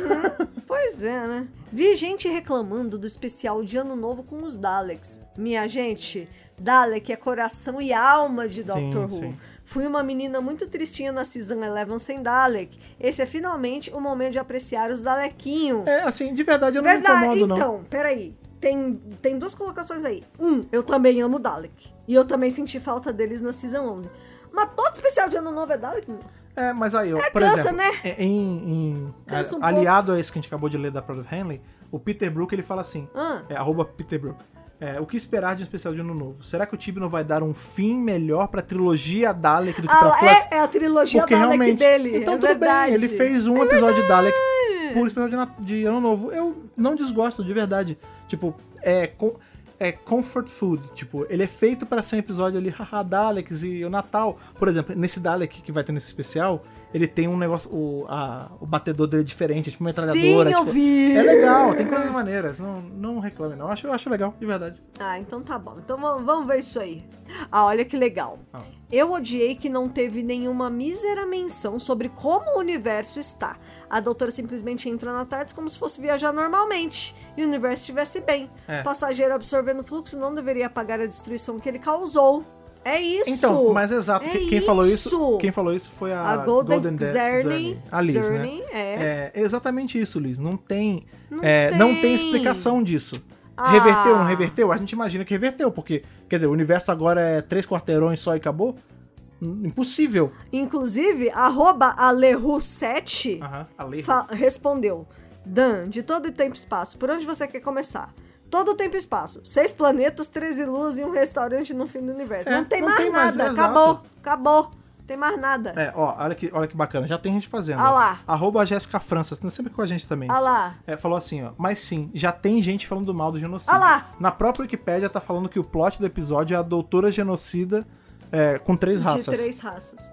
Pois é, né? Vi gente reclamando do especial de Ano Novo com os Daleks. Minha gente, Dalek é coração e alma de
Sim,
Doctor Who.
sim.
Fui uma menina muito tristinha na Season 11 sem Dalek. Esse é finalmente o momento de apreciar os Dalequinhos.
É, assim, de verdade eu não me
Verdade,
incomodo, não.
então, peraí. Tem, tem duas colocações aí. Um, eu também amo Dalek. E eu também senti falta deles na Season 11. Mas todo especial de Ano Novo é Dalek?
É, mas aí, ó, por
cansa,
exemplo,
né?
em, em-
Cansa um
a- aliado a isso que a gente acabou de ler da Product Henley, o Peter Brook ele fala assim,
Ah.
é, arroba Peter Brook, é, o que esperar de um especial de ano novo? Será que o Tibno vai dar um fim melhor pra trilogia Dalek do que pra
Ah,
Flat?
é, é a trilogia
Porque
Dalek
realmente.
dele.
então
é
tudo
verdade. É
bem, ele fez um episódio de Dalek por episódio de, na- de ano novo. Eu não desgosto, de verdade. Tipo, é. com- é comfort food, tipo, ele é feito para ser um episódio ali, haha, Daleks e o Natal. Por exemplo, nesse Dalek que vai ter nesse especial, ele tem um negócio, o, a- o batedor dele é diferente, é tipo uma metralhadora.
Sim, eu
tipo,
vi.
É legal, tem coisas maneiras, não, não reclame não, eu acho, eu acho legal, de verdade.
Ah, então tá bom. Então va- vamos ver isso aí. Ah, olha que legal.
Ah.
Eu odiei que não teve nenhuma mísera menção sobre como o universo está. A doutora simplesmente entra na tarde como se fosse viajar normalmente e o universo estivesse bem.
É.
O passageiro absorvendo o fluxo não deveria pagar a destruição que ele causou. É isso.
Então, mas exato,
É
que- quem falou isso, quem falou isso foi a,
A Golden,
De-
Zerny.
A Liz,
Zerny,
né?
é.
É exatamente isso, Liz. Não tem,
Não
é,
tem.
não tem explicação disso.
Ah.
Reverteu, não reverteu? A gente imagina que reverteu, porque, quer dizer, o universo agora é três quarteirões só e acabou? Hum, Impossível.
Inclusive, arroba Aleru7
Aham, a lei.
Fa- respondeu: Dan, de todo tempo e espaço, por onde você quer começar? Todo tempo e espaço. Seis planetas, 13 luas e um restaurante no fim do universo.
É,
não tem
não
mais
tem mais,
nada.
é,
acabou.
exato.
Acabou. Não tem mais nada.
É, ó, olha que, olha que bacana. Já tem gente fazendo.
Ah
ó.
lá.
Arroba Jéssica França, tá sempre com a gente também.
Olha "Ah lá.
É, falou assim, ó. Mas sim, já tem gente falando do mal do genocídio.
Ah lá.
Na própria Wikipédia tá falando que o plot do episódio é a doutora genocida é, com três raças.
De três raças.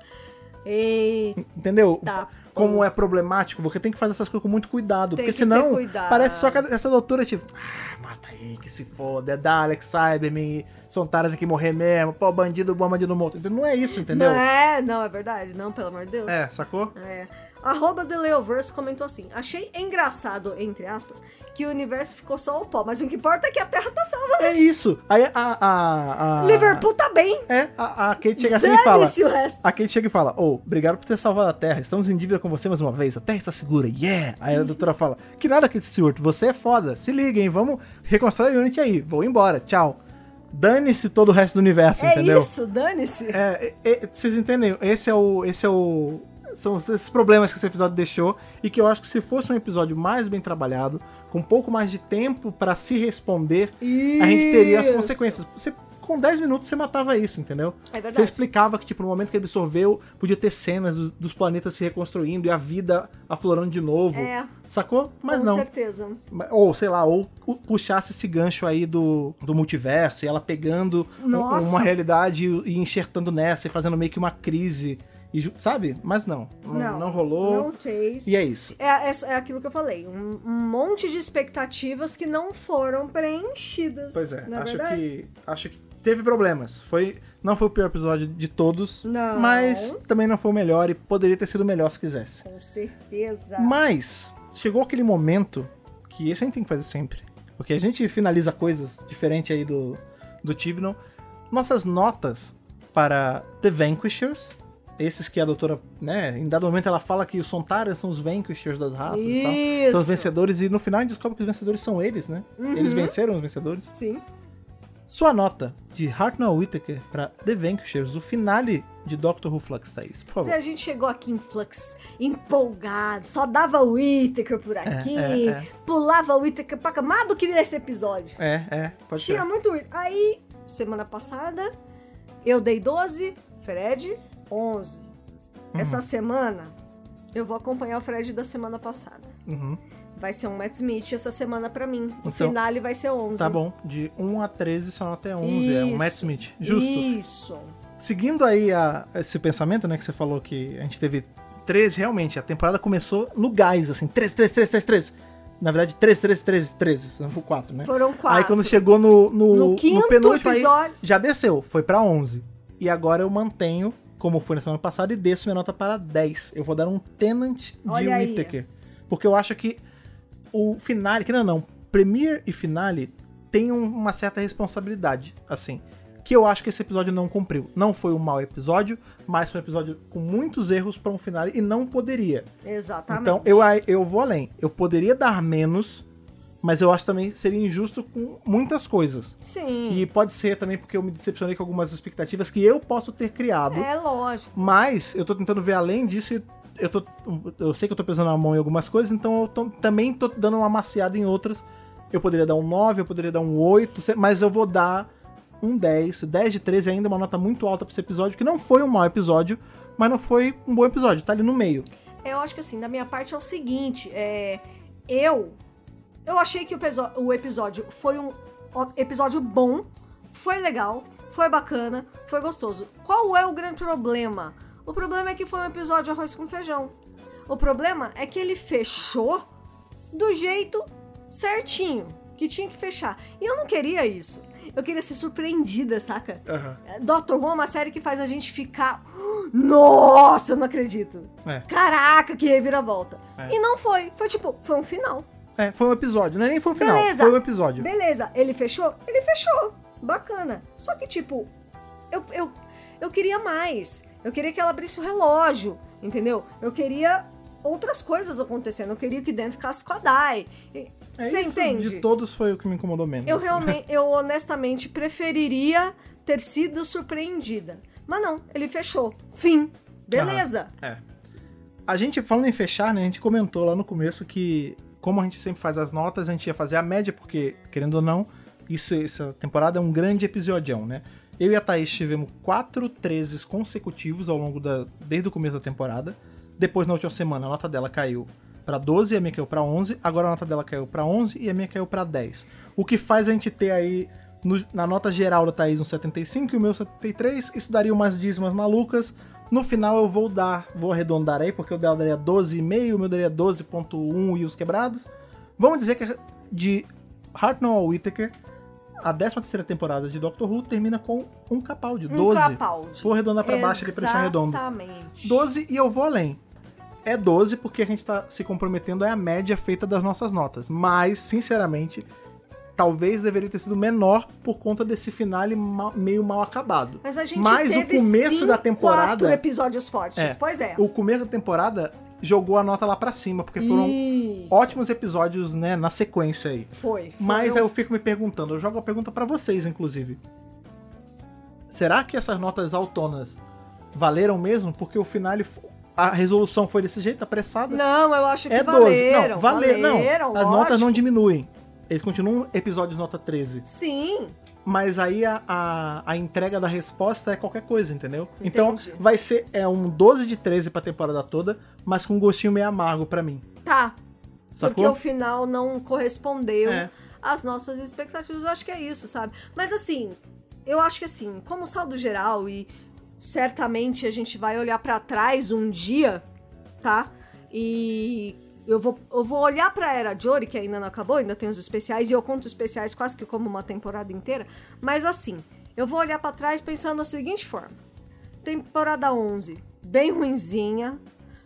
Eita.
Entendeu?
Tá.
Como é problemático, você tem que fazer essas coisas com muito cuidado.
Tem
porque
que
senão
ter cuidado.
parece só que essa doutora, tipo, ah, mata aí, que se foda, é Dalek, Cyberman, são taras que morrer mesmo, pô, bandido bom, bandido morto. Entendeu? Não é isso, entendeu?
Não é, não, é verdade. Não, pelo amor de Deus.
É, sacou?
É. Arroba The Leoverse comentou assim: Achei engraçado, entre aspas, que o universo ficou só o pó, mas o que importa é que a Terra tá salva.
É isso. Aí a. a, a-
Liverpool tá bem.
É, a, a Kate Ah. chega assim e fala.
Dane-se o resto.
A Kate chega e fala: Ô, obrigado por ter salvado a Terra. Estamos em dívida com você mais uma vez. A Terra está segura. Yeah! Aí
Uhum.
a doutora fala: Que nada, Kate Stewart. Você é foda. Se liga, hein? Vamos reconstruir o Unity aí. Vou embora. Tchau. Dane-se todo o resto do universo,
É
entendeu?
isso, dane-se.
É, é, é, vocês entendem? Esse é o. Esse é o. São esses problemas que esse episódio deixou. E que eu acho que se fosse um episódio mais bem trabalhado, com um pouco mais de tempo pra se responder, a gente teria as
Isso.
consequências. Você, com 10 minutos você matava isso, entendeu?
É verdade.
Você explicava que, tipo, no momento que ele absorveu, podia ter cenas dos, dos planetas se reconstruindo e a vida aflorando de novo.
É.
Sacou? Mas
Com
não.
certeza.
Ou, sei lá, ou pu- puxasse esse gancho aí do, do multiverso e ela pegando um-
Nossa.
uma realidade e enxertando nessa e fazendo meio que uma crise. E, ju- sabe? Mas não. Não, não rolou.
Não fez.
E é isso.
É, é, é aquilo que eu falei, um, um monte de expectativas que não foram preenchidas.
Pois é,
na
acho
verdade.
que. Acho que teve problemas. Foi, não foi o pior episódio de todos.
Não.
Mas também não foi o melhor e poderia ter sido melhor se quisesse.
Com certeza.
Mas chegou aquele momento que esse a gente tem que fazer sempre. Porque a gente finaliza coisas diferente aí do, do Tibnon. Nossas notas para The Vanquishers, esses que a doutora, né, em dado momento ela fala que os Sontaras são os Vanquishers das raças e tal. São os
Isso.
tá?
Uhum.
vencedores e no final a gente descobre que os vencedores são eles, né? Eles venceram os vencedores.
Sim.
Sua nota de Hartnell Whittaker para The Vanquishers, o finale de Doctor Who Flux, Thaís, por
Se
favor.
a gente chegou aqui em Flux empolgado, só dava Whittaker por aqui,
é,
pulava Whittaker pra cá, mais do que nesse episódio.
É, é, pode ser.
Tinha muito Whittaker. Aí, semana passada, eu dei 12, Fred, 11.
Uhum.
Essa semana, eu vou acompanhar o Fred da semana passada.
Uhum.
Vai ser um Matt Smith essa semana pra mim.
Então,
o finale vai ser 11.
Tá bom, de 1 a 13, sua nota é 11, é um
Isso.
Matt Smith. Justo.
Isso.
Seguindo aí a- esse pensamento, né, que você falou que a gente teve 13, realmente, a temporada começou no gás, assim, 13, 13, 13, 13, 13. Na verdade, 13, 13, 13, 13. Foi 4, né?
Foram quatro.
Aí quando chegou no, no,
No quinto
penúltimo, aí
episódio-
já desceu, foi pra 11. E agora eu mantenho, como foi na semana passada, e desço minha nota para 10. Eu vou dar um Tenant de
Olha aí.
Whittaker. Porque eu acho que o finale, que não, não, Premiere e finale tem um- uma certa responsabilidade, assim. Que eu acho que esse episódio não cumpriu. Não foi um mau episódio, mas foi um episódio com muitos erros pra um finale e não poderia.
Exatamente.
Então, eu, eu vou além. Eu poderia dar menos, mas eu acho também que seria injusto com muitas coisas.
Sim.
E pode ser também porque eu me decepcionei com algumas expectativas que eu posso ter criado.
É lógico.
Mas eu tô tentando ver além disso e eu, tô, eu sei que eu tô pesando a mão em algumas coisas, então eu tô- também tô dando uma maciada em outras. Eu poderia dar um 9, eu poderia dar um 8, se- mas eu vou dar um 10. 10 de 13 ainda é uma nota muito alta pra esse episódio, que não foi um mau episódio, mas não foi um bom episódio, tá ali no meio.
Eu acho que assim, da minha parte é o seguinte, é, eu eu achei que o, peso- o episódio foi um ó- episódio bom, foi legal, foi bacana, foi gostoso. Qual é o grande problema? O problema é que foi um episódio arroz com feijão. O problema é que ele fechou do jeito certinho, que tinha que fechar. E eu não queria isso. Eu queria ser surpreendida, saca? Doctor Who é uma série que faz a gente ficar. Nossa, eu não acredito.
É.
Caraca, que reviravolta.
É.
E não foi. Foi tipo, foi um final.
É, foi um episódio, não é nem foi o final,
Beleza.
foi um episódio.
Beleza, ele fechou? Ele fechou. Bacana. Só que, tipo, eu, eu, eu queria mais. Eu queria que ela abrisse o relógio, entendeu? Eu queria outras coisas acontecendo. Eu queria que Dan ficasse com a Dai. E-
É
Você
isso,
entende?
De todos foi o que me incomodou menos.
Eu realmente, eu honestamente preferiria ter sido surpreendida. Mas não, ele fechou. Fim. Beleza.
Aham, É. A gente, falando em fechar, né? A gente comentou lá no começo que, como a gente sempre faz as notas, a gente ia fazer a média, porque, querendo ou não, isso, essa temporada é um grande episodião, né? Eu e a Thaís tivemos quatro 13 consecutivos ao longo da. desde o começo da temporada. Depois, na última semana, a nota dela caiu pra 12, a minha caiu pra 11. Agora a nota dela caiu pra 11 e a minha caiu pra 10. O que faz a gente ter aí, no- na nota geral da Thaís, um 75 e o meu 73. Isso daria umas dízimas malucas. No final eu vou dar, vou arredondar aí, porque o dela daria 12,5, o meu daria 12,1 e os quebrados. Vamos dizer que de Hartnell ao Whittaker, a 13ª temporada de Doctor Who termina com um Capaldi,
Um
12.
Capaldi.
Vou arredondar pra baixo aqui pra deixar redondo.
Exatamente.
12 e eu vou além. É 12 porque a gente tá se comprometendo é a média feita das nossas notas. Mas, sinceramente, talvez deveria ter sido menor por conta desse finale ma- meio mal acabado.
Mas a gente
Mas o
teve
começo
sim,
da temporada-
quatro episódios fortes.
É.
Pois é.
O começo da temporada jogou a nota lá pra cima, porque foram
Isso.
ótimos episódios, né, na sequência aí.
Foi. foi
Mas
um-
aí eu fico me perguntando, eu jogo a pergunta pra vocês, inclusive. Será que essas notas autonas valeram mesmo? Porque o finale, f- a resolução foi desse jeito, apressada?
Não, eu acho que
é 12.
valeram.
não, vale,
valeram,
não, as
lógico.
notas não diminuem. Eles continuam episódios nota 13.
Sim.
Mas aí a, a, a entrega da resposta é qualquer coisa, entendeu? Então
Entendi.
vai ser é um 12 de 13 pra temporada toda, mas com um gostinho meio amargo pra mim.
Tá.
Sacou?
Porque o final não correspondeu
É.
às nossas expectativas. Eu acho que é isso, sabe? Mas assim, eu acho que assim, como saldo geral, e certamente a gente vai olhar pra trás um dia, tá? E eu vou, eu vou olhar pra Era Jory, que ainda não acabou, ainda tem os especiais, e eu conto especiais quase que como uma temporada inteira. Mas assim, eu vou olhar pra trás pensando da seguinte forma. Temporada 11, bem ruinzinha.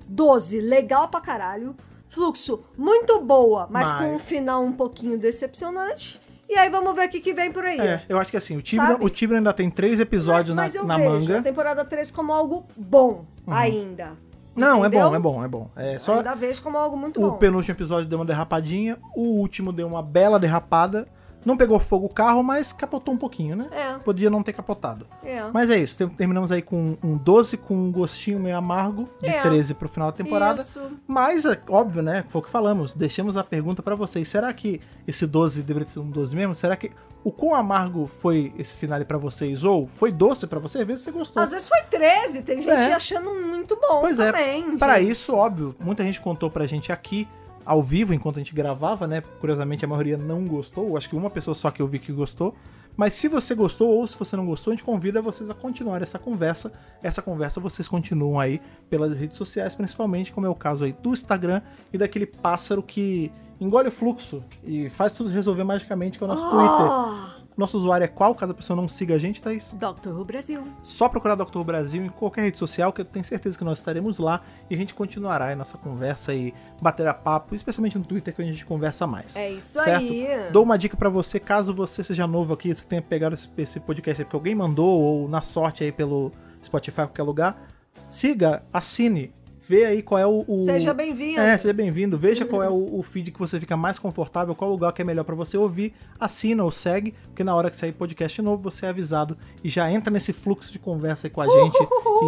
12, legal pra caralho. Fluxo, muito boa, mas,
Mas-
com um final um pouquinho decepcionante. E aí vamos ver o que, que vem por aí.
É, eu acho que assim, o Tibra,
Sabe?
o Tibra ainda tem três episódios
mas
na,
eu
na
vejo
manga. Uhum.
a temporada 3 como algo bom ainda.
Não, é
entendeu?
bom, é bom, é bom. É só
Ainda vejo como algo muito
o
bom.
penúltimo episódio deu uma derrapadinha, o último deu uma bela derrapada. Não pegou fogo o carro, mas capotou um pouquinho, né?
É.
Podia não ter capotado.
É.
Mas é isso, tem- terminamos aí com um 12 com um gostinho meio amargo de
É.
13 pro final da temporada.
Isso.
Mas, é óbvio, né? Foi o que falamos. Deixamos a pergunta pra vocês. Será que esse 12 deveria ser um 12 mesmo? Será que o quão amargo foi esse finale pra vocês? Ou foi doce pra você? Às vezes você gostou.
Às vezes foi 13, tem gente
É.
achando muito bom
Pois é,
também.
Para
gente.
isso, óbvio, muita gente contou pra gente aqui ao vivo, enquanto a gente gravava, né? Curiosamente, a maioria não gostou. Acho que uma pessoa só que eu vi que gostou. Mas se você gostou ou se você não gostou, a gente convida vocês a continuar essa conversa. Essa conversa vocês continuam aí pelas redes sociais, principalmente, como é o caso aí do Instagram e daquele pássaro que engole o fluxo e faz tudo resolver magicamente, que é o
Ah!
nosso Twitter. Nosso usuário é qual? Caso a pessoa não siga a gente, tá isso.
Oh! Doctor Who Brasil.
Só procurar Dr. Brasil em qualquer rede social, que eu tenho certeza que nós estaremos lá e a gente continuará a nossa conversa e baterá papo, especialmente no Twitter, que é onde a gente conversa mais.
É isso
certo?
aí.
Dou uma dica pra você, caso você seja novo aqui, você tenha pegado esse, esse podcast aí porque alguém mandou, ou na sorte aí pelo Spotify, qualquer lugar, siga, assine, vê aí qual é o. o-
Seja bem-vindo.
É, seja bem-vindo. Veja qual é o, o feed que você fica mais confortável, qual lugar que é melhor pra você ouvir. Assina ou segue, porque na hora que sair podcast novo, você é avisado e já entra nesse fluxo de conversa aí com a gente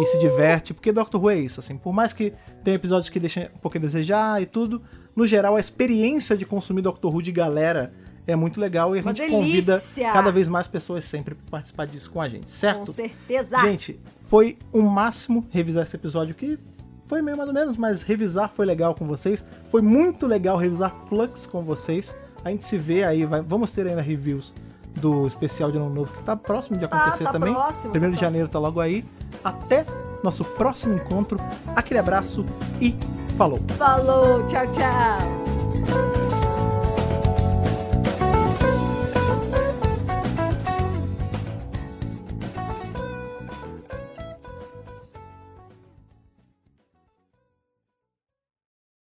e se diverte. Porque Doctor Who é isso, assim. Por mais que tenha episódios que deixem um pouquinho a desejar e tudo, no geral, a experiência de consumir Doctor Who de galera é muito legal e a
Uma
gente convida
delícia.
cada vez mais pessoas sempre pra participar disso com a gente, certo?
Com certeza.
Gente, foi o máximo revisar esse episódio que foi meio mais ou menos, mas revisar foi legal com vocês. Foi muito legal revisar Flux com vocês. A gente se vê aí, vai- vamos ter ainda reviews do especial de ano novo que tá próximo de acontecer
tá
também.
próximo, tá
Primeiro de
próximo.
janeiro tá logo aí. Até nosso próximo encontro. Aquele abraço e falou.
Falou, tchau, tchau.